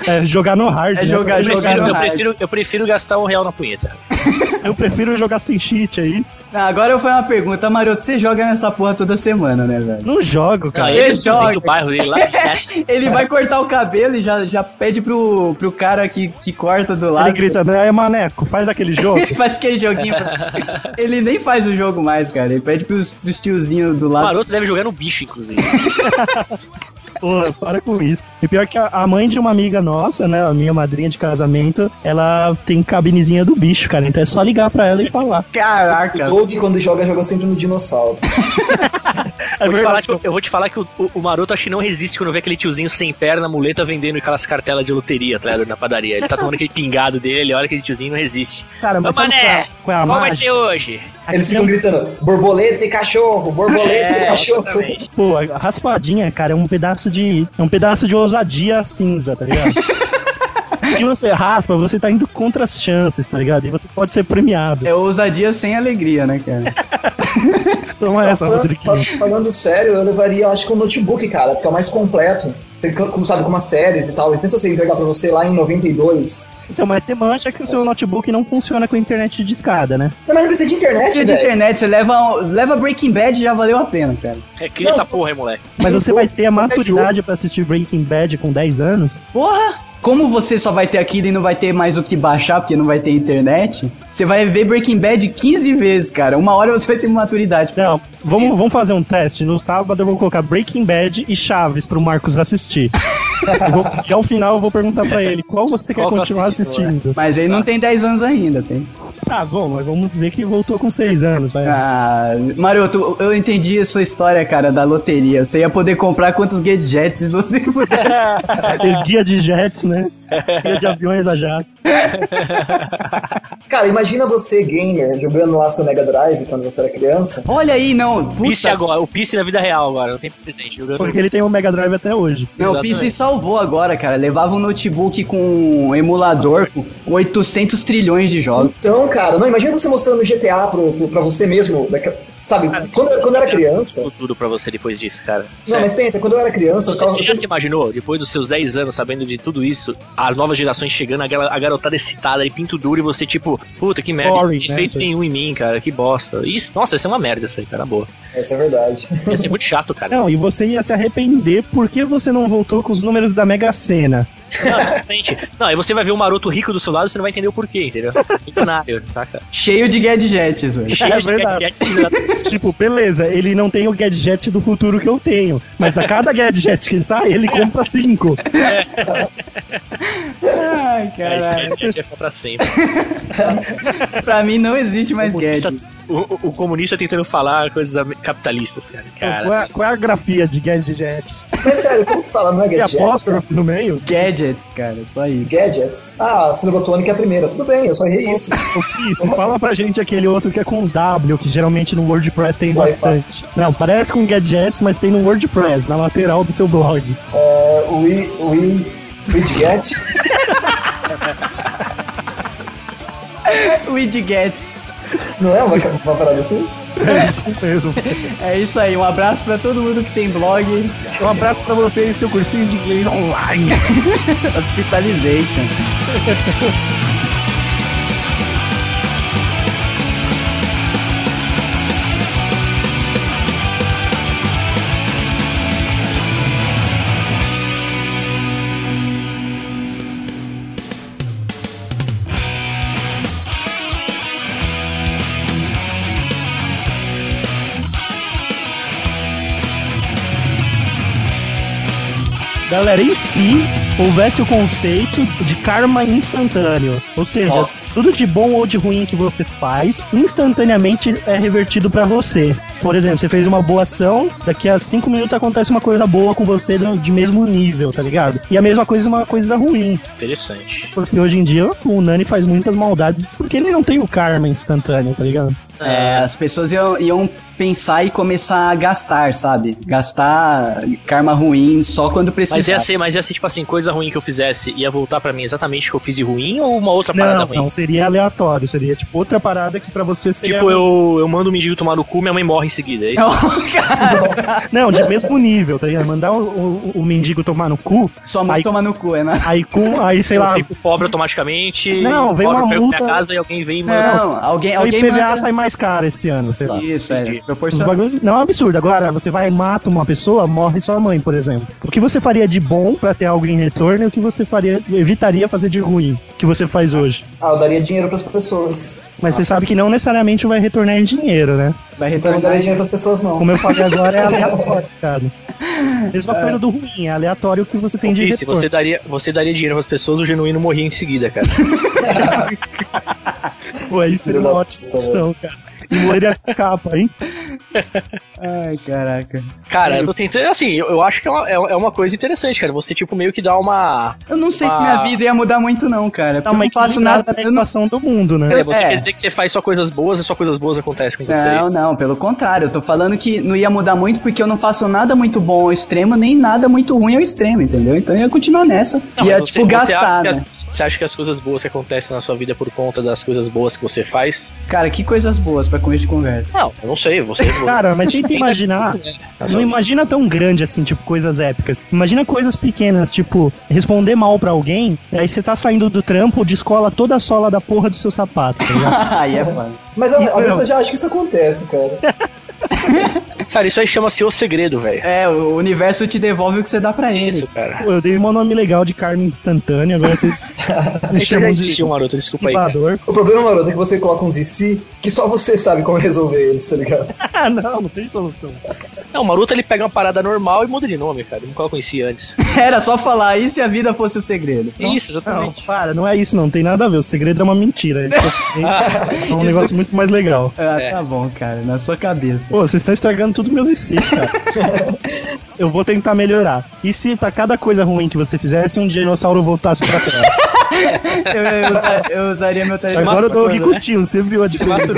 [SPEAKER 3] É jogar no hard.
[SPEAKER 2] É
[SPEAKER 3] né?
[SPEAKER 2] jogar-
[SPEAKER 4] Eu
[SPEAKER 3] eu,
[SPEAKER 2] jogar
[SPEAKER 4] prefiro,
[SPEAKER 2] no
[SPEAKER 4] eu,
[SPEAKER 2] rádio.
[SPEAKER 4] prefiro, eu prefiro gastar um real na punheta.
[SPEAKER 3] eu prefiro jogar sem cheat, é isso?
[SPEAKER 2] Ah, Agora eu vou fazer uma pergunta. Maroto, você joga nessa porra toda semana, né, velho?
[SPEAKER 3] Não jogo, cara.
[SPEAKER 4] Aí ele
[SPEAKER 2] joga.
[SPEAKER 4] joga. o bairro dele lá. é
[SPEAKER 3] <laughs>
[SPEAKER 4] esquece.
[SPEAKER 2] Ele
[SPEAKER 3] É.
[SPEAKER 2] vai cortar o cabelo e já, já pede pro, pro cara que, que corta do lado.
[SPEAKER 3] Ele grita, né? É maneco, faz
[SPEAKER 2] <laughs>
[SPEAKER 3] aquele jogo.
[SPEAKER 2] faz aquele
[SPEAKER 3] <laughs>
[SPEAKER 2] joguinho. ele nem faz o jogo mais, cara. Ele pede pros, pros tiozinhos do
[SPEAKER 4] O
[SPEAKER 2] lado.
[SPEAKER 4] maroto deve jogar no bicho, inclusive.
[SPEAKER 3] Pô, para com isso. E pior que a- a mãe de uma amiga nossa, né? A minha madrinha de casamento, ela tem cabinezinha do bicho, cara. Então é só ligar pra ela e falar.
[SPEAKER 2] Caraca.
[SPEAKER 5] o Doug, quando joga, joga sempre no dinossauro.
[SPEAKER 3] <laughs> É
[SPEAKER 4] Vou te falar
[SPEAKER 3] verdade.
[SPEAKER 4] que, eu- eu vou te falar que o, o- o maroto acho que não resiste quando vê aquele tiozinho sem perna, muleta, vendendo aquelas cartelas de loteria, tá ligado? Na padaria. Ele tá tomando aquele pingado dele, ele olha aquele tiozinho e não resiste.
[SPEAKER 3] Cara,
[SPEAKER 4] Ô,
[SPEAKER 3] mas sabe
[SPEAKER 4] mané,
[SPEAKER 3] qual é- qual é a
[SPEAKER 4] Qual vai
[SPEAKER 3] mágica?
[SPEAKER 4] ser hoje?
[SPEAKER 5] Eles ficam
[SPEAKER 3] um,
[SPEAKER 5] gritando: borboleta e cachorro, borboleta e cachorro.
[SPEAKER 4] É, exatamente.
[SPEAKER 3] Pô, a raspadinha, cara, é um pedaço de. É um pedaço de ousadia cinza, tá <laughs> ligado? que você raspa, você tá indo contra as chances, tá ligado? E você pode ser premiado.
[SPEAKER 2] É ousadia sem alegria, né, cara?
[SPEAKER 3] Toma Então é essa, Rodrigo.
[SPEAKER 5] Fal- Falando sério, eu levaria, eu acho que um notebook, cara, porque é o mais completo. Você cl- sabe, com umas séries e tal. E pensa você entregar pra você lá em 92.
[SPEAKER 3] Então, mas você mancha que o seu notebook não funciona com a internet de escada, né?
[SPEAKER 5] Também não precisa de internet,
[SPEAKER 2] Se de
[SPEAKER 5] velho.
[SPEAKER 2] internet, você leva, um, leva Breaking Bad já valeu a pena, cara.
[SPEAKER 4] É, cria essa porra, hein, moleque.
[SPEAKER 3] Mas <laughs> você vai ter a maturidade pra assistir Breaking Bad com 10 anos?
[SPEAKER 2] Porra! Como você só vai ter aquilo e não vai ter mais o que baixar porque não vai ter internet, você vai ver Breaking Bad 15 vezes, cara. Uma hora você vai ter maturidade.
[SPEAKER 3] Não, vamos, vamos fazer um teste. No sábado eu vou colocar Breaking Bad e Chaves pro Marcos assistir. Eu vou- e ao final eu vou perguntar pra ele qual você
[SPEAKER 4] Qual
[SPEAKER 3] quer
[SPEAKER 4] que eu
[SPEAKER 3] continuar
[SPEAKER 4] assisti, né?
[SPEAKER 3] assistindo.
[SPEAKER 2] Mas ele não tem 10 anos ainda, tem.
[SPEAKER 3] Tá bom, mas vamos dizer que voltou com seis anos, vai.
[SPEAKER 2] Ah, Maroto, eu entendi a sua história, cara, da loteria. Você ia poder comprar quantos gadgets você <laughs> puder.
[SPEAKER 3] Ter guia de jets, né? Guia de aviões a jatos.
[SPEAKER 5] Cara, imagina você, gamer, jogando lá seu Mega Drive quando você era criança.
[SPEAKER 2] Olha aí, não.
[SPEAKER 4] Pisse
[SPEAKER 2] Puta,
[SPEAKER 4] agora, o Pisse na vida real agora, não tem presente. Jogando
[SPEAKER 3] Porque ele tem o Mega Drive até hoje.
[SPEAKER 2] Não, o
[SPEAKER 4] Exatamente.
[SPEAKER 2] Pizzi salvou agora, cara. Levava um notebook com um emulador com 800 trilhões de jogos.
[SPEAKER 5] Então, cara, não, imagina você mostrando o GTA pro, pro- pra você mesmo. daquela- Sabe, quando, quando eu era criança.
[SPEAKER 4] Isso tudo pra você depois disso, cara.
[SPEAKER 5] Não,
[SPEAKER 4] Sério.
[SPEAKER 5] mas pensa, quando eu era criança, eu
[SPEAKER 4] Você
[SPEAKER 5] ficava.
[SPEAKER 4] já se imaginou, depois dos seus 10 anos, sabendo de tudo isso, as novas gerações chegando, a gal- a garotada excitada e pinto duro, e você tipo, puta que merda,
[SPEAKER 3] Boring,
[SPEAKER 4] não tem
[SPEAKER 3] né?
[SPEAKER 4] efeito nenhum em mim, cara, que bosta. Isso, nossa, isso é uma merda isso aí, cara, boa.
[SPEAKER 5] Essa é verdade. <laughs>
[SPEAKER 4] Ia ser muito chato, cara.
[SPEAKER 3] Não, e você ia se arrepender porque você não voltou com os números da Mega Sena.
[SPEAKER 4] Não, exatamente. Não, aí você vai ver um maroto rico do seu lado, você não vai entender o porquê, entendeu? Milionário,
[SPEAKER 3] <laughs>
[SPEAKER 4] saca?
[SPEAKER 2] Cheio de gadgets, velho.
[SPEAKER 4] Cheio de
[SPEAKER 3] É verdade.
[SPEAKER 4] gadgets, exatamente.
[SPEAKER 3] Tipo, beleza, ele não tem o gadget do futuro que eu tenho. Mas a cada gadget que ele sai, ele compra cinco.
[SPEAKER 2] <laughs> Ai,
[SPEAKER 4] É,
[SPEAKER 2] caralho.
[SPEAKER 4] esse gadget ia ficar pra sempre.
[SPEAKER 2] pra mim não existe mais
[SPEAKER 4] comunista-
[SPEAKER 2] gadgets.
[SPEAKER 4] o, o- o comunista tentando falar coisas ame- capitalistas, cara.
[SPEAKER 3] Qual,
[SPEAKER 4] cara
[SPEAKER 3] é, qual é a grafia de gadget?
[SPEAKER 5] Mas sério, como que fala? Não é
[SPEAKER 3] Tem
[SPEAKER 5] gadget?
[SPEAKER 3] apóstrofo no meio?
[SPEAKER 2] Gadgets, cara, <laughs> só isso.
[SPEAKER 5] Gadgets? Ah, a sílaba tônica é a primeira. Tudo bem, eu só errei isso.
[SPEAKER 3] O Kiss, fala pra gente aquele outro que é com W, que geralmente no WordPress tem
[SPEAKER 5] Vai,
[SPEAKER 3] bastante. Não, parece com gadgets, mas tem no WordPress, na lateral do seu blog.
[SPEAKER 5] É, o I. O I. Widget?
[SPEAKER 2] Widgets.
[SPEAKER 5] <laughs> Não é uma, uma parada assim?
[SPEAKER 3] É isso mesmo.
[SPEAKER 2] É isso aí, um abraço pra todo mundo que tem blog.
[SPEAKER 3] Um abraço pra vocês, seu cursinho de
[SPEAKER 2] <laughs>
[SPEAKER 3] inglês online.
[SPEAKER 2] Hospitalizei, cara.
[SPEAKER 3] Galera, e se houvesse o conceito de karma instantâneo? Ou seja,
[SPEAKER 5] Nossa.
[SPEAKER 3] tudo de bom ou de ruim que você faz, instantaneamente é revertido pra você. Por exemplo, você fez uma boa ação, daqui a cinco minutos acontece uma coisa boa com você do- de mesmo nível, tá ligado? E a mesma coisa uma coisa ruim.
[SPEAKER 4] interessante.
[SPEAKER 3] Porque hoje em dia o Nani faz muitas maldades porque ele não tem o karma instantâneo, tá ligado?
[SPEAKER 2] É, as pessoas iam, iam pensar e começar a gastar, sabe? Gastar karma ruim só quando precisar.
[SPEAKER 4] Mas ia
[SPEAKER 2] <laughs>
[SPEAKER 4] ser, mas ia ser tipo assim, coisa ruim que eu fizesse ia voltar pra mim exatamente o que eu fiz de ruim ou uma outra parada
[SPEAKER 3] Não,
[SPEAKER 4] ruim?
[SPEAKER 3] não, seria aleatório, seria tipo outra parada que pra você seria. um-
[SPEAKER 4] Tipo, eu, eu mando o mendigo tomar no cu, minha mãe morre em seguida. É isso?
[SPEAKER 3] Não, de mesmo nível, tá ligado? Mandar o, o- o mendigo tomar no cu,
[SPEAKER 2] Sua mãe
[SPEAKER 3] Aí-
[SPEAKER 2] toma no cu, é né?
[SPEAKER 3] aí com. Aí, sei
[SPEAKER 4] eu
[SPEAKER 3] lá,
[SPEAKER 4] fico pobre automaticamente.
[SPEAKER 3] Não, vem
[SPEAKER 4] pobre,
[SPEAKER 3] uma
[SPEAKER 4] pego
[SPEAKER 3] multa. É,
[SPEAKER 4] Minha casa e alguém vem e manda.
[SPEAKER 2] Não, alguém,
[SPEAKER 3] o
[SPEAKER 2] alguém
[SPEAKER 3] IPVA
[SPEAKER 2] manda...
[SPEAKER 3] sai mais caro esse ano, sei lá.
[SPEAKER 2] Isso, é.
[SPEAKER 4] Entendi.
[SPEAKER 3] Os
[SPEAKER 2] Proporcional.
[SPEAKER 3] bagulhos- não é um absurdo. Agora, você vai e mata uma pessoa, morre sua mãe, por exemplo. O que você faria de bom pra ter algo em retorno e o que você faria, evitaria fazer de ruim, que você faz hoje.
[SPEAKER 5] Ah, eu daria dinheiro pras pessoas.
[SPEAKER 3] Mas você sabe que não necessariamente vai retornar em dinheiro, né?
[SPEAKER 2] Vai
[SPEAKER 5] Então eu não
[SPEAKER 2] retornar.
[SPEAKER 5] daria dinheiro pras pessoas, não.
[SPEAKER 3] Como eu falei agora, é
[SPEAKER 2] <laughs>
[SPEAKER 3] aleatório, cara. Mesma coisa do ruim, é aleatório o que você tem de
[SPEAKER 4] E se
[SPEAKER 3] retorno.
[SPEAKER 4] você daria, você daria dinheiro pras pessoas, o genuíno morria em seguida,
[SPEAKER 3] <laughs>
[SPEAKER 4] cara.
[SPEAKER 3] Pô, aí seria uma ótima opção, cara. E morreria com capa, hein?
[SPEAKER 2] Ai, caraca.
[SPEAKER 4] Cara, eu tô tentando. Assim, eu, eu acho que é uma, é é uma coisa interessante, cara. Você, tipo, meio que dá uma.
[SPEAKER 2] Eu não sei se
[SPEAKER 4] Ah.
[SPEAKER 2] minha vida ia mudar muito, não, cara.
[SPEAKER 3] Tá
[SPEAKER 2] porque eu
[SPEAKER 3] uma
[SPEAKER 2] não faço nada.
[SPEAKER 3] na
[SPEAKER 2] Eu não...
[SPEAKER 3] equação do mundo, né?
[SPEAKER 2] Eu-
[SPEAKER 4] É, você
[SPEAKER 2] é.
[SPEAKER 4] quer dizer que você faz só coisas boas e só coisas boas acontecem com vocês?
[SPEAKER 2] Não, não, pelo contrário, eu tô falando que não ia mudar muito porque eu não faço nada muito bom ao extremo, nem nada muito ruim ao extremo, entendeu? Então eu ia continuar nessa.
[SPEAKER 4] Não,
[SPEAKER 3] é,
[SPEAKER 2] ia,
[SPEAKER 4] mas
[SPEAKER 2] tipo, gastar,
[SPEAKER 4] acha que
[SPEAKER 2] né?
[SPEAKER 4] as- você acha que as coisas boas que acontecem na sua vida é por conta das coisas boas que você faz?
[SPEAKER 2] Cara, que coisas boas pra começo de
[SPEAKER 4] <laughs>
[SPEAKER 2] conversa.
[SPEAKER 4] Não, eu não sei,
[SPEAKER 3] <laughs>
[SPEAKER 4] você...
[SPEAKER 3] Cara, mas tenta
[SPEAKER 4] você-
[SPEAKER 3] imaginar.
[SPEAKER 4] você- na sua
[SPEAKER 3] Não
[SPEAKER 4] vida.
[SPEAKER 3] imagina tão grande assim, tipo, coisas épicas. Imagina coisas pequenas, tipo, responder mal pra alguém, aí você tá saindo do trampo, descola toda a sola da porra do seu sapato, tá ligado?
[SPEAKER 2] Aí é foda.
[SPEAKER 5] Mas eu-
[SPEAKER 3] Isso
[SPEAKER 5] às vezes
[SPEAKER 3] não.
[SPEAKER 5] eu já acho que isso acontece, cara.
[SPEAKER 4] Cara, isso aí chama-se o segredo, velho.
[SPEAKER 2] É, o universo te devolve o que você dá pra
[SPEAKER 4] É
[SPEAKER 2] ele.
[SPEAKER 4] isso, cara.
[SPEAKER 3] Pô, eu dei um nome legal de carne instantânea,
[SPEAKER 4] <laughs>
[SPEAKER 3] agora vocês
[SPEAKER 4] Isso
[SPEAKER 3] me
[SPEAKER 4] já
[SPEAKER 3] chamam de
[SPEAKER 4] existiu, maroto, desculpa aí. cara.
[SPEAKER 3] esquipador.
[SPEAKER 5] O problema, maroto, é que você coloca uns IC que só você sabe como resolver eles, tá ligado?
[SPEAKER 3] Ah, não, não tem solução.
[SPEAKER 4] Não, o Maruto ele pega uma parada normal e muda de nome, cara. Eu nunca conheci antes.
[SPEAKER 2] <laughs> Era só falar, e se a vida fosse o segredo? Pronto.
[SPEAKER 4] Isso,
[SPEAKER 3] <laughs> Não,
[SPEAKER 4] exatamente.
[SPEAKER 3] para, não é isso não, tem nada a ver. O segredo é uma
[SPEAKER 4] <laughs>
[SPEAKER 3] mentira. Isso que eu falei é um negócio muito mais legal.
[SPEAKER 2] Ah,
[SPEAKER 4] É.
[SPEAKER 2] tá bom, cara, na sua cabeça.
[SPEAKER 3] Pô, vocês estão estragando tudo meus ICs, cara. Eu vou tentar melhorar. E se pra cada coisa ruim que você fizesse, um dinossauro voltasse pra terra?
[SPEAKER 4] <laughs>
[SPEAKER 2] Eu, eu usa- eu usaria meu telefone.
[SPEAKER 3] Agora eu tô aqui
[SPEAKER 2] Masturbando, né?
[SPEAKER 3] curtindo, você viu a diferença?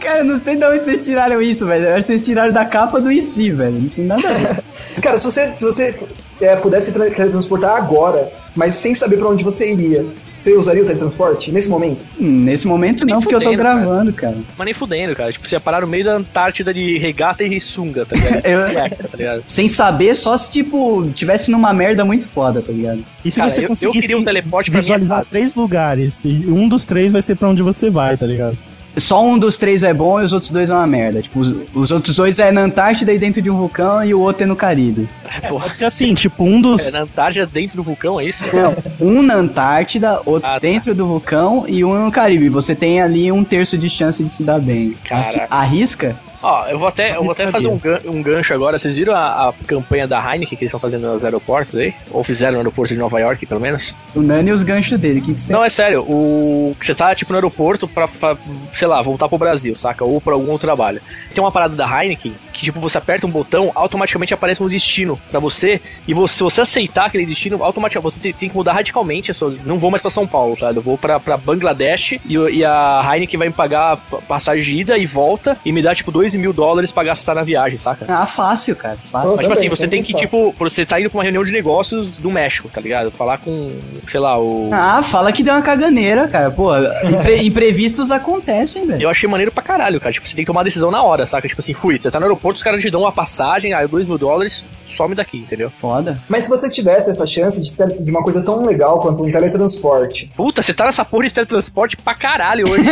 [SPEAKER 2] Cara, eu não sei de onde vocês tiraram isso, velho. Eu acho que vocês tiraram da capa do IC, velho. Não tem nada a ver.
[SPEAKER 5] Cara, se você, se você é, pudesse tra- teletransportar agora, mas sem saber pra onde você iria, você usaria o teletransporte nesse momento?
[SPEAKER 2] <laughs> Hum, Nesse momento
[SPEAKER 4] Nem
[SPEAKER 2] não, porque eu tô
[SPEAKER 4] fudendo, cara.
[SPEAKER 2] gravando, cara.
[SPEAKER 4] Mas nem fudendo, cara. Tipo, você ia parar no meio da Antártida de regata e sunga, tá ligado? <laughs>
[SPEAKER 2] Eu-
[SPEAKER 4] tá ligado?
[SPEAKER 2] sem saber, só se, tipo, tivesse numa merda muito foda, tá ligado?
[SPEAKER 3] E se
[SPEAKER 4] Cara,
[SPEAKER 3] você
[SPEAKER 4] eu- eu
[SPEAKER 3] conseguisse
[SPEAKER 4] queria um teleporte pra minha
[SPEAKER 3] visualizar
[SPEAKER 4] casa.
[SPEAKER 3] três lugares, e um dos três vai ser pra onde você vai, tá ligado?
[SPEAKER 2] Só um dos três é bom e os outros dois é uma merda. Tipo, os, os outros dois é na Antártida e dentro de um vulcão e o outro é no Caribe.
[SPEAKER 4] Porra,
[SPEAKER 3] Pode ser assim, tipo, um dos...
[SPEAKER 4] é, na Antártida dentro do vulcão, é isso?
[SPEAKER 2] <laughs> Não, um na Antártida, outro
[SPEAKER 4] Ah, tá.
[SPEAKER 2] dentro do vulcão e um no Caribe. Você tem ali um terço de chance de se dar bem.
[SPEAKER 4] Caraca.
[SPEAKER 2] Arrisca?
[SPEAKER 4] Ó, eu vou até, eu vou até
[SPEAKER 3] Arriscaria.
[SPEAKER 4] fazer um, gan- um gancho agora. Vocês viram a, a campanha da Heineken que eles estão fazendo nos aeroportos aí? Ou fizeram no aeroporto de Nova York, pelo menos?
[SPEAKER 2] O Nani e os ganchos dele. O que, que você
[SPEAKER 4] Não, é sério. O que você tá, tipo, no aeroporto pra, pra, sei lá, voltar pro Brasil, saca? Ou pra algum outro trabalho. Tem uma parada da Heineken que, tipo, você aperta um botão, automaticamente aparece um destino pra você. E você, se você aceitar aquele destino, automaticamente você tem, tem que mudar radicalmente. a sua- não vou mais pra São Paulo, tá? Eu vou pra, pra Bangladesh e, o- e a Heineken vai me pagar pa- passagem de ida e volta e me dá, tipo, 2 mil dólares pra gastar na viagem, saca?
[SPEAKER 2] Ah, fácil, cara. Fácil.
[SPEAKER 5] Pô,
[SPEAKER 4] Mas, tipo
[SPEAKER 5] Também,
[SPEAKER 4] assim, você tem
[SPEAKER 5] também
[SPEAKER 4] que,
[SPEAKER 5] só.
[SPEAKER 4] tipo, você tá indo pra uma reunião de negócios do México, tá ligado? Falar com, sei lá, o.
[SPEAKER 2] Ah, fala que deu uma caganeira, cara. Pô,
[SPEAKER 3] <laughs>
[SPEAKER 2] impre- imprevistos acontecem, velho.
[SPEAKER 4] Eu achei maneiro pra caralho, cara. Tipo, você tem que tomar uma decisão na hora, saca? Tipo assim, fui, você tá no aeroporto, os caras te dão uma passagem, aí dois mil dólares, some daqui, entendeu?
[SPEAKER 2] Foda.
[SPEAKER 5] Mas se você tivesse essa chance de, tele- de uma coisa tão legal quanto um teletransporte,
[SPEAKER 4] Puta, você tá nessa porra de teletransporte pra caralho hoje.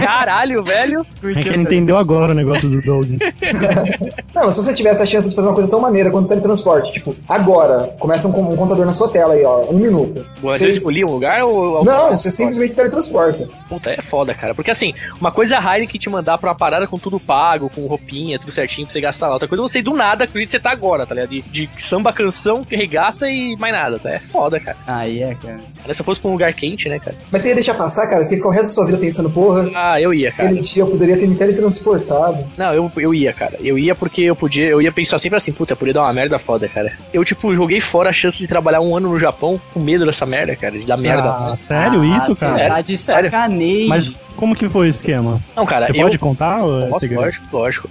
[SPEAKER 4] caralho, velho.
[SPEAKER 3] É que ele entendeu agora o negócio do Doug.
[SPEAKER 5] Não, mas se você tivesse a chance de fazer uma coisa tão maneira quanto o teletransporte, tipo, agora, começa um, com- um contador na sua tela aí, ó, um minuto.
[SPEAKER 4] Boa,
[SPEAKER 5] Você-
[SPEAKER 4] eu escolhi um lugar ou.
[SPEAKER 5] Não,
[SPEAKER 2] assim.
[SPEAKER 5] você simplesmente teletransporta.
[SPEAKER 4] Puta, é foda, cara. Porque assim, uma coisa é a Heineken te mandar pra uma parada com tudo pago, com roupinha, tudo certinho pra você gastar lá. Outra coisa é você ir do nada, acredito que você tá agora, tá ligado? De, de samba, canção, regata e mais nada, tá? É foda, cara.
[SPEAKER 2] Aí é, cara.
[SPEAKER 4] Cara, se eu fosse pra um lugar quente, né, cara?
[SPEAKER 5] Mas você ia deixar passar, cara, você ia ficar o resto da sua vida pensando, porra,
[SPEAKER 4] Ah, eu ia, cara.
[SPEAKER 5] aquele dia eu poderia ter me teletransportado.
[SPEAKER 4] Não, eu, eu ia, cara. Eu ia porque eu podia, eu ia pensar sempre assim, puta, eu podia dar uma merda foda, cara. Eu, tipo, joguei fora a chance de trabalhar um ano no Japão com medo dessa merda, cara, de dar <laughs> merda.
[SPEAKER 3] Ah, sério isso,
[SPEAKER 2] você
[SPEAKER 3] cara?
[SPEAKER 2] Tá de
[SPEAKER 4] Sério.
[SPEAKER 2] sacaneio.
[SPEAKER 3] Mas como que foi o esquema?
[SPEAKER 4] Não, cara,
[SPEAKER 3] Você
[SPEAKER 4] eu.
[SPEAKER 3] pode contar? ou é
[SPEAKER 4] Posso,
[SPEAKER 3] segredo?
[SPEAKER 4] lógico, lógico.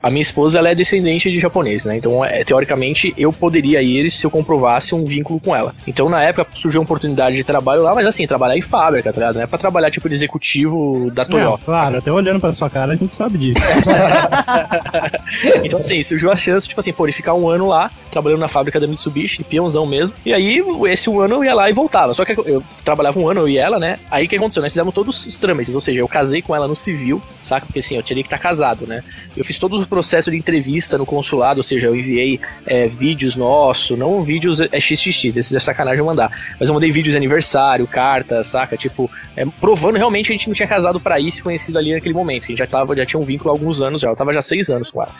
[SPEAKER 4] A minha esposa, ela é descendente de japonês, né? Então, é, teoricamente, eu poderia ir se eu comprovasse um vínculo com ela. Então, na época, surgiu uma oportunidade de trabalho lá, mas assim, trabalhar em fábrica, tá ligado? Não é pra trabalhar, tipo, de executivo da
[SPEAKER 3] Não,
[SPEAKER 4] Toyota.
[SPEAKER 3] claro, até olhando pra sua cara a gente
[SPEAKER 4] <laughs>
[SPEAKER 3] sabe disso.
[SPEAKER 4] Então, assim, surgiu a chance, tipo assim, pô, de ficar um ano lá, trabalhando na fábrica da Mitsubishi, peãozão mesmo. E aí, esse um ano eu ia lá e voltava. Só que eu trabalhava um ano, eu e ela, né? Aí o que aconteceu? Nós fizemos todos os trâmites, ou seja, eu casei com ela no civil, saca? Porque assim, eu teria que estar casado, né? Eu fiz todo o processo de entrevista no consulado, ou seja, eu enviei é, vídeos nossos, não vídeos é, XXX, esses é sacanagem eu mandar. Mas eu mandei vídeos de aniversário, cartas, saca? Tipo, é, provando realmente que a gente não tinha casado pra ir se conhecido ali naquele momento. A gente já, tava, já tinha um vínculo há alguns anos já, eu tava já seis anos com ela.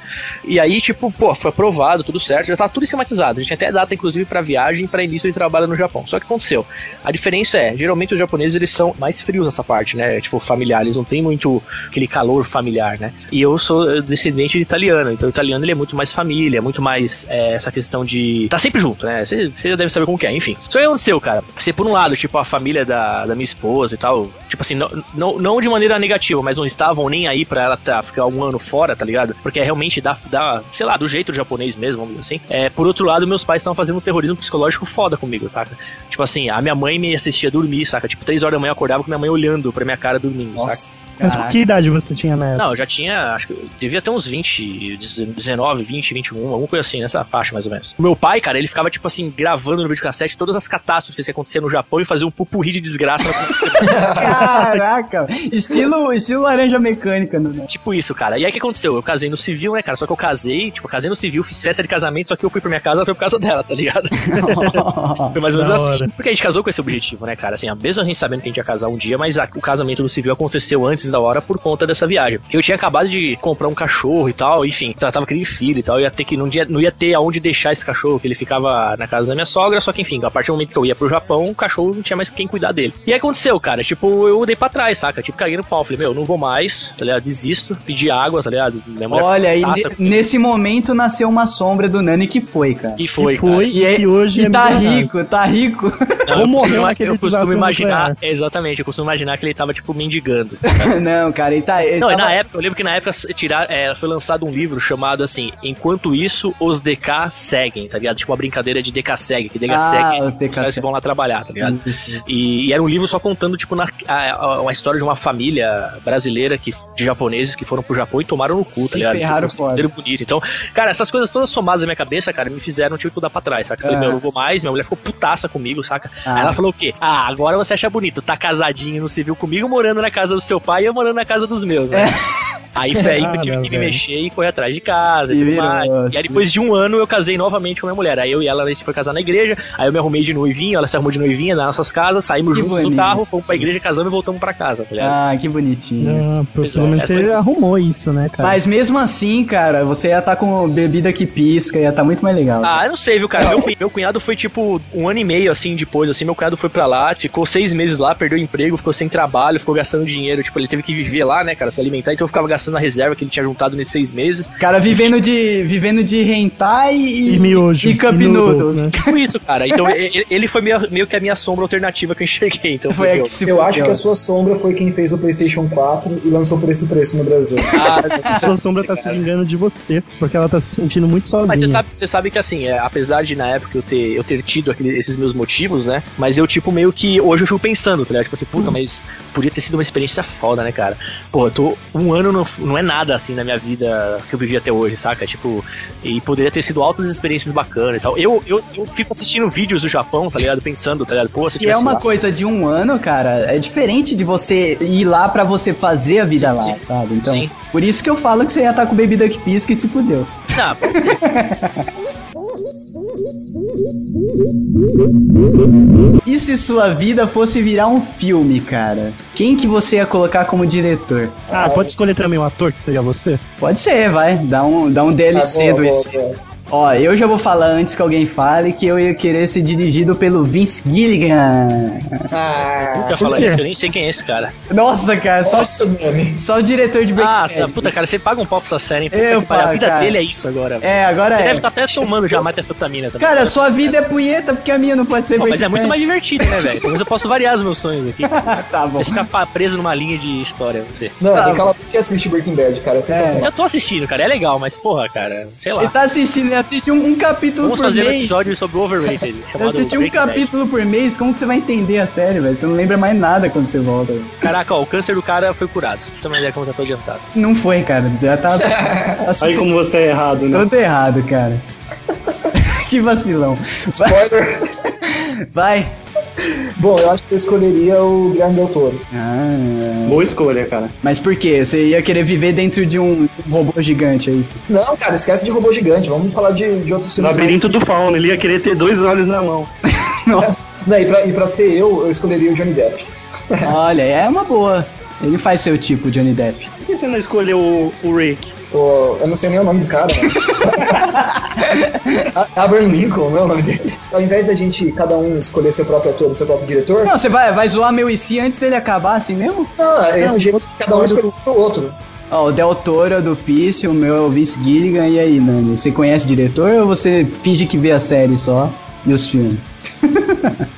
[SPEAKER 4] E aí, tipo, pô, foi aprovado, tudo certo, já tá tudo esquematizado. A gente tinha até data, inclusive, pra viagem, pra início de trabalho no Japão. Só que aconteceu. A diferença é, geralmente os japoneses eles são mais frios nessa parte, né? Tipo, familiares, não tem muito aquele calor familiar, né? E eu sou descendente de italiano, então o italiano ele é muito mais família, muito mais é, essa questão de. Tá sempre junto, né? Você já deve saber como que é, enfim. Só que aconteceu, cara. Se por um lado, tipo, a família da, da minha esposa e tal, tipo assim, não, não, não de maneira negativa, mas não estavam nem aí pra ela tá, ficar um ano fora, tá ligado? Porque é realmente dá, dá, sei lá, do jeito japonês mesmo, vamos dizer assim. É, por outro lado, meus pais estavam fazendo um terrorismo psicológico foda comigo, saca? Tipo assim, a minha mãe me assistia dormir, saca? Tipo, três horas da manhã eu acordava com minha mãe olhando pra minha cara dormindo, saca?
[SPEAKER 2] Nossa,
[SPEAKER 3] Mas
[SPEAKER 2] caraca.
[SPEAKER 3] que idade você tinha na época?
[SPEAKER 4] Não, eu já tinha, acho que eu devia ter uns 20 20, 19, 20, 21, alguma coisa assim, nessa faixa mais ou menos. O meu pai, cara, ele ficava, tipo assim, gravando no videocassete todas as catástrofes que aconteciam no Japão e fazia um pupurri de desgraça na
[SPEAKER 2] Caraca, estilo, estilo laranja mecânica, né?
[SPEAKER 4] <laughs> Tipo isso, cara. E aí o que aconteceu? Eu casei no civil, né, cara? Só que eu casei, tipo, casei no civil, fiz festa de casamento, só que eu fui pra minha casa, foi por causa dela, tá ligado? foi mais ou menos assim. Porque a gente casou com esse objetivo, né, cara? Assim, mesmo a gente sabendo que a gente ia casar um dia, mas a- o casamento no civil aconteceu antes da hora por conta dessa viagem. Eu tinha acabado de comprar um cachorro e tal, enfim, tratava aquele filho e tal, eu ia ter que, não, ia, não ia ter aonde deixar esse cachorro, que ele ficava na casa da minha sogra, só que enfim, a partir do momento que eu ia pro Japão, o cachorro não tinha mais quem cuidar dele. E aí aconteceu, cara, tipo, eu dei pra trás, saca? Tipo, caguei no pau, falei, meu, não vou mais, tá ligado? Desisto, pedi água, tá ligado? Minha mulher
[SPEAKER 2] Olha, e
[SPEAKER 4] passa-
[SPEAKER 2] ne- nesse momento nasceu uma sombra do Nani que foi, cara.
[SPEAKER 4] E foi,
[SPEAKER 2] E
[SPEAKER 4] cara.
[SPEAKER 2] foi, e, é-
[SPEAKER 3] e hoje
[SPEAKER 2] e
[SPEAKER 3] é
[SPEAKER 2] tá
[SPEAKER 3] milionário.
[SPEAKER 2] rico, tá rico. <laughs>
[SPEAKER 4] Não,
[SPEAKER 3] Ou
[SPEAKER 4] eu
[SPEAKER 3] morreu
[SPEAKER 4] costumo-
[SPEAKER 3] naquele
[SPEAKER 4] Eu costumo
[SPEAKER 3] desastre
[SPEAKER 4] imaginar,
[SPEAKER 3] nuclear.
[SPEAKER 4] é, exatamente, eu costumo imaginar que ele tava, tipo, mendigando.
[SPEAKER 2] Não, cara, ele tá. Ele
[SPEAKER 4] Não, e
[SPEAKER 2] tava-
[SPEAKER 4] na época, eu lembro que na época se tirar, é, foi lançado um livro chamado assim, Enquanto Isso, os DK seguem, tá ligado? Tipo uma brincadeira de DK segue, que DK
[SPEAKER 2] Ah,
[SPEAKER 4] segue,
[SPEAKER 2] os DK
[SPEAKER 4] caras que
[SPEAKER 2] segue.
[SPEAKER 4] vão lá trabalhar, tá ligado?
[SPEAKER 2] Isso.
[SPEAKER 4] E, e era um livro só contando, tipo, na, a, a- uma história de uma família brasileira que, de japoneses que foram pro Japão e tomaram no cu,
[SPEAKER 2] Se
[SPEAKER 4] tá ligado?
[SPEAKER 2] ferraram
[SPEAKER 4] Tipo,
[SPEAKER 2] fora.
[SPEAKER 4] roteiro bonito. Então, cara, essas coisas todas somadas na minha cabeça, cara, me fizeram, tipo, dar pra trás, saca? Eu Falei,
[SPEAKER 2] Ah.
[SPEAKER 4] meu, eu não vou mais, minha mulher ficou putaça comigo, saca?
[SPEAKER 2] Ah.
[SPEAKER 4] Aí ela falou o quê? Ah, agora você acha bonito, tá casadinho no civil comigo, morando na casa do seu pai e eu morando na casa dos meus, né? Aí, velho, eu tive
[SPEAKER 3] Cara,
[SPEAKER 4] que me
[SPEAKER 3] velho.
[SPEAKER 4] mexer e correr atrás de casa
[SPEAKER 2] É. Se
[SPEAKER 4] e tudo mais.
[SPEAKER 2] virou,
[SPEAKER 4] E aí,
[SPEAKER 2] se
[SPEAKER 4] depois de um ano, eu casei novamente com a minha mulher. Aí eu e ela, a gente foi casar na igreja, aí eu me arrumei de noivinho, ela se arrumou de noivinha nas nossas casas, saímos
[SPEAKER 2] Que
[SPEAKER 4] juntos do
[SPEAKER 2] bonito.
[SPEAKER 4] carro, fomos pra igreja, casamos e voltamos pra casa, tá ligado?
[SPEAKER 2] Ah, que bonitinho.
[SPEAKER 3] Ah, pô,
[SPEAKER 4] Pois é,
[SPEAKER 3] pelo menos
[SPEAKER 4] essa
[SPEAKER 3] você
[SPEAKER 4] aí-
[SPEAKER 3] arrumou isso, né, cara?
[SPEAKER 2] Mas mesmo assim, cara, você ia estar com bebida que pisca, ia estar muito mais legal.
[SPEAKER 4] Ah, eu não sei, viu, cara? Meu, cu- meu cunhado foi tipo um ano e meio assim depois, assim. Meu cunhado foi pra lá, ficou seis meses lá, perdeu o emprego, ficou sem trabalho, ficou gastando dinheiro. Tipo, ele teve que viver lá, né, cara? Se alimentar. Então eu ficava gastando a reserva que ele tinha juntado nesses seis meses.
[SPEAKER 2] Cara, vivendo de, vivendo de rentar e,
[SPEAKER 3] E miojo.
[SPEAKER 2] e cup
[SPEAKER 3] E noodles,
[SPEAKER 2] noodles.
[SPEAKER 3] né?
[SPEAKER 4] Tipo isso, cara. Então <laughs> e- e- ele foi meio, meio que a minha sombra alternativa que eu enxerguei. Então
[SPEAKER 2] Foi a
[SPEAKER 4] eu.
[SPEAKER 2] que se
[SPEAKER 5] Eu acho
[SPEAKER 2] fudeu.
[SPEAKER 5] que é a sua sombra foi quem fez o PlayStation 4 e lançou por esse preço no Brasil.
[SPEAKER 4] Ah,
[SPEAKER 2] <laughs>
[SPEAKER 3] A sua sombra tá se vingando de você, porque ela tá se sentindo muito sozinha.
[SPEAKER 4] Mas você sabe, você sabe que assim, é, apesar de na época eu ter, eu ter tido aquele- esses meus motivos, né? Mas eu, tipo, meio que hoje eu fico pensando, tá ligado? Tipo assim,
[SPEAKER 2] Uhum.
[SPEAKER 4] puta, mas podia ter sido uma experiência foda, né, cara? Pô, eu tô. Um ano não, não é nada assim na minha vida que eu vivi até hoje, saca? Tipo, e poderia ter sido altas experiências bacanas e tal. Eu, eu, eu fico assistindo vídeos do Japão, tá ligado? Pensando, tá ligado? Pô, se,
[SPEAKER 2] Se é
[SPEAKER 4] tivesse
[SPEAKER 2] uma
[SPEAKER 4] lá-
[SPEAKER 2] coisa de um ano, cara, é diferente de você ir lá pra você fazer a vida
[SPEAKER 4] Sim,
[SPEAKER 2] lá,
[SPEAKER 4] sim.
[SPEAKER 2] sabe? Então,
[SPEAKER 4] Sim.
[SPEAKER 2] por isso que eu falo que você ia estar com bebida que pisca e se fudeu.
[SPEAKER 4] Ah, pode ser.
[SPEAKER 2] E se sua vida fosse virar um filme, cara? Quem que você ia colocar como diretor?
[SPEAKER 3] Ah, pode escolher também um ator que seria você?
[SPEAKER 2] Pode ser, vai. Dá um, dá um DLC
[SPEAKER 5] Ah,
[SPEAKER 2] do
[SPEAKER 5] boa,
[SPEAKER 2] isso.
[SPEAKER 5] boa, boa.
[SPEAKER 2] Ó, eu já vou falar antes que alguém fale que eu ia querer ser dirigido pelo Vince Gilligan.
[SPEAKER 5] Ah,
[SPEAKER 4] Nunca falar
[SPEAKER 3] quê?
[SPEAKER 4] isso, eu nem sei quem é esse cara.
[SPEAKER 2] Nossa, cara, só,
[SPEAKER 5] nossa, mano.
[SPEAKER 2] só o diretor de Breaking
[SPEAKER 4] Ah,
[SPEAKER 2] Bad.
[SPEAKER 4] puta, cara, você paga um pau pra essa série, hein? Puta
[SPEAKER 2] é Eu
[SPEAKER 4] que pariu. a
[SPEAKER 2] pago,
[SPEAKER 4] vida
[SPEAKER 2] cara.
[SPEAKER 4] dele é isso agora. velho.
[SPEAKER 2] É, agora
[SPEAKER 4] Você
[SPEAKER 2] é.
[SPEAKER 4] deve estar até tomando já é metafetamina também.
[SPEAKER 2] Cara, sua vida é punheta porque a minha não pode ser
[SPEAKER 4] Pô, mas é
[SPEAKER 2] Breaking
[SPEAKER 4] muito
[SPEAKER 2] Bad.
[SPEAKER 4] mais divertido, né, velho? Pelo menos eu posso variar os meus sonhos aqui.
[SPEAKER 2] <laughs> Tá bom.
[SPEAKER 4] Você ficar pa- preso numa linha de história, você.
[SPEAKER 5] Não,
[SPEAKER 2] Tá.
[SPEAKER 5] tem aquela que assiste Breaking Bad, cara. É sensacional.
[SPEAKER 4] Eu tô assistindo, cara, é legal, mas porra, cara, sei lá.
[SPEAKER 2] Ele tá assistindo, ele assiste um, um capítulo
[SPEAKER 4] Vamos
[SPEAKER 2] por
[SPEAKER 4] fazer um
[SPEAKER 2] mês.
[SPEAKER 4] episódio sobre o Overrated.
[SPEAKER 2] <laughs> Eu
[SPEAKER 4] chamado
[SPEAKER 2] assisti um
[SPEAKER 4] Breaking Bad.
[SPEAKER 2] capítulo por mês, como que você vai entender a série, velho? Você não lembra mais nada quando você volta. velho.
[SPEAKER 4] Caraca, ó, o câncer do cara foi curado. Você também ideia como já tô adiantado.
[SPEAKER 2] Não foi, cara. Já tá, tá
[SPEAKER 10] Aí como você é errado, né?
[SPEAKER 2] todo errado, cara. <laughs> que vacilão. Vai,
[SPEAKER 5] Spoiler.
[SPEAKER 2] <laughs> vai.
[SPEAKER 5] Bom, eu acho que eu escolheria o Guilherme Del Toro.
[SPEAKER 2] Ah,
[SPEAKER 10] Boa escolha, cara.
[SPEAKER 2] mas por quê? Você ia querer viver dentro de um robô gigante, é isso?
[SPEAKER 5] Não, cara, esquece de robô gigante. Vamos falar de, de outros filmes.
[SPEAKER 10] Labirinto do Fauno, ele ia querer ter dois olhos na mão.
[SPEAKER 5] Nossa. Não, e, pra, e pra ser eu, eu escolheria o Johnny Depp.
[SPEAKER 2] Olha, é uma boa. Ele faz seu tipo, Johnny Depp.
[SPEAKER 10] Por que você não escolheu o, o Rick?
[SPEAKER 5] Pô, eu não sei nem o nome do cara. Né? A- Abraham Lincoln, não é o nome dele. Ao invés da gente, cada um, escolher seu próprio ator, seu próprio diretor,
[SPEAKER 2] Não, você vai, vai zoar meu IC antes dele acabar assim mesmo?
[SPEAKER 5] não, é esse jeito que cada um escolher seu outro.
[SPEAKER 2] Ó, o Del Toro é do Peace, o meu é o Vince Gilligan. E aí, Nani? Você conhece o diretor ou você finge que vê a série só e os filmes?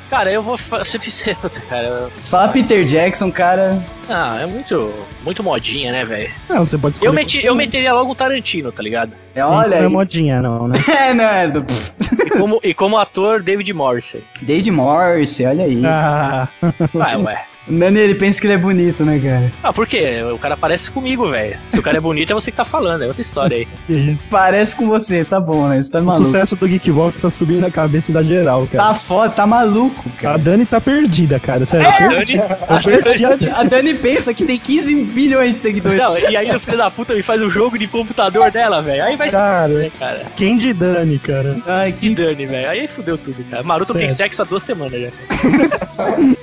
[SPEAKER 4] Cara, eu vou fa- <laughs> ser sincero, cara.
[SPEAKER 2] Se fala Peter Jackson, cara.
[SPEAKER 4] Ah, é muito, muito modinha, né, velho?
[SPEAKER 3] Não, Ah, você pode escolher.
[SPEAKER 4] Eu, meti, eu meteria logo o Tarantino, tá ligado?
[SPEAKER 2] É,
[SPEAKER 3] Isso
[SPEAKER 2] olha.
[SPEAKER 3] não é
[SPEAKER 2] aí.
[SPEAKER 3] modinha, não, né?
[SPEAKER 2] <laughs> É, não, é do. pff,
[SPEAKER 4] E como, e como ator, David Morrissey.
[SPEAKER 2] Dade Morse, olha aí.
[SPEAKER 3] Ah, <laughs>
[SPEAKER 4] Ah, ué.
[SPEAKER 2] Mano, ele pensa que ele é bonito, né, cara?
[SPEAKER 4] Ah, por quê? O cara parece comigo, velho. Se o cara é bonito, é você que tá falando. É outra história aí.
[SPEAKER 2] Parece com você, tá bom, né? Você tá
[SPEAKER 3] O
[SPEAKER 2] maluco.
[SPEAKER 3] sucesso do Geekbox tá subindo na cabeça da geral, cara.
[SPEAKER 2] Tá foda, tá
[SPEAKER 3] <laughs>
[SPEAKER 2] maluco,
[SPEAKER 3] A
[SPEAKER 2] cara.
[SPEAKER 3] Dani tá perdida, cara. Sério.
[SPEAKER 4] Dani-
[SPEAKER 3] Tá
[SPEAKER 2] <laughs>
[SPEAKER 3] perdida.
[SPEAKER 2] A Dani pensa que tem 15 bilhões de seguidores.
[SPEAKER 4] Não, e aí o filho da puta me faz um jogo de computador dela, velho. Aí vai se
[SPEAKER 3] Cara,
[SPEAKER 4] fuder, cara.
[SPEAKER 3] quem de Dani, cara?
[SPEAKER 2] Ai,
[SPEAKER 4] Que
[SPEAKER 2] que...
[SPEAKER 4] Dani, velho. Aí fudeu tudo, cara. Maroto tem
[SPEAKER 3] Certo.
[SPEAKER 4] sexo há duas semanas né? já.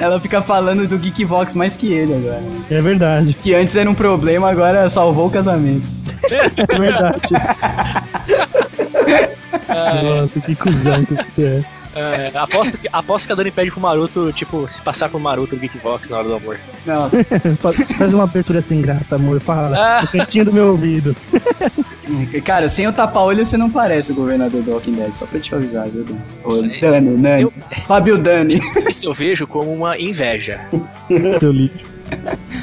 [SPEAKER 2] Ela fica falando do Geekvox mais que ele agora.
[SPEAKER 3] É verdade,
[SPEAKER 2] Que antes era um problema, agora salvou o casamento.
[SPEAKER 3] é verdade. Nossa, que cuzão que você é.
[SPEAKER 4] É, aposto, que, aposto que a Dani pede pro Maroto, tipo, se passar por Maroto no Geekbox na hora do amor.
[SPEAKER 2] Nossa, <laughs>
[SPEAKER 3] é. Faz uma abertura sem graça, amor. Fala.
[SPEAKER 4] Ah.
[SPEAKER 3] No cantinho do meu ouvido.
[SPEAKER 2] cara, sem o tapa-olho você não parece o governador do Walking Dead, só pra te avisar, viu, Dani? Ô, Dani, Dani.
[SPEAKER 4] Eu-
[SPEAKER 2] Fábio Dani. <laughs>
[SPEAKER 4] Isso eu vejo como uma inveja.
[SPEAKER 3] Seu lixo.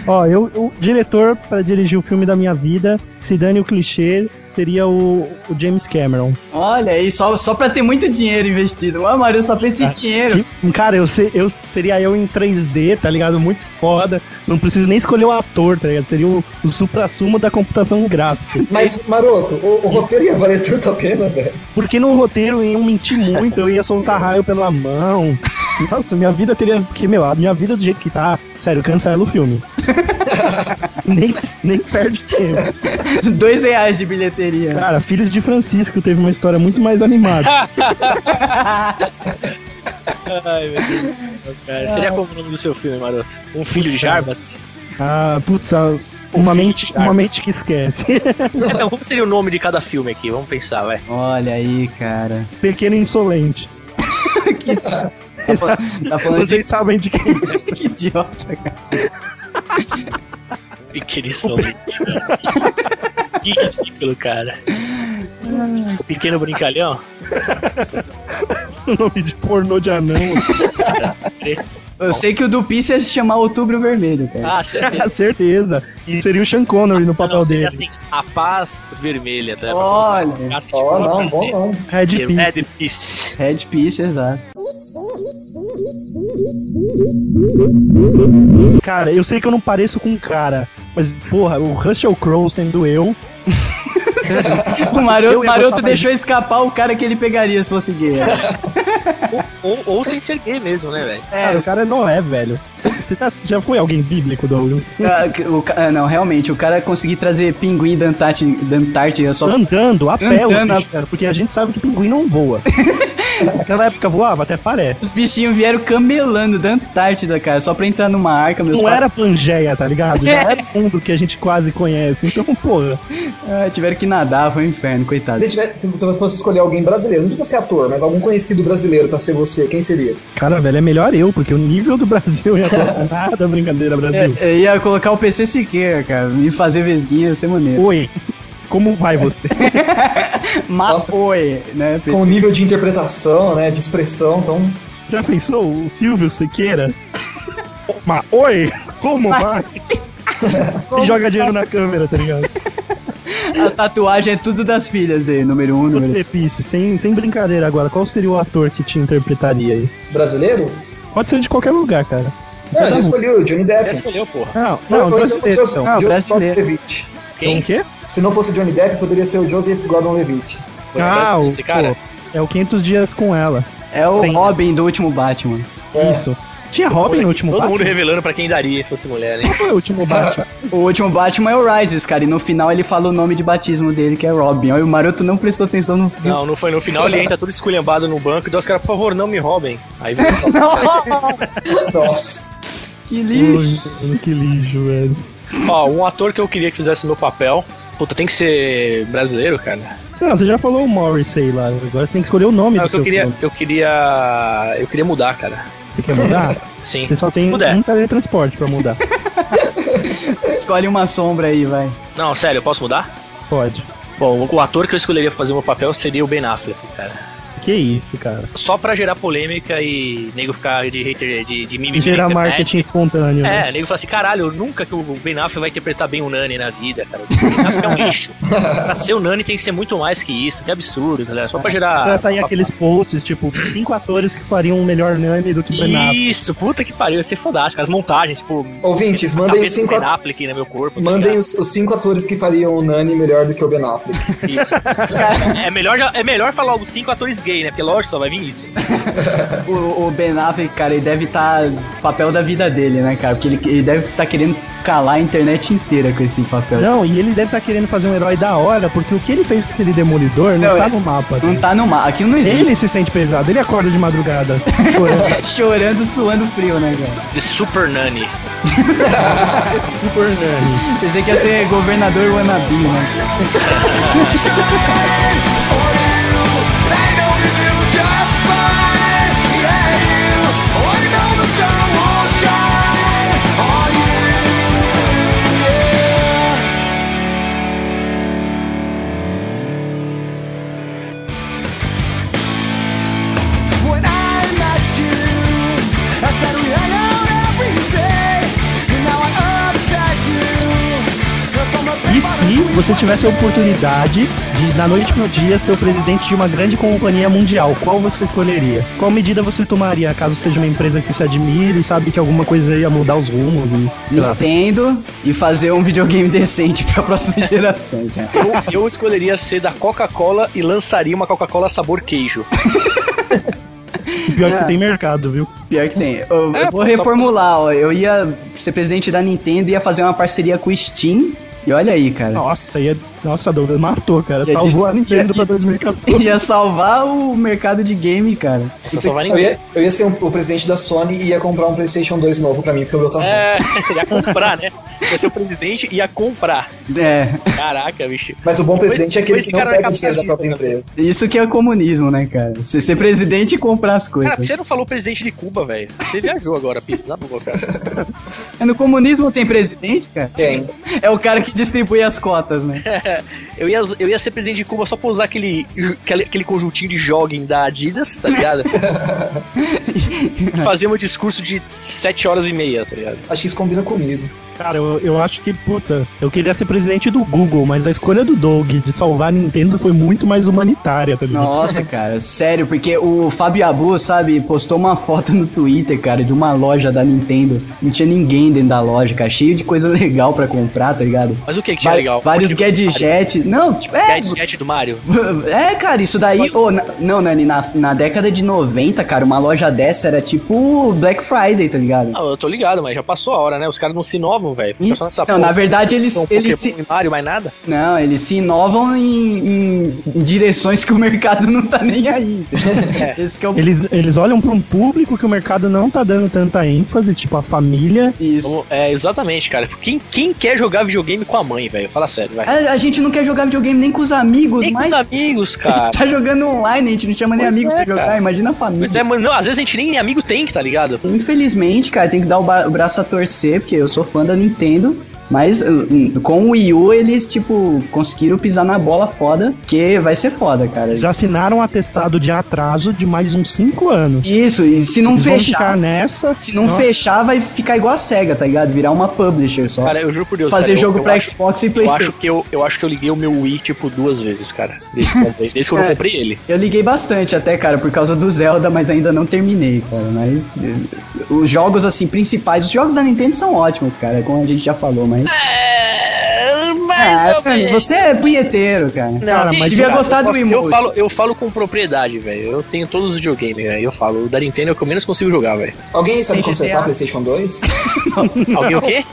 [SPEAKER 3] Ó, eu, o diretor pra dirigir o filme da minha vida, se dane o clichê, seria o, o James Cameron.
[SPEAKER 2] Olha aí, só, só pra ter muito dinheiro investido. O Mario só pensa em dinheiro.
[SPEAKER 3] Que- cara, eu, se- eu seria eu em 3D, tá ligado? Muito foda. Não preciso nem escolher o ator, tá ligado? Seria o, o supra-sumo da computação gráfica.
[SPEAKER 5] Mas, Maroto, o, o roteiro ia valer tanto a pena, velho.
[SPEAKER 3] Porque no roteiro eu ia mentir muito, eu ia soltar raio pela mão. Nossa, minha vida teria. Porque, meu, a minha vida do jeito que tá, sério, cancela
[SPEAKER 4] <laughs>
[SPEAKER 3] o filme. nem, nem perde tempo.
[SPEAKER 2] <laughs> Dois reais de bilheteria.
[SPEAKER 3] Cara, Filhos de Francisco teve uma história muito mais animada.
[SPEAKER 4] <laughs> Ai, meu Deus. do céu, Cara. Seria como o nome do seu filme, Maroto? Um filho de Jarbas?
[SPEAKER 3] Ah, putz, ah, uma mente, uma mente que esquece. <laughs>
[SPEAKER 4] Então, como seria o nome de cada filme aqui? Vamos pensar, vai.
[SPEAKER 2] Olha aí, cara.
[SPEAKER 3] Pequeno insolente.
[SPEAKER 2] Que... Tá fal- tá falando de <laughs>
[SPEAKER 3] Vocês sabem de quem
[SPEAKER 2] que idiota, cara.
[SPEAKER 4] Pequeno Solente. que ridículo, cara. O pequeno brincalhão?
[SPEAKER 3] é o <laughs> nome de pornô de anão.
[SPEAKER 2] <laughs> Eu sei que o do Piss ia se chamar Outubro Vermelho, cara.
[SPEAKER 4] Ah, certeza.
[SPEAKER 3] Certeza. E seria o Sean Connery no papel
[SPEAKER 4] Não, seria
[SPEAKER 3] dele.
[SPEAKER 4] assim, a paz vermelha. Tá?
[SPEAKER 2] Olha.
[SPEAKER 4] Assim, é
[SPEAKER 5] Ó, não, bom não.
[SPEAKER 3] Red Piece.
[SPEAKER 4] Red Peace.
[SPEAKER 2] Red Piece, exato.
[SPEAKER 3] Cara, eu sei que eu não pareço com um cara, mas, porra, o Russell Crowe sendo eu.
[SPEAKER 2] O Maroto,
[SPEAKER 3] Eu ia
[SPEAKER 2] Maroto
[SPEAKER 3] gostar mais
[SPEAKER 2] deixou escapar o cara que ele pegaria se fosse gay.
[SPEAKER 4] Ou, ou sem ser gay mesmo, né, velho?
[SPEAKER 3] Cara, o cara não é, velho. Você tá- já foi alguém bíblico, Douglas?
[SPEAKER 2] Ah, o ca- ah, não, realmente, o cara conseguir trazer pinguim da Antárti- da Antártida só.
[SPEAKER 3] Andando, a pé, o
[SPEAKER 2] Andando a-
[SPEAKER 3] bicho, cara, porque a gente sabe que pinguim não
[SPEAKER 2] <laughs>
[SPEAKER 3] voa. Naquela época voava, até parece.
[SPEAKER 2] Os bichinhos vieram camelando da Antártida, cara, só pra entrar numa arca. Meus
[SPEAKER 3] Não
[SPEAKER 2] pais-
[SPEAKER 3] era Pangeia, tá ligado? Já
[SPEAKER 2] É.
[SPEAKER 3] era o mundo que a gente quase conhece. Então, porra,
[SPEAKER 2] Ah, tiveram que nadar, foi um inferno, coitado.
[SPEAKER 5] Se, tiver, se você fosse escolher alguém brasileiro, não precisa ser ator, mas algum conhecido brasileiro pra ser você, quem seria?
[SPEAKER 3] cara, velho, é melhor eu, porque o nível do Brasil
[SPEAKER 2] <laughs>
[SPEAKER 3] ia dar nada, brincadeira, Brasil.
[SPEAKER 2] É, eu ia colocar o PC Siqueira, cara, e fazer vesguinha, ia ser maneiro.
[SPEAKER 3] Oi, como vai você?
[SPEAKER 2] Mas foi, né? PC.
[SPEAKER 5] Com o nível de interpretação, né? De expressão, então.
[SPEAKER 3] Já pensou o Silvio Siqueira? Mas, oi, como vai? E joga dinheiro na câmera, tá ligado?
[SPEAKER 2] A tatuagem é tudo das filhas dele, número um, número
[SPEAKER 3] Você, Pisse, sem, sem brincadeira agora, qual seria o ator que te interpretaria aí?
[SPEAKER 5] Brasileiro?
[SPEAKER 3] Pode ser de qualquer lugar, cara.
[SPEAKER 5] Não, eu já escolhi o Johnny
[SPEAKER 4] Já
[SPEAKER 5] Depp.
[SPEAKER 4] escolheu, porra.
[SPEAKER 3] Não,
[SPEAKER 5] Ou-
[SPEAKER 3] não,
[SPEAKER 5] ou então
[SPEAKER 3] brasileiro,
[SPEAKER 5] Joseph-
[SPEAKER 3] então.
[SPEAKER 2] Ah,
[SPEAKER 5] Joseph
[SPEAKER 2] brasileiro.
[SPEAKER 5] Gordon-Levitt.
[SPEAKER 3] Então, o quê?
[SPEAKER 5] Se não fosse o Johnny Depp, poderia ser o Joseph Gordon-Levitt.
[SPEAKER 3] Ah, o,
[SPEAKER 4] esse cara?
[SPEAKER 3] pô, é o 500 dias com ela.
[SPEAKER 2] É o
[SPEAKER 3] Sim.
[SPEAKER 2] Robin do último Batman.
[SPEAKER 5] É.
[SPEAKER 3] Isso. Tinha Robin no último
[SPEAKER 4] Todo mundo
[SPEAKER 3] Batman?
[SPEAKER 4] revelando pra quem daria se fosse mulher, né?
[SPEAKER 3] Qual foi o <laughs> último Batman?
[SPEAKER 2] O último Batman é o Rises, cara, e no final ele fala o nome de batismo dele, que é Robin. Aí o Maroto não prestou atenção no filme.
[SPEAKER 4] Não, não foi. No final ele entra todo esculhambado no banco e dá os caras, por favor, não me roubem. Aí vem só.
[SPEAKER 2] <laughs>
[SPEAKER 5] Nossa.
[SPEAKER 2] que lixo!
[SPEAKER 3] Ui, que lixo, velho.
[SPEAKER 4] Ó, um ator que eu queria que fizesse meu papel. Puta, tem que ser brasileiro, cara.
[SPEAKER 3] Não, você já falou o Morrissey lá, agora você tem que escolher o nome
[SPEAKER 4] Não,
[SPEAKER 3] do
[SPEAKER 4] eu
[SPEAKER 3] seu
[SPEAKER 4] queria.
[SPEAKER 3] filme.
[SPEAKER 4] Eu queria. Eu queria mudar, cara.
[SPEAKER 3] Você quer mudar?
[SPEAKER 4] <laughs> Sim.
[SPEAKER 3] Você só tem
[SPEAKER 4] Puder.
[SPEAKER 3] um teletransporte pra mudar.
[SPEAKER 2] Escolhe uma sombra aí, vai.
[SPEAKER 4] Não, sério, eu posso mudar?
[SPEAKER 3] Pode.
[SPEAKER 4] Bom, o ator que eu escolheria pra fazer meu papel seria o Ben Affleck, cara.
[SPEAKER 3] Que isso, cara.
[SPEAKER 4] Só pra gerar polêmica e nego ficar de hater, de, de mimimi.
[SPEAKER 3] E gerar
[SPEAKER 4] na internet.
[SPEAKER 3] marketing espontâneo. né?
[SPEAKER 4] É, nego fala assim, caralho, nunca que o Ben Affleck vai interpretar bem o Nani na vida, cara. O Ben Affleck é um
[SPEAKER 5] <laughs>
[SPEAKER 4] lixo. Pra ser o Nani tem que ser muito mais que isso, que absurdo, galera. Só pra gerar...
[SPEAKER 3] Pra sair aqueles posts, tipo, cinco atores que fariam um melhor Nani do que o Ben Affleck.
[SPEAKER 4] Isso, puta que pariu, ia ser fantástico. As montagens, tipo...
[SPEAKER 5] Ouvintes, mandem
[SPEAKER 4] tapete
[SPEAKER 5] os
[SPEAKER 4] do
[SPEAKER 5] cinco
[SPEAKER 4] Ben
[SPEAKER 5] atores.
[SPEAKER 4] Affleck no meu corpo. tá
[SPEAKER 5] Mandem
[SPEAKER 4] ligado?
[SPEAKER 5] os, os cinco atores que fariam o Nani melhor do que o Ben Affleck. <laughs>
[SPEAKER 4] Isso. é, melhor, já- é melhor falar os cinco atores gay, né? Porque lógico, só vai vir isso.
[SPEAKER 2] O, o Ben Affleck, cara, ele deve estar. papel da vida dele, né, cara? Porque ele, ele deve estar querendo calar a internet inteira com esse papel.
[SPEAKER 3] Não, e ele deve estar querendo fazer um herói da hora, porque o que ele fez com aquele demolidor não,
[SPEAKER 2] Não,
[SPEAKER 3] tá
[SPEAKER 2] é-
[SPEAKER 3] no mapa.
[SPEAKER 2] Não tá no mar. Aquilo não existe.
[SPEAKER 3] Ele se sente pesado, ele acorda de
[SPEAKER 2] <laughs>
[SPEAKER 3] madrugada chorando.
[SPEAKER 2] Chorando, suando frio, né, cara?
[SPEAKER 4] The Super Nani.
[SPEAKER 3] Super Nani.
[SPEAKER 2] Pensei que ia ser governador wannabe, né?
[SPEAKER 3] E se você tivesse a oportunidade de, na noite pro dia, ser o presidente de uma grande companhia mundial, qual você escolheria? Qual medida você tomaria, caso seja uma empresa que você admire e sabe que alguma coisa ia mudar os rumos e, sei lá,
[SPEAKER 2] Nintendo e fazer um videogame <laughs> decente pra próxima geração, cara.
[SPEAKER 4] Eu, eu escolheria ser da Coca-Cola e lançaria uma Coca-Cola sabor queijo.
[SPEAKER 3] e pior
[SPEAKER 2] É.
[SPEAKER 3] que tem mercado, viu?
[SPEAKER 2] Pior que tem. Eu,
[SPEAKER 4] É,
[SPEAKER 2] eu vou
[SPEAKER 4] só-
[SPEAKER 2] reformular, ó. Eu ia ser presidente da Nintendo e ia fazer uma parceria com o Steam. E olha aí, cara.
[SPEAKER 3] Nossa, ia... Nossa, Douglas, matou, cara.
[SPEAKER 2] Ia
[SPEAKER 3] Salvou
[SPEAKER 2] des-
[SPEAKER 3] a Nintendo
[SPEAKER 2] ia-
[SPEAKER 3] pra 2014.
[SPEAKER 2] Ia salvar o mercado de game, cara.
[SPEAKER 4] Só, só vai
[SPEAKER 5] Eu
[SPEAKER 4] ninguém.
[SPEAKER 5] ia, eu ia ser um- o presidente da Sony e ia comprar um PlayStation 2 novo pra mim, porque o meu tá ruim.
[SPEAKER 2] <laughs>
[SPEAKER 4] É, <laughs> ia comprar, né? Ia ser o presidente e ia comprar.
[SPEAKER 2] É.
[SPEAKER 4] Caraca, bicho.
[SPEAKER 5] Mas o bom presidente
[SPEAKER 4] Esse-
[SPEAKER 5] é aquele
[SPEAKER 4] esse
[SPEAKER 5] que não
[SPEAKER 4] cara é
[SPEAKER 5] pega dinheiro da própria
[SPEAKER 4] capitalista,
[SPEAKER 5] empresa.
[SPEAKER 2] Isso que é comunismo, né, cara? Você ser presidente e comprar as
[SPEAKER 4] Cara,
[SPEAKER 2] coisas.
[SPEAKER 4] você não falou presidente de Cuba, velho. Você viajou agora, Pizza, na boa, cara.
[SPEAKER 2] É, No comunismo tem presidente, cara?
[SPEAKER 5] Tem.
[SPEAKER 2] É o cara que distribui as cotas, né?
[SPEAKER 4] Eu ia, eu ia ser presidente de Cuba só pra usar aquele, aquele, aquele conjuntinho de jogging da Adidas,
[SPEAKER 2] <laughs>
[SPEAKER 4] tá ligado? E fazer meu discurso de 7 horas e meia, tá ligado?
[SPEAKER 5] Acho que isso combina comigo.
[SPEAKER 3] Cara, eu, eu acho que, puta, eu queria ser presidente do Google, mas a escolha do Doug de salvar a Nintendo foi muito mais humanitária, tá ligado?
[SPEAKER 2] Nossa, cara, sério, porque o Fábio Abu, sabe, postou uma foto no Twitter, cara, de uma loja da Nintendo. Não tinha ninguém dentro da loja, cara, cheio de coisa legal pra comprar, tá ligado?
[SPEAKER 4] Mas o que que
[SPEAKER 2] Va-
[SPEAKER 4] tinha legal?
[SPEAKER 2] Vários
[SPEAKER 4] Tipo,
[SPEAKER 2] gadgets. Não, tipo, é.
[SPEAKER 4] Gadget do Mario.
[SPEAKER 2] É, cara, isso daí. ô, na- não, Nani, na, na década de 90, cara, uma loja dessa era tipo Black Friday, tá ligado?
[SPEAKER 4] Ah, eu tô ligado, mas já passou a hora, né? Os caras não se inovam, velho. Fica só nessa
[SPEAKER 2] Não, na verdade eles,
[SPEAKER 4] Não, Pokémon
[SPEAKER 2] eles, se,
[SPEAKER 4] e Mario, mais nada.
[SPEAKER 2] não, eles se inovam em, em- em direções que o mercado não tá nem
[SPEAKER 4] <laughs>
[SPEAKER 2] aí. Esse que é o
[SPEAKER 3] Eles, eles olham pra um público que o mercado não tá dando tanta ênfase, tipo a família.
[SPEAKER 2] isso.
[SPEAKER 4] Vamos- É, exatamente, cara. Quem, quem quer jogar videogame com a mãe, velho? Fala sério, vai.
[SPEAKER 2] A, a gente não quer jogar videogame nem com os amigos,
[SPEAKER 4] Nem com
[SPEAKER 2] mas
[SPEAKER 4] os amigos,
[SPEAKER 2] a <laughs>
[SPEAKER 4] cara.
[SPEAKER 2] gente tá jogando online, a gente não chama nem
[SPEAKER 4] Pois
[SPEAKER 2] amigo
[SPEAKER 4] é,
[SPEAKER 2] pra jogar,
[SPEAKER 4] cara.
[SPEAKER 2] imagina a família.
[SPEAKER 4] Pois é, mano, não, às vezes a gente nem amigo tem, tá ligado?
[SPEAKER 2] Infelizmente, cara, tem que dar o, ba- o braço a torcer, porque eu sou fã da Nintendo, mas hum, com o Wii U eles, tipo, conseguiram pisar na bola foda, que vai ser foda, cara.
[SPEAKER 3] Já assinaram um atestado de atraso de mais uns 5 anos.
[SPEAKER 2] Isso, e se não
[SPEAKER 3] Eles vão ficar
[SPEAKER 2] fechar,
[SPEAKER 3] nessa.
[SPEAKER 2] se não
[SPEAKER 3] Nossa,
[SPEAKER 2] fechar, vai ficar igual a SEGA, tá ligado? Virar uma publisher só.
[SPEAKER 4] Cara, eu juro por Deus.
[SPEAKER 2] fazer
[SPEAKER 4] cara, eu-
[SPEAKER 2] jogo
[SPEAKER 4] eu
[SPEAKER 2] pra
[SPEAKER 4] acho-
[SPEAKER 2] Xbox e
[SPEAKER 4] Eu
[SPEAKER 2] Playstation.
[SPEAKER 4] acho, que eu, eu acho que eu liguei o meu Wii, tipo, duas vezes, cara. Desde, que eu comprei- desde que eu
[SPEAKER 2] É.
[SPEAKER 4] comprei ele.
[SPEAKER 2] Eu liguei bastante até, cara, por causa do Zelda, mas ainda não terminei, cara. Mas eh, os jogos, assim, principais, os jogos da Nintendo são ótimos, cara, como a gente já falou, mas.
[SPEAKER 4] É, então,
[SPEAKER 2] Ah, Fran, você é punheteiro, cara.
[SPEAKER 3] Cara, mas
[SPEAKER 2] devia
[SPEAKER 4] cara,
[SPEAKER 2] gostar
[SPEAKER 4] eu
[SPEAKER 2] do
[SPEAKER 4] posso-
[SPEAKER 2] emoji.
[SPEAKER 4] Eu falo, eu falo com propriedade, velho. Eu tenho todos os videogames, velho. Eu falo, o da Nintendo é o que eu menos consigo jogar, velho.
[SPEAKER 5] Alguém sabe
[SPEAKER 2] Tem
[SPEAKER 5] consertar
[SPEAKER 2] GTA?
[SPEAKER 5] um PlayStation 2?
[SPEAKER 4] Alguém o quê?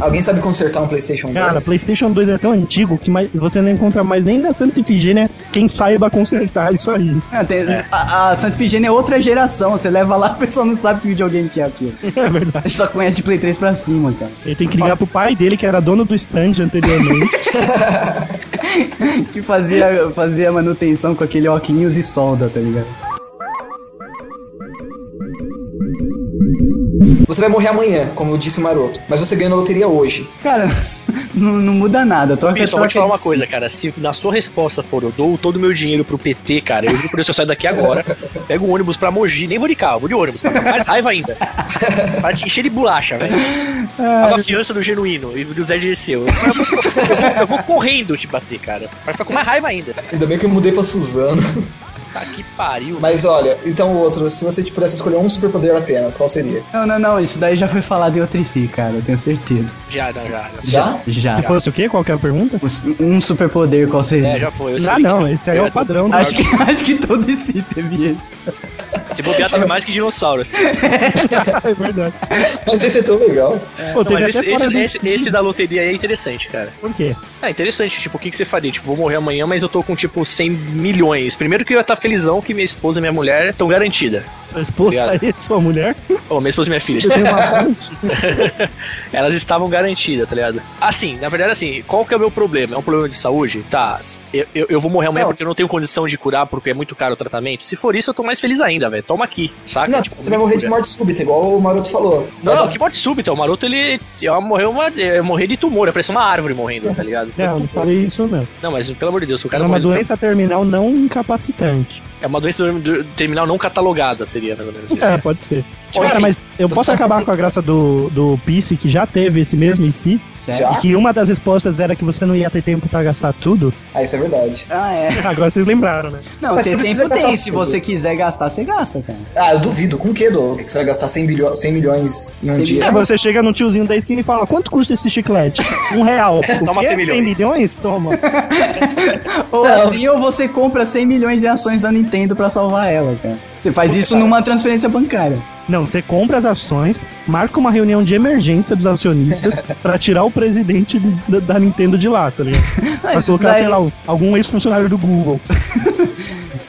[SPEAKER 5] Alguém sabe consertar um PlayStation 2?
[SPEAKER 3] Cara, PlayStation 2 é tão antigo que mais, você não encontra mais nem da Santa Ifigênia quem saiba consertar isso aí. <laughs>
[SPEAKER 2] Ah, tem-
[SPEAKER 4] É.
[SPEAKER 2] A, a Santa Ifigênia é outra geração. Você leva lá, a pessoa não sabe que videogame que é
[SPEAKER 4] <laughs>
[SPEAKER 2] aquilo.
[SPEAKER 3] É verdade.
[SPEAKER 2] Só conhece de Play 3 pra cima, cara. <laughs>
[SPEAKER 3] Ele tem que ligar pro pai dele, que era dono do stand
[SPEAKER 4] <laughs>
[SPEAKER 3] anteriormente.
[SPEAKER 2] Que fazia, fazia manutenção com aquele óculos e solda, tá ligado?
[SPEAKER 5] Você vai morrer amanhã, como eu disse o Maroto. Mas você ganha na loteria hoje.
[SPEAKER 2] Cara, <laughs> não, não muda nada. Troca,
[SPEAKER 4] Pim, só vou
[SPEAKER 2] troca
[SPEAKER 4] te falar
[SPEAKER 2] de
[SPEAKER 4] uma
[SPEAKER 2] si.
[SPEAKER 4] coisa, cara. Se na sua resposta for eu dou todo o meu dinheiro pro PT, cara, eu juro por Deus, eu saio daqui
[SPEAKER 3] <laughs>
[SPEAKER 4] agora, pego um ônibus pra Mogi, nem vou de carro, vou de ônibus, pra ficar mais raiva ainda. Pra te encher de bolacha, velho. Tava a fiança do genuíno e do Zé Dirceu. Eu, eu vou, eu vou correndo te bater, cara. Vai ficar com mais raiva ainda.
[SPEAKER 5] Ainda bem que eu mudei pra Suzano. <laughs>
[SPEAKER 4] Tá que pariu.
[SPEAKER 5] Mas olha, então outro, se você pudesse escolher um superpoder apenas, qual seria?
[SPEAKER 2] Não, não, não. Isso daí já foi falado em outro em si, cara. Eu tenho certeza.
[SPEAKER 4] Já, não, já. já.
[SPEAKER 5] Já?
[SPEAKER 2] Já.
[SPEAKER 3] Se fosse o quê? Qual que é a pergunta?
[SPEAKER 2] Um superpoder, qual seria?
[SPEAKER 4] É, já foi. eu
[SPEAKER 3] Ah,
[SPEAKER 4] sabia
[SPEAKER 3] não,
[SPEAKER 4] que-
[SPEAKER 3] esse aí é o padrão. do-
[SPEAKER 2] <laughs> Acho que, acho que todo esse teve esse.
[SPEAKER 4] Se bobear, teve mais que dinossauros.
[SPEAKER 3] É verdade.
[SPEAKER 5] <laughs> Mas esse é tão legal.
[SPEAKER 3] Pô,
[SPEAKER 4] Não,
[SPEAKER 3] teve
[SPEAKER 4] mas
[SPEAKER 3] até
[SPEAKER 4] esse,
[SPEAKER 3] fora
[SPEAKER 4] esse,
[SPEAKER 3] do
[SPEAKER 4] esse-
[SPEAKER 3] si.
[SPEAKER 4] esse da loteria aí é interessante, cara.
[SPEAKER 3] Por quê?
[SPEAKER 4] É interessante, tipo, o que, que você faria? Tipo, vou morrer amanhã, mas eu tô com, tipo, 100 milhões. Primeiro que eu ia estar felizão que minha esposa e minha mulher estão garantidas.
[SPEAKER 3] Sua esposa
[SPEAKER 4] Obrigado.
[SPEAKER 3] e sua mulher?
[SPEAKER 4] Ou minha esposa e minha filha.
[SPEAKER 3] Você tem uma fonte?
[SPEAKER 4] <laughs> Elas estavam garantidas, tá ligado? Assim, na verdade, assim, qual que é o meu problema? É um problema de saúde? Tá, eu, eu, eu vou morrer amanhã
[SPEAKER 5] Não.
[SPEAKER 4] porque eu não tenho condição de curar, porque é muito caro o tratamento. Se for isso, eu tô mais feliz ainda, velho. Toma aqui, saca?
[SPEAKER 5] Não,
[SPEAKER 4] Tipo,
[SPEAKER 5] você vai morrer de
[SPEAKER 4] cura.
[SPEAKER 5] morte tá? súbita, igual o Maroto falou.
[SPEAKER 4] Não, não,
[SPEAKER 5] Vai
[SPEAKER 4] tipo-
[SPEAKER 5] dar-
[SPEAKER 4] que morte súbita. O maroto, ele ia morrer, uma, ia morrer de tumor, ia parecer uma árvore morrendo, tá ligado?
[SPEAKER 3] Não, não falei isso não.
[SPEAKER 4] Não, mas pelo amor de Deus, se o cara
[SPEAKER 3] Era uma
[SPEAKER 4] morrer de
[SPEAKER 3] doença terminal não incapacitante.
[SPEAKER 4] É uma doença do- terminal não catalogada, seria, mais ou menos
[SPEAKER 3] <laughs>
[SPEAKER 4] isso.
[SPEAKER 3] É, pode ser.
[SPEAKER 5] Olha,
[SPEAKER 3] Cara, mas eu
[SPEAKER 5] tu
[SPEAKER 4] Tá
[SPEAKER 3] posso
[SPEAKER 5] sabe
[SPEAKER 3] acabar
[SPEAKER 5] que-
[SPEAKER 3] com a graça do, do Pisse, que já teve esse mesmo em si,
[SPEAKER 2] Sério?
[SPEAKER 4] Tá.
[SPEAKER 5] Já?
[SPEAKER 3] e que uma das respostas era que você não ia ter tempo pra gastar tudo.
[SPEAKER 5] Ah, isso é verdade.
[SPEAKER 2] Ah, é.
[SPEAKER 3] Agora vocês lembraram, né?
[SPEAKER 2] Não,
[SPEAKER 5] Mas
[SPEAKER 2] você tem
[SPEAKER 5] você tá precisa
[SPEAKER 2] tempo
[SPEAKER 5] gastar
[SPEAKER 2] tem. Se
[SPEAKER 5] tudo.
[SPEAKER 2] você quiser gastar, você gasta, cara.
[SPEAKER 5] Ah, eu duvido. Com o quê, Doug? Que você vai gastar 100, bilho... 100 milhões em um
[SPEAKER 2] 100
[SPEAKER 5] dia?
[SPEAKER 3] É, você chega num tiozinho da esquina e fala: quanto custa esse chiclete? Um
[SPEAKER 2] <laughs>
[SPEAKER 3] real. O
[SPEAKER 2] É,
[SPEAKER 4] Toma
[SPEAKER 3] quê?
[SPEAKER 4] 100 milhões.
[SPEAKER 3] milhões? Toma.
[SPEAKER 2] Ou assim, ou você compra 100 milhões de ações da Nintendo pra salvar ela, cara. Você faz isso numa transferência bancária.
[SPEAKER 3] Não, você compra as ações, marca uma reunião de emergência dos
[SPEAKER 2] <laughs>
[SPEAKER 3] acionistas pra tirar o presidente da, da Nintendo de lá, tá ligado?
[SPEAKER 2] <laughs> Ah,
[SPEAKER 3] Pra
[SPEAKER 2] isso
[SPEAKER 3] colocar,
[SPEAKER 2] daí-
[SPEAKER 3] sei lá, algum ex-funcionário do Google.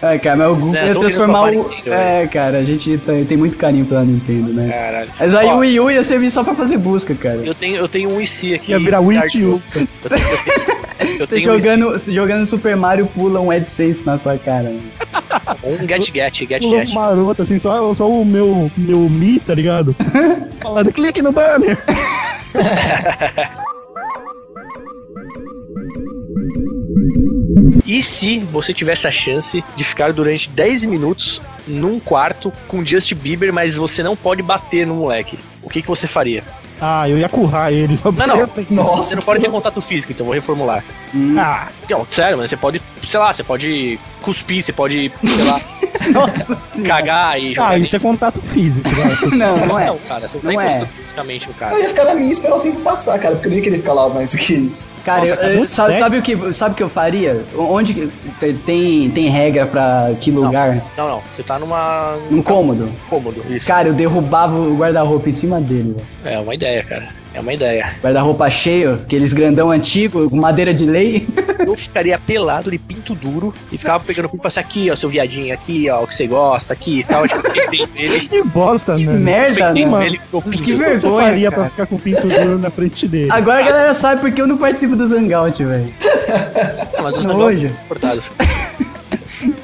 [SPEAKER 2] Ai, é, cara, mas o Google
[SPEAKER 4] Zé,
[SPEAKER 2] ia
[SPEAKER 4] tô
[SPEAKER 2] transformar
[SPEAKER 4] querendo
[SPEAKER 2] o.
[SPEAKER 4] salvar a Nintendo,
[SPEAKER 2] É, cara, a gente tem, tem muito carinho pela Nintendo, né?
[SPEAKER 4] Caralho.
[SPEAKER 2] Mas aí
[SPEAKER 4] Ó.
[SPEAKER 2] o Wii U ia servir só pra fazer busca, cara.
[SPEAKER 4] Eu tenho, eu tenho um IC aqui.
[SPEAKER 3] Ia virar Witch
[SPEAKER 4] Eu
[SPEAKER 3] U.
[SPEAKER 4] tenho, eu
[SPEAKER 2] Você
[SPEAKER 4] tenho um IC,
[SPEAKER 2] jogando, se jogando Super Mario pula um AdSense na sua cara. né?
[SPEAKER 4] um Get Get, Get
[SPEAKER 3] Pulou
[SPEAKER 4] Get.
[SPEAKER 3] maroto, assim, só, só o meu, meu Mi,
[SPEAKER 2] <laughs>
[SPEAKER 3] tá ligado? Falando, clique no banner.
[SPEAKER 4] E se você tivesse a chance de ficar durante 10 minutos num quarto com Justin Bieber, mas você não pode bater no moleque? O que, que você faria?
[SPEAKER 3] Ah, eu ia currar ele. Só
[SPEAKER 4] Não, não. Você
[SPEAKER 5] Nossa,
[SPEAKER 4] não pode ter contato físico, então vou reformular.
[SPEAKER 3] Ah,
[SPEAKER 4] Não, sério, mas você pode, sei lá, você pode cuspir, você pode, sei lá,
[SPEAKER 2] Nossa
[SPEAKER 4] cagar e jogar.
[SPEAKER 3] ah, isso é contato físico.
[SPEAKER 2] <laughs>
[SPEAKER 3] né?
[SPEAKER 2] Não, não é.
[SPEAKER 4] Não, cara, você não, tá
[SPEAKER 2] Não é.
[SPEAKER 4] encostando fisicamente no cara.
[SPEAKER 5] eu ia ficar na minha e esperar o tempo passar, cara, porque eu nem ia querer ficar lá mais do que isso.
[SPEAKER 2] Cara,
[SPEAKER 3] Nossa,
[SPEAKER 2] eu-
[SPEAKER 3] tá
[SPEAKER 2] eu-
[SPEAKER 3] muito
[SPEAKER 2] sabe,
[SPEAKER 3] sério.
[SPEAKER 2] sabe o que, sabe o que eu faria? Onde que- te- tem, tem regra pra que lugar?
[SPEAKER 4] Não, não. Você tá numa.
[SPEAKER 2] Num cômodo?
[SPEAKER 4] cômodo. Isso.
[SPEAKER 2] Cara, eu derrubava o guarda-roupa em cima dele. velho.
[SPEAKER 4] É uma ideia, cara. É uma ideia.
[SPEAKER 2] Guarda-roupa cheio, aqueles grandão antigo, com madeira de lei. <laughs>
[SPEAKER 4] Eu ficaria pelado de pinto duro e ficava pegando pinto e passar aqui, ó, seu viadinho, aqui, ó, o que você gosta, aqui e tal. Tipo, <laughs> defendendo ele.
[SPEAKER 3] Que bosta,
[SPEAKER 2] Que
[SPEAKER 3] né?
[SPEAKER 2] merda,
[SPEAKER 4] Defendendo
[SPEAKER 2] né?
[SPEAKER 4] ele com o
[SPEAKER 2] Mas
[SPEAKER 4] pinto.
[SPEAKER 2] que
[SPEAKER 3] O que você
[SPEAKER 2] vergonha.
[SPEAKER 3] faria
[SPEAKER 2] cara.
[SPEAKER 3] pra ficar com o pinto duro na frente dele?
[SPEAKER 2] Agora a galera sabe porque eu não participo do Zangout, velho.
[SPEAKER 4] Não, mas os
[SPEAKER 2] Não,
[SPEAKER 4] negócios
[SPEAKER 2] hoje.
[SPEAKER 4] são comportados.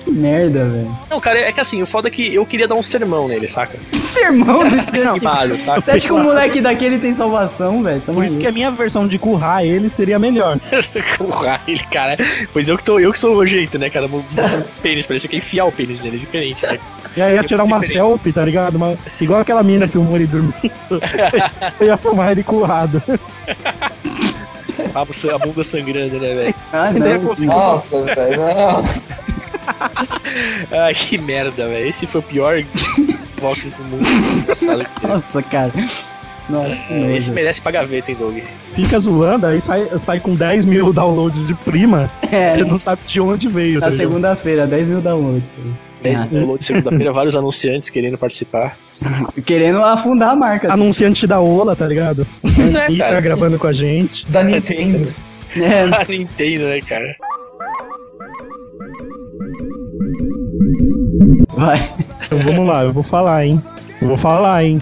[SPEAKER 2] Que merda, velho.
[SPEAKER 4] Não, cara, é que assim, o foda é que eu queria dar um sermão nele, saca? <laughs>
[SPEAKER 2] Que sermão do <laughs> Não.
[SPEAKER 4] Queimado, saca?
[SPEAKER 2] Você acha que um moleque daquele tem salvação, velho? Você tá
[SPEAKER 3] Por isso
[SPEAKER 2] maluco?
[SPEAKER 3] que a minha versão de currar ele seria melhor.
[SPEAKER 4] Currar ele, cara. Pois eu que, tô, eu que sou o jeito, né, cara? Vou botar o pênis pra ele. Você quer enfiar o pênis nele, é diferente, né?
[SPEAKER 3] E aí ia tirar uma
[SPEAKER 4] Diferença.
[SPEAKER 3] selfie, tá ligado? Uma- igual aquela mina filmou ele dormindo. eu ia filmar ele currado.
[SPEAKER 4] A bu- a bunda sangrando, né, velho?
[SPEAKER 2] Ah,
[SPEAKER 3] Ainda ia
[SPEAKER 2] não.
[SPEAKER 3] conseguir.
[SPEAKER 4] <laughs>
[SPEAKER 5] Nossa, velho. não.
[SPEAKER 4] Ai, que merda, velho. Esse foi o pior
[SPEAKER 3] <laughs>
[SPEAKER 4] Vox do mundo. Engraçado que teve.
[SPEAKER 2] Nossa, cara. Nossa, que
[SPEAKER 4] É, Esse
[SPEAKER 2] nojo.
[SPEAKER 4] merece pra gaveta, hein, Doug?
[SPEAKER 3] Fica zoando, aí sai, sai com 10 mil downloads de prima.
[SPEAKER 2] É,
[SPEAKER 3] Você não sabe de onde veio.
[SPEAKER 2] na
[SPEAKER 3] tá ligado?
[SPEAKER 2] segunda-feira, 10 mil downloads. velho.
[SPEAKER 3] Ah.
[SPEAKER 4] 10 mil downloads segunda-feira, vários anunciantes querendo
[SPEAKER 3] <laughs>
[SPEAKER 4] participar.
[SPEAKER 2] Querendo afundar a marca.
[SPEAKER 3] Anunciante da Ola, tá ligado?
[SPEAKER 4] Pois é,
[SPEAKER 3] E tá
[SPEAKER 4] cara.
[SPEAKER 3] gravando com a gente.
[SPEAKER 5] Da Nintendo.
[SPEAKER 2] né?
[SPEAKER 4] A Nintendo, né, cara?
[SPEAKER 2] Vai.
[SPEAKER 3] Então vamos lá, eu vou falar, hein? Eu vou falar, hein?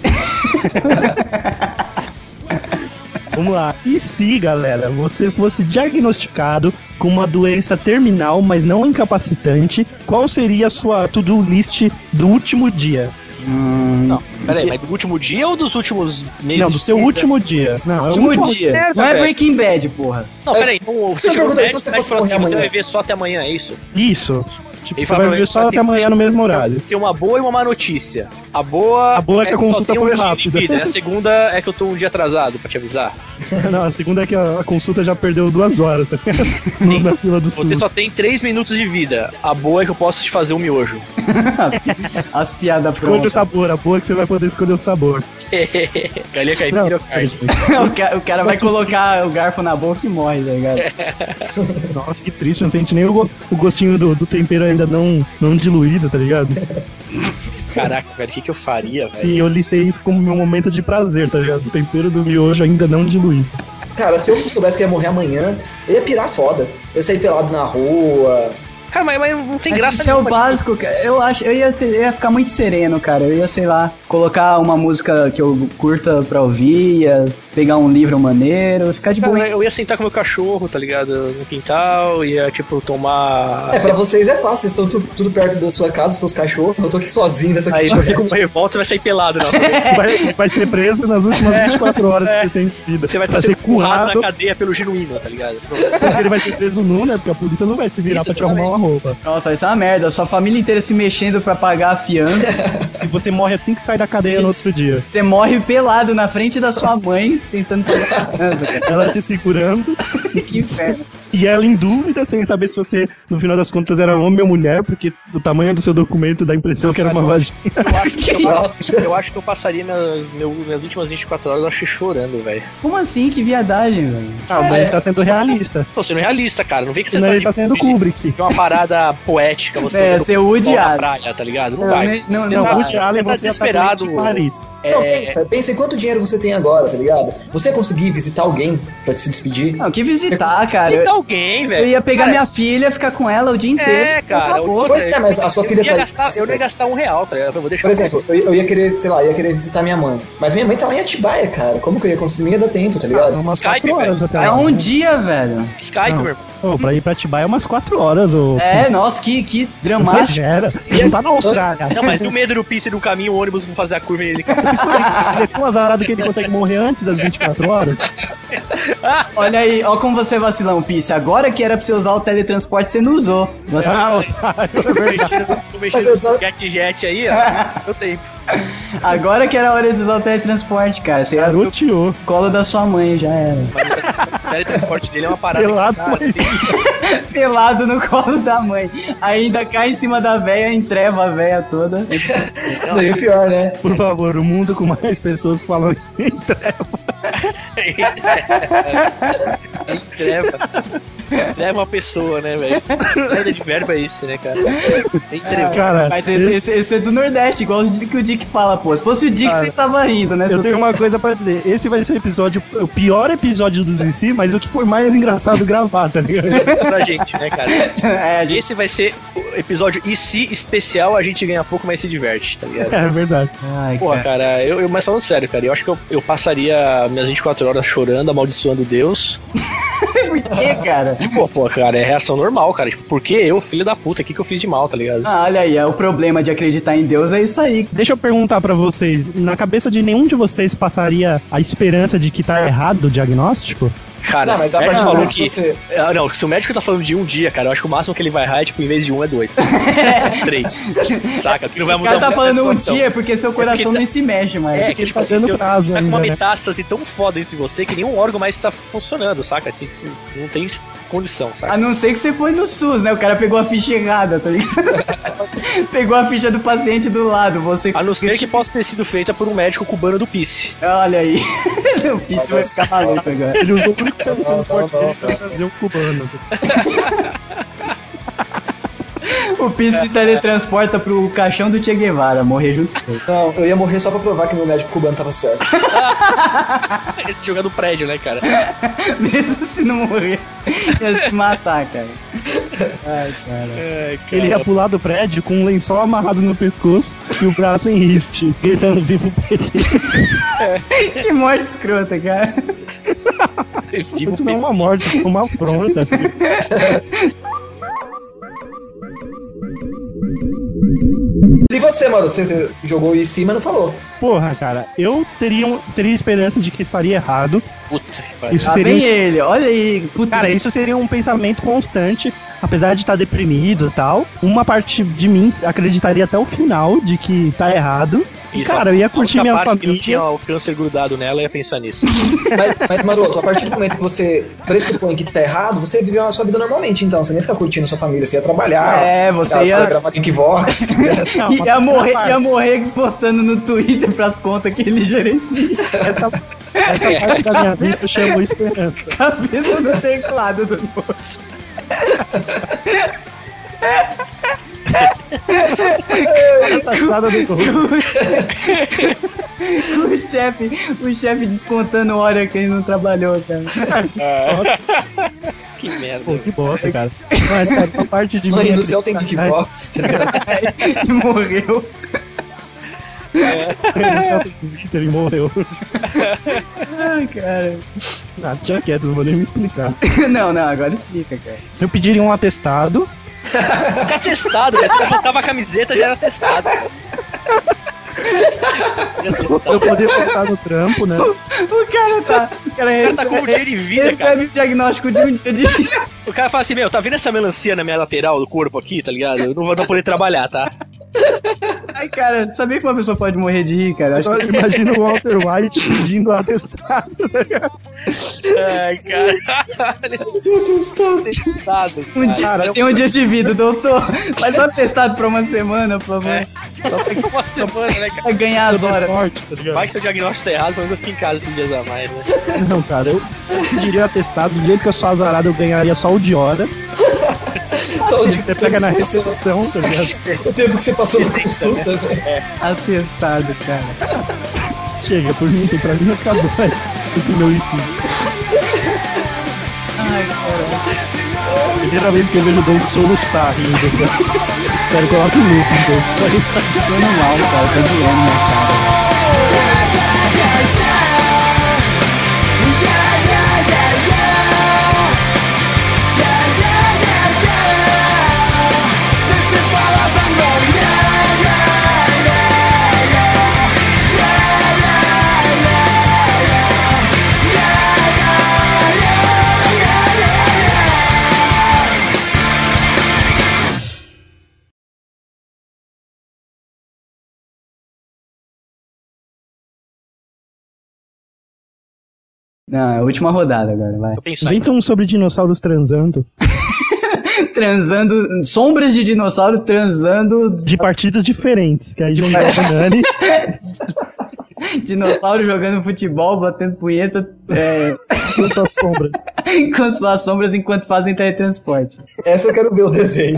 [SPEAKER 3] vamos lá. E se, galera, você fosse diagnosticado com uma doença terminal, mas não incapacitante, qual seria a sua to-do list do último dia?
[SPEAKER 2] Hum,
[SPEAKER 4] Peraí, mas do último dia ou dos últimos meses?
[SPEAKER 3] Não, do seu último dia. Não, é o
[SPEAKER 2] Último dia.
[SPEAKER 4] certo,
[SPEAKER 2] não é
[SPEAKER 4] velho.
[SPEAKER 2] Breaking Bad, porra.
[SPEAKER 4] Não, peraí. Então, você tirou
[SPEAKER 5] perguntou
[SPEAKER 4] o
[SPEAKER 5] se você
[SPEAKER 4] médico, mas
[SPEAKER 5] fosse morrer
[SPEAKER 4] assim, você
[SPEAKER 5] amanhã.
[SPEAKER 4] vai ver só até amanhã, é isso?
[SPEAKER 3] Isso. Tipo,
[SPEAKER 4] Ele
[SPEAKER 3] você
[SPEAKER 4] fala
[SPEAKER 3] vai
[SPEAKER 4] pra
[SPEAKER 3] ver
[SPEAKER 4] mim,
[SPEAKER 3] só
[SPEAKER 4] assim,
[SPEAKER 3] até amanhã no
[SPEAKER 4] <laughs>
[SPEAKER 3] mesmo horário.
[SPEAKER 4] Tem uma boa e uma má notícia. A boa.
[SPEAKER 3] A boa é que a
[SPEAKER 4] só
[SPEAKER 3] consulta
[SPEAKER 4] tem
[SPEAKER 3] foi
[SPEAKER 4] um dia de
[SPEAKER 3] rápida.
[SPEAKER 4] vida.
[SPEAKER 3] <laughs>
[SPEAKER 4] A segunda é que eu tô um dia atrasado, pra te avisar.
[SPEAKER 3] Não, a segunda é que a, a consulta já perdeu duas horas, tá ligado? No- Na fila do
[SPEAKER 4] Você
[SPEAKER 3] SUS.
[SPEAKER 4] só tem 3 minutos de vida. A boa é que eu posso te fazer um miojo.
[SPEAKER 2] As, pi- as piadas
[SPEAKER 3] Escolha o
[SPEAKER 2] prontas.
[SPEAKER 3] sabor, a boa é que você vai poder escolher o sabor.
[SPEAKER 4] Galinha
[SPEAKER 3] Não,
[SPEAKER 4] caipira ou carne?
[SPEAKER 3] gente,
[SPEAKER 2] <laughs> o cara, o cara vai colocar o garfo na boca e morre, tá ligado?
[SPEAKER 3] nossa, que triste, não sente nem o, go- o gostinho do, do tempero ainda não, não diluído,
[SPEAKER 4] <laughs>
[SPEAKER 3] tá ligado?
[SPEAKER 4] Caraca, velho, o que, que eu faria, velho?
[SPEAKER 3] E eu listei isso como meu momento de prazer, tá ligado? O tempero do miojo ainda não diluído.
[SPEAKER 5] Cara, se eu soubesse que ia morrer amanhã, eu ia pirar foda. Eu ia sair pelado na rua.
[SPEAKER 4] Cara, mas, mas não tem
[SPEAKER 2] Mas
[SPEAKER 4] graça
[SPEAKER 2] isso é o
[SPEAKER 4] nenhuma. tipo,
[SPEAKER 2] básico, cara. Eu acho, eu ia, ter- eu ia ficar muito sereno, cara. Eu ia, sei lá, colocar uma música que eu curta pra ouvir, ia pegar um livro maneiro, ficar de boa.
[SPEAKER 4] Cara, eu ia sentar com meu cachorro, tá ligado? No quintal, ia, tipo, tomar.
[SPEAKER 5] É, pra vocês é fácil, vocês estão tu- tudo perto da sua casa, seus cachorros. Eu tô aqui sozinho nessa Tipo,
[SPEAKER 4] Aí
[SPEAKER 5] kitchen.
[SPEAKER 4] você com uma revolta, você vai sair pelado na rua.
[SPEAKER 3] Vai, vai ser preso nas últimas 24 horas que você tem de vida.
[SPEAKER 4] É. Você vai estar
[SPEAKER 3] vai ser
[SPEAKER 4] sendo currado na
[SPEAKER 3] currado,
[SPEAKER 4] cadeia pelo genuíno, tá ligado?
[SPEAKER 3] porque ele vai ser preso nu, né? Porque a polícia não vai se virar
[SPEAKER 4] Isso,
[SPEAKER 3] pra te arrumar uma roupa.
[SPEAKER 2] Nossa, isso é uma merda. Sua família inteira se mexendo pra pagar a
[SPEAKER 4] <laughs>
[SPEAKER 2] fiança.
[SPEAKER 3] E você morre assim que sai da cadeia no outro dia.
[SPEAKER 2] Você morre pelado na frente da sua mãe, tentando pagar a fiança, cara.
[SPEAKER 3] Ela te segurando
[SPEAKER 2] Que inferno.
[SPEAKER 3] e ela em dúvida, sem saber se você, no final das contas, era homem ou mulher, porque o tamanho do seu documento dá a impressão que era uma vagina.
[SPEAKER 4] Eu acho que, eu,
[SPEAKER 5] Nossa.
[SPEAKER 4] eu acho que eu passaria minhas, meu- minhas últimas 24 horas, eu acho chorando, velho.
[SPEAKER 2] Como assim? Que viadagem, velho.
[SPEAKER 3] Ah, mas ele tá sendo realista.
[SPEAKER 4] Tô sendo realista, cara. Não vem que você
[SPEAKER 3] Senão
[SPEAKER 4] só
[SPEAKER 3] ele tá
[SPEAKER 4] de-
[SPEAKER 3] sendo
[SPEAKER 4] de-
[SPEAKER 3] Kubrick.
[SPEAKER 4] de uma parada poética, você
[SPEAKER 2] É,
[SPEAKER 4] olhando
[SPEAKER 2] ser
[SPEAKER 4] pro sol
[SPEAKER 2] odiado.
[SPEAKER 4] na praia, tá ligado? Não,
[SPEAKER 2] Não,
[SPEAKER 4] vai.
[SPEAKER 2] nem- não,
[SPEAKER 4] você
[SPEAKER 2] não,
[SPEAKER 4] tá,
[SPEAKER 2] Woody
[SPEAKER 4] você
[SPEAKER 3] Allen,
[SPEAKER 4] tá
[SPEAKER 3] você é ataca
[SPEAKER 4] desesperado.
[SPEAKER 3] em Paris.
[SPEAKER 5] Não,
[SPEAKER 4] É,
[SPEAKER 5] pensa, pensa em quanto dinheiro você tem agora, tá ligado? Você ia conseguir visitar alguém pra se despedir?
[SPEAKER 2] Não, que visitar, cara.
[SPEAKER 4] tem
[SPEAKER 2] Eu,
[SPEAKER 4] tá alguém, velho.
[SPEAKER 2] eu ia pegar
[SPEAKER 4] Então, Cara,
[SPEAKER 2] minha filha, ficar com ela o dia inteiro.
[SPEAKER 4] É, cara,
[SPEAKER 2] Acabou.
[SPEAKER 4] eu-
[SPEAKER 5] Pois é, mas a sua filha
[SPEAKER 4] eu, ia
[SPEAKER 5] tá.
[SPEAKER 4] gastar, eu não ia gastar um real, tá ligado? Eu vou deixar
[SPEAKER 5] Por exemplo, eu, eu ia querer, sei lá, ia querer visitar minha mãe. Mas minha mãe tá lá em Atibaia, cara. Como que eu ia conseguir? Não ia dar tempo, tá ligado?
[SPEAKER 3] É Umas
[SPEAKER 4] Skype,
[SPEAKER 3] 4 horas
[SPEAKER 4] velho,
[SPEAKER 3] até
[SPEAKER 2] É
[SPEAKER 3] lá.
[SPEAKER 2] um dia, velho.
[SPEAKER 4] Skype,
[SPEAKER 3] Não.
[SPEAKER 4] meu irmão.
[SPEAKER 3] Pô, pra ir pra Atibaia é umas 4 horas, ô.
[SPEAKER 2] É, nossa, que, que
[SPEAKER 3] <laughs>
[SPEAKER 2] dramático.
[SPEAKER 3] Exagera. Você não tá na Austrália.
[SPEAKER 4] Não, mas e o medo do pisse no caminho, o ônibus não fazer a curva e ele
[SPEAKER 5] <laughs>
[SPEAKER 4] acabou.
[SPEAKER 3] Ele é tão azarado que ele consegue morrer antes das 24 horas.
[SPEAKER 2] Olha aí, ó como você é vacilão, Pisse. Agora que era pra você usar o teletransporte, você não usou. Você-
[SPEAKER 3] Ah, otário.
[SPEAKER 4] mexendo,
[SPEAKER 5] Mas eu
[SPEAKER 4] mexendo
[SPEAKER 5] só-
[SPEAKER 4] no jet jet
[SPEAKER 5] <laughs>
[SPEAKER 4] aí, ó. Eu tenho.
[SPEAKER 2] Agora que era a hora de usar o teletransporte, cara. Você era o
[SPEAKER 3] Garoteou.
[SPEAKER 2] colo da sua mãe, já era.
[SPEAKER 4] O teletransporte dele é uma parada.
[SPEAKER 3] Pelado,
[SPEAKER 4] cara,
[SPEAKER 3] mas-
[SPEAKER 4] tem-
[SPEAKER 2] Pelado no colo da mãe. Ainda cai em cima da véia, entreva a véia
[SPEAKER 3] <laughs>
[SPEAKER 2] toda.
[SPEAKER 4] Ah,
[SPEAKER 5] Daí é pior, né?
[SPEAKER 3] Por favor, o mundo com mais pessoas falando em treva.
[SPEAKER 4] Treva. Treva uma pessoa, né, velho? Saída de verba é esse, né, cara? Tem treva.
[SPEAKER 3] Cara,
[SPEAKER 2] É, Mas esse, esse- esse é do Nordeste, igual o que o Dick fala, pô. Se fosse o Dick,
[SPEAKER 3] Cara,
[SPEAKER 2] você estava rindo, né?
[SPEAKER 3] Eu tenho uma coisa pra dizer. Esse vai ser o episódio, o pior episódio dos em si, mas o que foi mais engraçado gravar, tá ligado?
[SPEAKER 2] <laughs>
[SPEAKER 4] pra gente, né, cara?
[SPEAKER 2] É, a gente...
[SPEAKER 4] Esse vai ser o episódio e se especial, a gente ganha pouco, mas se diverte, tá ligado?
[SPEAKER 3] É verdade.
[SPEAKER 2] Ai,
[SPEAKER 4] Porra,
[SPEAKER 2] cara.
[SPEAKER 4] cara, eu, eu- mas falando sério, cara, eu acho que eu, eu passaria minhas 24 horas chorando, amaldiçoando Deus.
[SPEAKER 2] <laughs> Por que, cara?
[SPEAKER 4] Tipo, pô, cara, é reação normal, cara. Tipo, por que eu, filho da puta, o que, que eu fiz de mal, tá ligado?
[SPEAKER 2] Ah, olha aí, é, o problema de acreditar em Deus é isso aí.
[SPEAKER 3] Deixa eu perguntar pra vocês, na cabeça de nenhum de vocês passaria a esperança de que tá errado o diagnóstico?
[SPEAKER 4] Cara,
[SPEAKER 5] não, mas
[SPEAKER 4] o médico
[SPEAKER 5] a partir do
[SPEAKER 4] falou
[SPEAKER 5] momento
[SPEAKER 4] que.
[SPEAKER 5] que você.
[SPEAKER 4] Ah, Não, se o médico tá falando de um dia, cara, eu acho que o máximo que ele vai errar é, tipo, em vez de um é dois. tá? Três. Saca? Que não vai
[SPEAKER 2] O
[SPEAKER 4] mudar
[SPEAKER 2] cara tá
[SPEAKER 4] muito a
[SPEAKER 2] falando um
[SPEAKER 4] situação.
[SPEAKER 2] dia porque seu coração
[SPEAKER 4] tá-
[SPEAKER 2] nem se mexe, mais.
[SPEAKER 4] É, que
[SPEAKER 3] ele
[SPEAKER 4] tipo
[SPEAKER 3] tá
[SPEAKER 4] assim,
[SPEAKER 3] dando
[SPEAKER 4] você tá
[SPEAKER 3] prazo
[SPEAKER 4] com
[SPEAKER 3] ainda,
[SPEAKER 4] uma
[SPEAKER 3] né?
[SPEAKER 4] metástase tão foda entre você que nenhum órgão mais tá funcionando, saca? Assim, não tem condição,
[SPEAKER 2] A
[SPEAKER 4] saca?
[SPEAKER 2] não ser que você foi no SUS, né? O cara pegou a ficha errada, tá
[SPEAKER 4] <laughs>
[SPEAKER 2] ligado? pegou a ficha do paciente do lado, você.
[SPEAKER 4] A não ser que possa ter sido feita por um médico cubano do PIS.
[SPEAKER 2] Olha aí. <laughs> o Pito vai ficar maluco agora.
[SPEAKER 3] Ele usou o único
[SPEAKER 5] Não, não,
[SPEAKER 3] teletransporte
[SPEAKER 5] não,
[SPEAKER 3] dele pra trazer o cubano.
[SPEAKER 2] O Pito se teletransporta pro caixão do Che Guevara, morrer junto com ele.
[SPEAKER 5] Não, eu ia morrer só pra provar que meu médico cubano tava certo.
[SPEAKER 4] <laughs> Esse jogo é do prédio, né, cara?
[SPEAKER 2] <laughs> Mesmo se não morrer, ia se matar, cara. Ai, cara.
[SPEAKER 4] É, cara.
[SPEAKER 3] Ele ia pular do prédio com um lençol amarrado no pescoço e o braço em riste, gritando vivo PT.
[SPEAKER 2] Que morte escrota, cara.
[SPEAKER 4] Vivo
[SPEAKER 3] Isso não é uma morte, isso é uma afronta.
[SPEAKER 5] E você, mano? Você jogou o IC, mas não falou.
[SPEAKER 3] porra, cara, eu teria, um- teria esperança de que estaria errado.
[SPEAKER 11] Puta,
[SPEAKER 3] Isso
[SPEAKER 2] Lá
[SPEAKER 3] seria
[SPEAKER 2] vem
[SPEAKER 3] um-
[SPEAKER 2] ele, olha aí. Puta,
[SPEAKER 3] Cara, isso seria um pensamento constante, apesar de estar deprimido e tal. Uma parte de mim acreditaria até o final de que tá errado. E,
[SPEAKER 11] Isso,
[SPEAKER 3] cara, eu ia curtir
[SPEAKER 11] a única
[SPEAKER 3] minha
[SPEAKER 11] parte que não tinha
[SPEAKER 3] família.
[SPEAKER 11] o câncer grudado nela, eu ia pensar nisso. <laughs>
[SPEAKER 5] Mas, mas Maroto, a partir do momento que você pressupõe que tá errado, você viveu a sua vida normalmente, então. Você nem ia ficar curtindo sua família, você ia trabalhar.
[SPEAKER 2] É, você
[SPEAKER 5] sabe,
[SPEAKER 2] ia-
[SPEAKER 5] ia gravar Kickbox.
[SPEAKER 3] um Não, é
[SPEAKER 2] E ia morrer,
[SPEAKER 3] essa
[SPEAKER 2] ia morrer postando no Twitter pras contas que ele gerencia.
[SPEAKER 3] Essa, essa parte da minha vida eu chamo esperança.
[SPEAKER 2] Cabeça no teclado do post.
[SPEAKER 3] Essa risada do Douglas.
[SPEAKER 2] O chefe, o chefe descontando hora que ele não trabalhou, cara.
[SPEAKER 11] que
[SPEAKER 3] Pô,
[SPEAKER 11] merda.
[SPEAKER 3] que bosta, cara. Mas, cara, essa parte de
[SPEAKER 5] Mãe
[SPEAKER 3] mim é
[SPEAKER 5] do céu tem
[SPEAKER 3] acreditar-
[SPEAKER 5] Kickbox. tá ligado?
[SPEAKER 2] E morreu.
[SPEAKER 3] Mãe do céu tem Twitter e morreu.
[SPEAKER 2] Ai, cara.
[SPEAKER 3] Ah, já quieto, não vou nem me explicar.
[SPEAKER 2] Não, não, agora explica, cara.
[SPEAKER 3] Eu pediria um atestado,
[SPEAKER 11] Fica testado, né? Você botava a camiseta já era testado.
[SPEAKER 3] eu poderia voltar no trampo, né?
[SPEAKER 2] O cara tá. O cara
[SPEAKER 11] O cara tá com o
[SPEAKER 2] recebe,
[SPEAKER 11] dinheiro em vida, cara.
[SPEAKER 2] recebe o diagnóstico de um dia de vida.
[SPEAKER 11] O cara fala assim, meu, tá vendo essa melancia na minha lateral do corpo aqui, tá ligado? Eu não vou não poder trabalhar, tá?
[SPEAKER 2] Ai, cara, sabia que uma pessoa pode morrer de rir, cara? Eu acho que-
[SPEAKER 3] Agora imagina o Walter White pedindo atestado.
[SPEAKER 11] Ai, caralho. <laughs> Testado,
[SPEAKER 2] Um
[SPEAKER 11] cara.
[SPEAKER 2] dia, tem um dia de vida, doutor. Faz um atestado pra uma semana, por favor.
[SPEAKER 11] É. Só tem
[SPEAKER 3] assim,
[SPEAKER 11] uma semana, né, cara?
[SPEAKER 2] Pra ganhar as horas.
[SPEAKER 3] Sorte, tá ligado?
[SPEAKER 11] Vai que seu diagnóstico tá errado, pelo menos eu fico em casa esses dias a mais, né?
[SPEAKER 3] Não, cara, eu pediria atestado. Do jeito que eu sou azarado, eu ganharia só o de horas.
[SPEAKER 5] Só o
[SPEAKER 3] Você pega na recepção, tá ligado?
[SPEAKER 5] O tempo que você passou na consulta, né?
[SPEAKER 2] Atestado, cara.
[SPEAKER 3] Chega, por mim, pra mim acabou <laughs> esse meu ensino.
[SPEAKER 2] Ai, cara.
[SPEAKER 3] Primeira vez É que eu vejo o Doug soluçar rindo. Espero que eu coloque o loop, então. Isso aí tá sendo mal, cara. Tá doendo minha cara.
[SPEAKER 2] Não, é a última rodada agora, vai.
[SPEAKER 11] Vou pensar.
[SPEAKER 3] Inventa um sobre dinossauros transando.
[SPEAKER 2] Transando. Sombras de dinossauro transando.
[SPEAKER 3] De partidas diferentes. Que aí não dá pra Nani. <laughs>
[SPEAKER 2] Dinossauro jogando futebol, batendo punheta. É, <laughs>
[SPEAKER 3] com suas sombras.
[SPEAKER 2] com suas sombras enquanto fazem teletransporte.
[SPEAKER 5] Essa eu quero ver o desenho.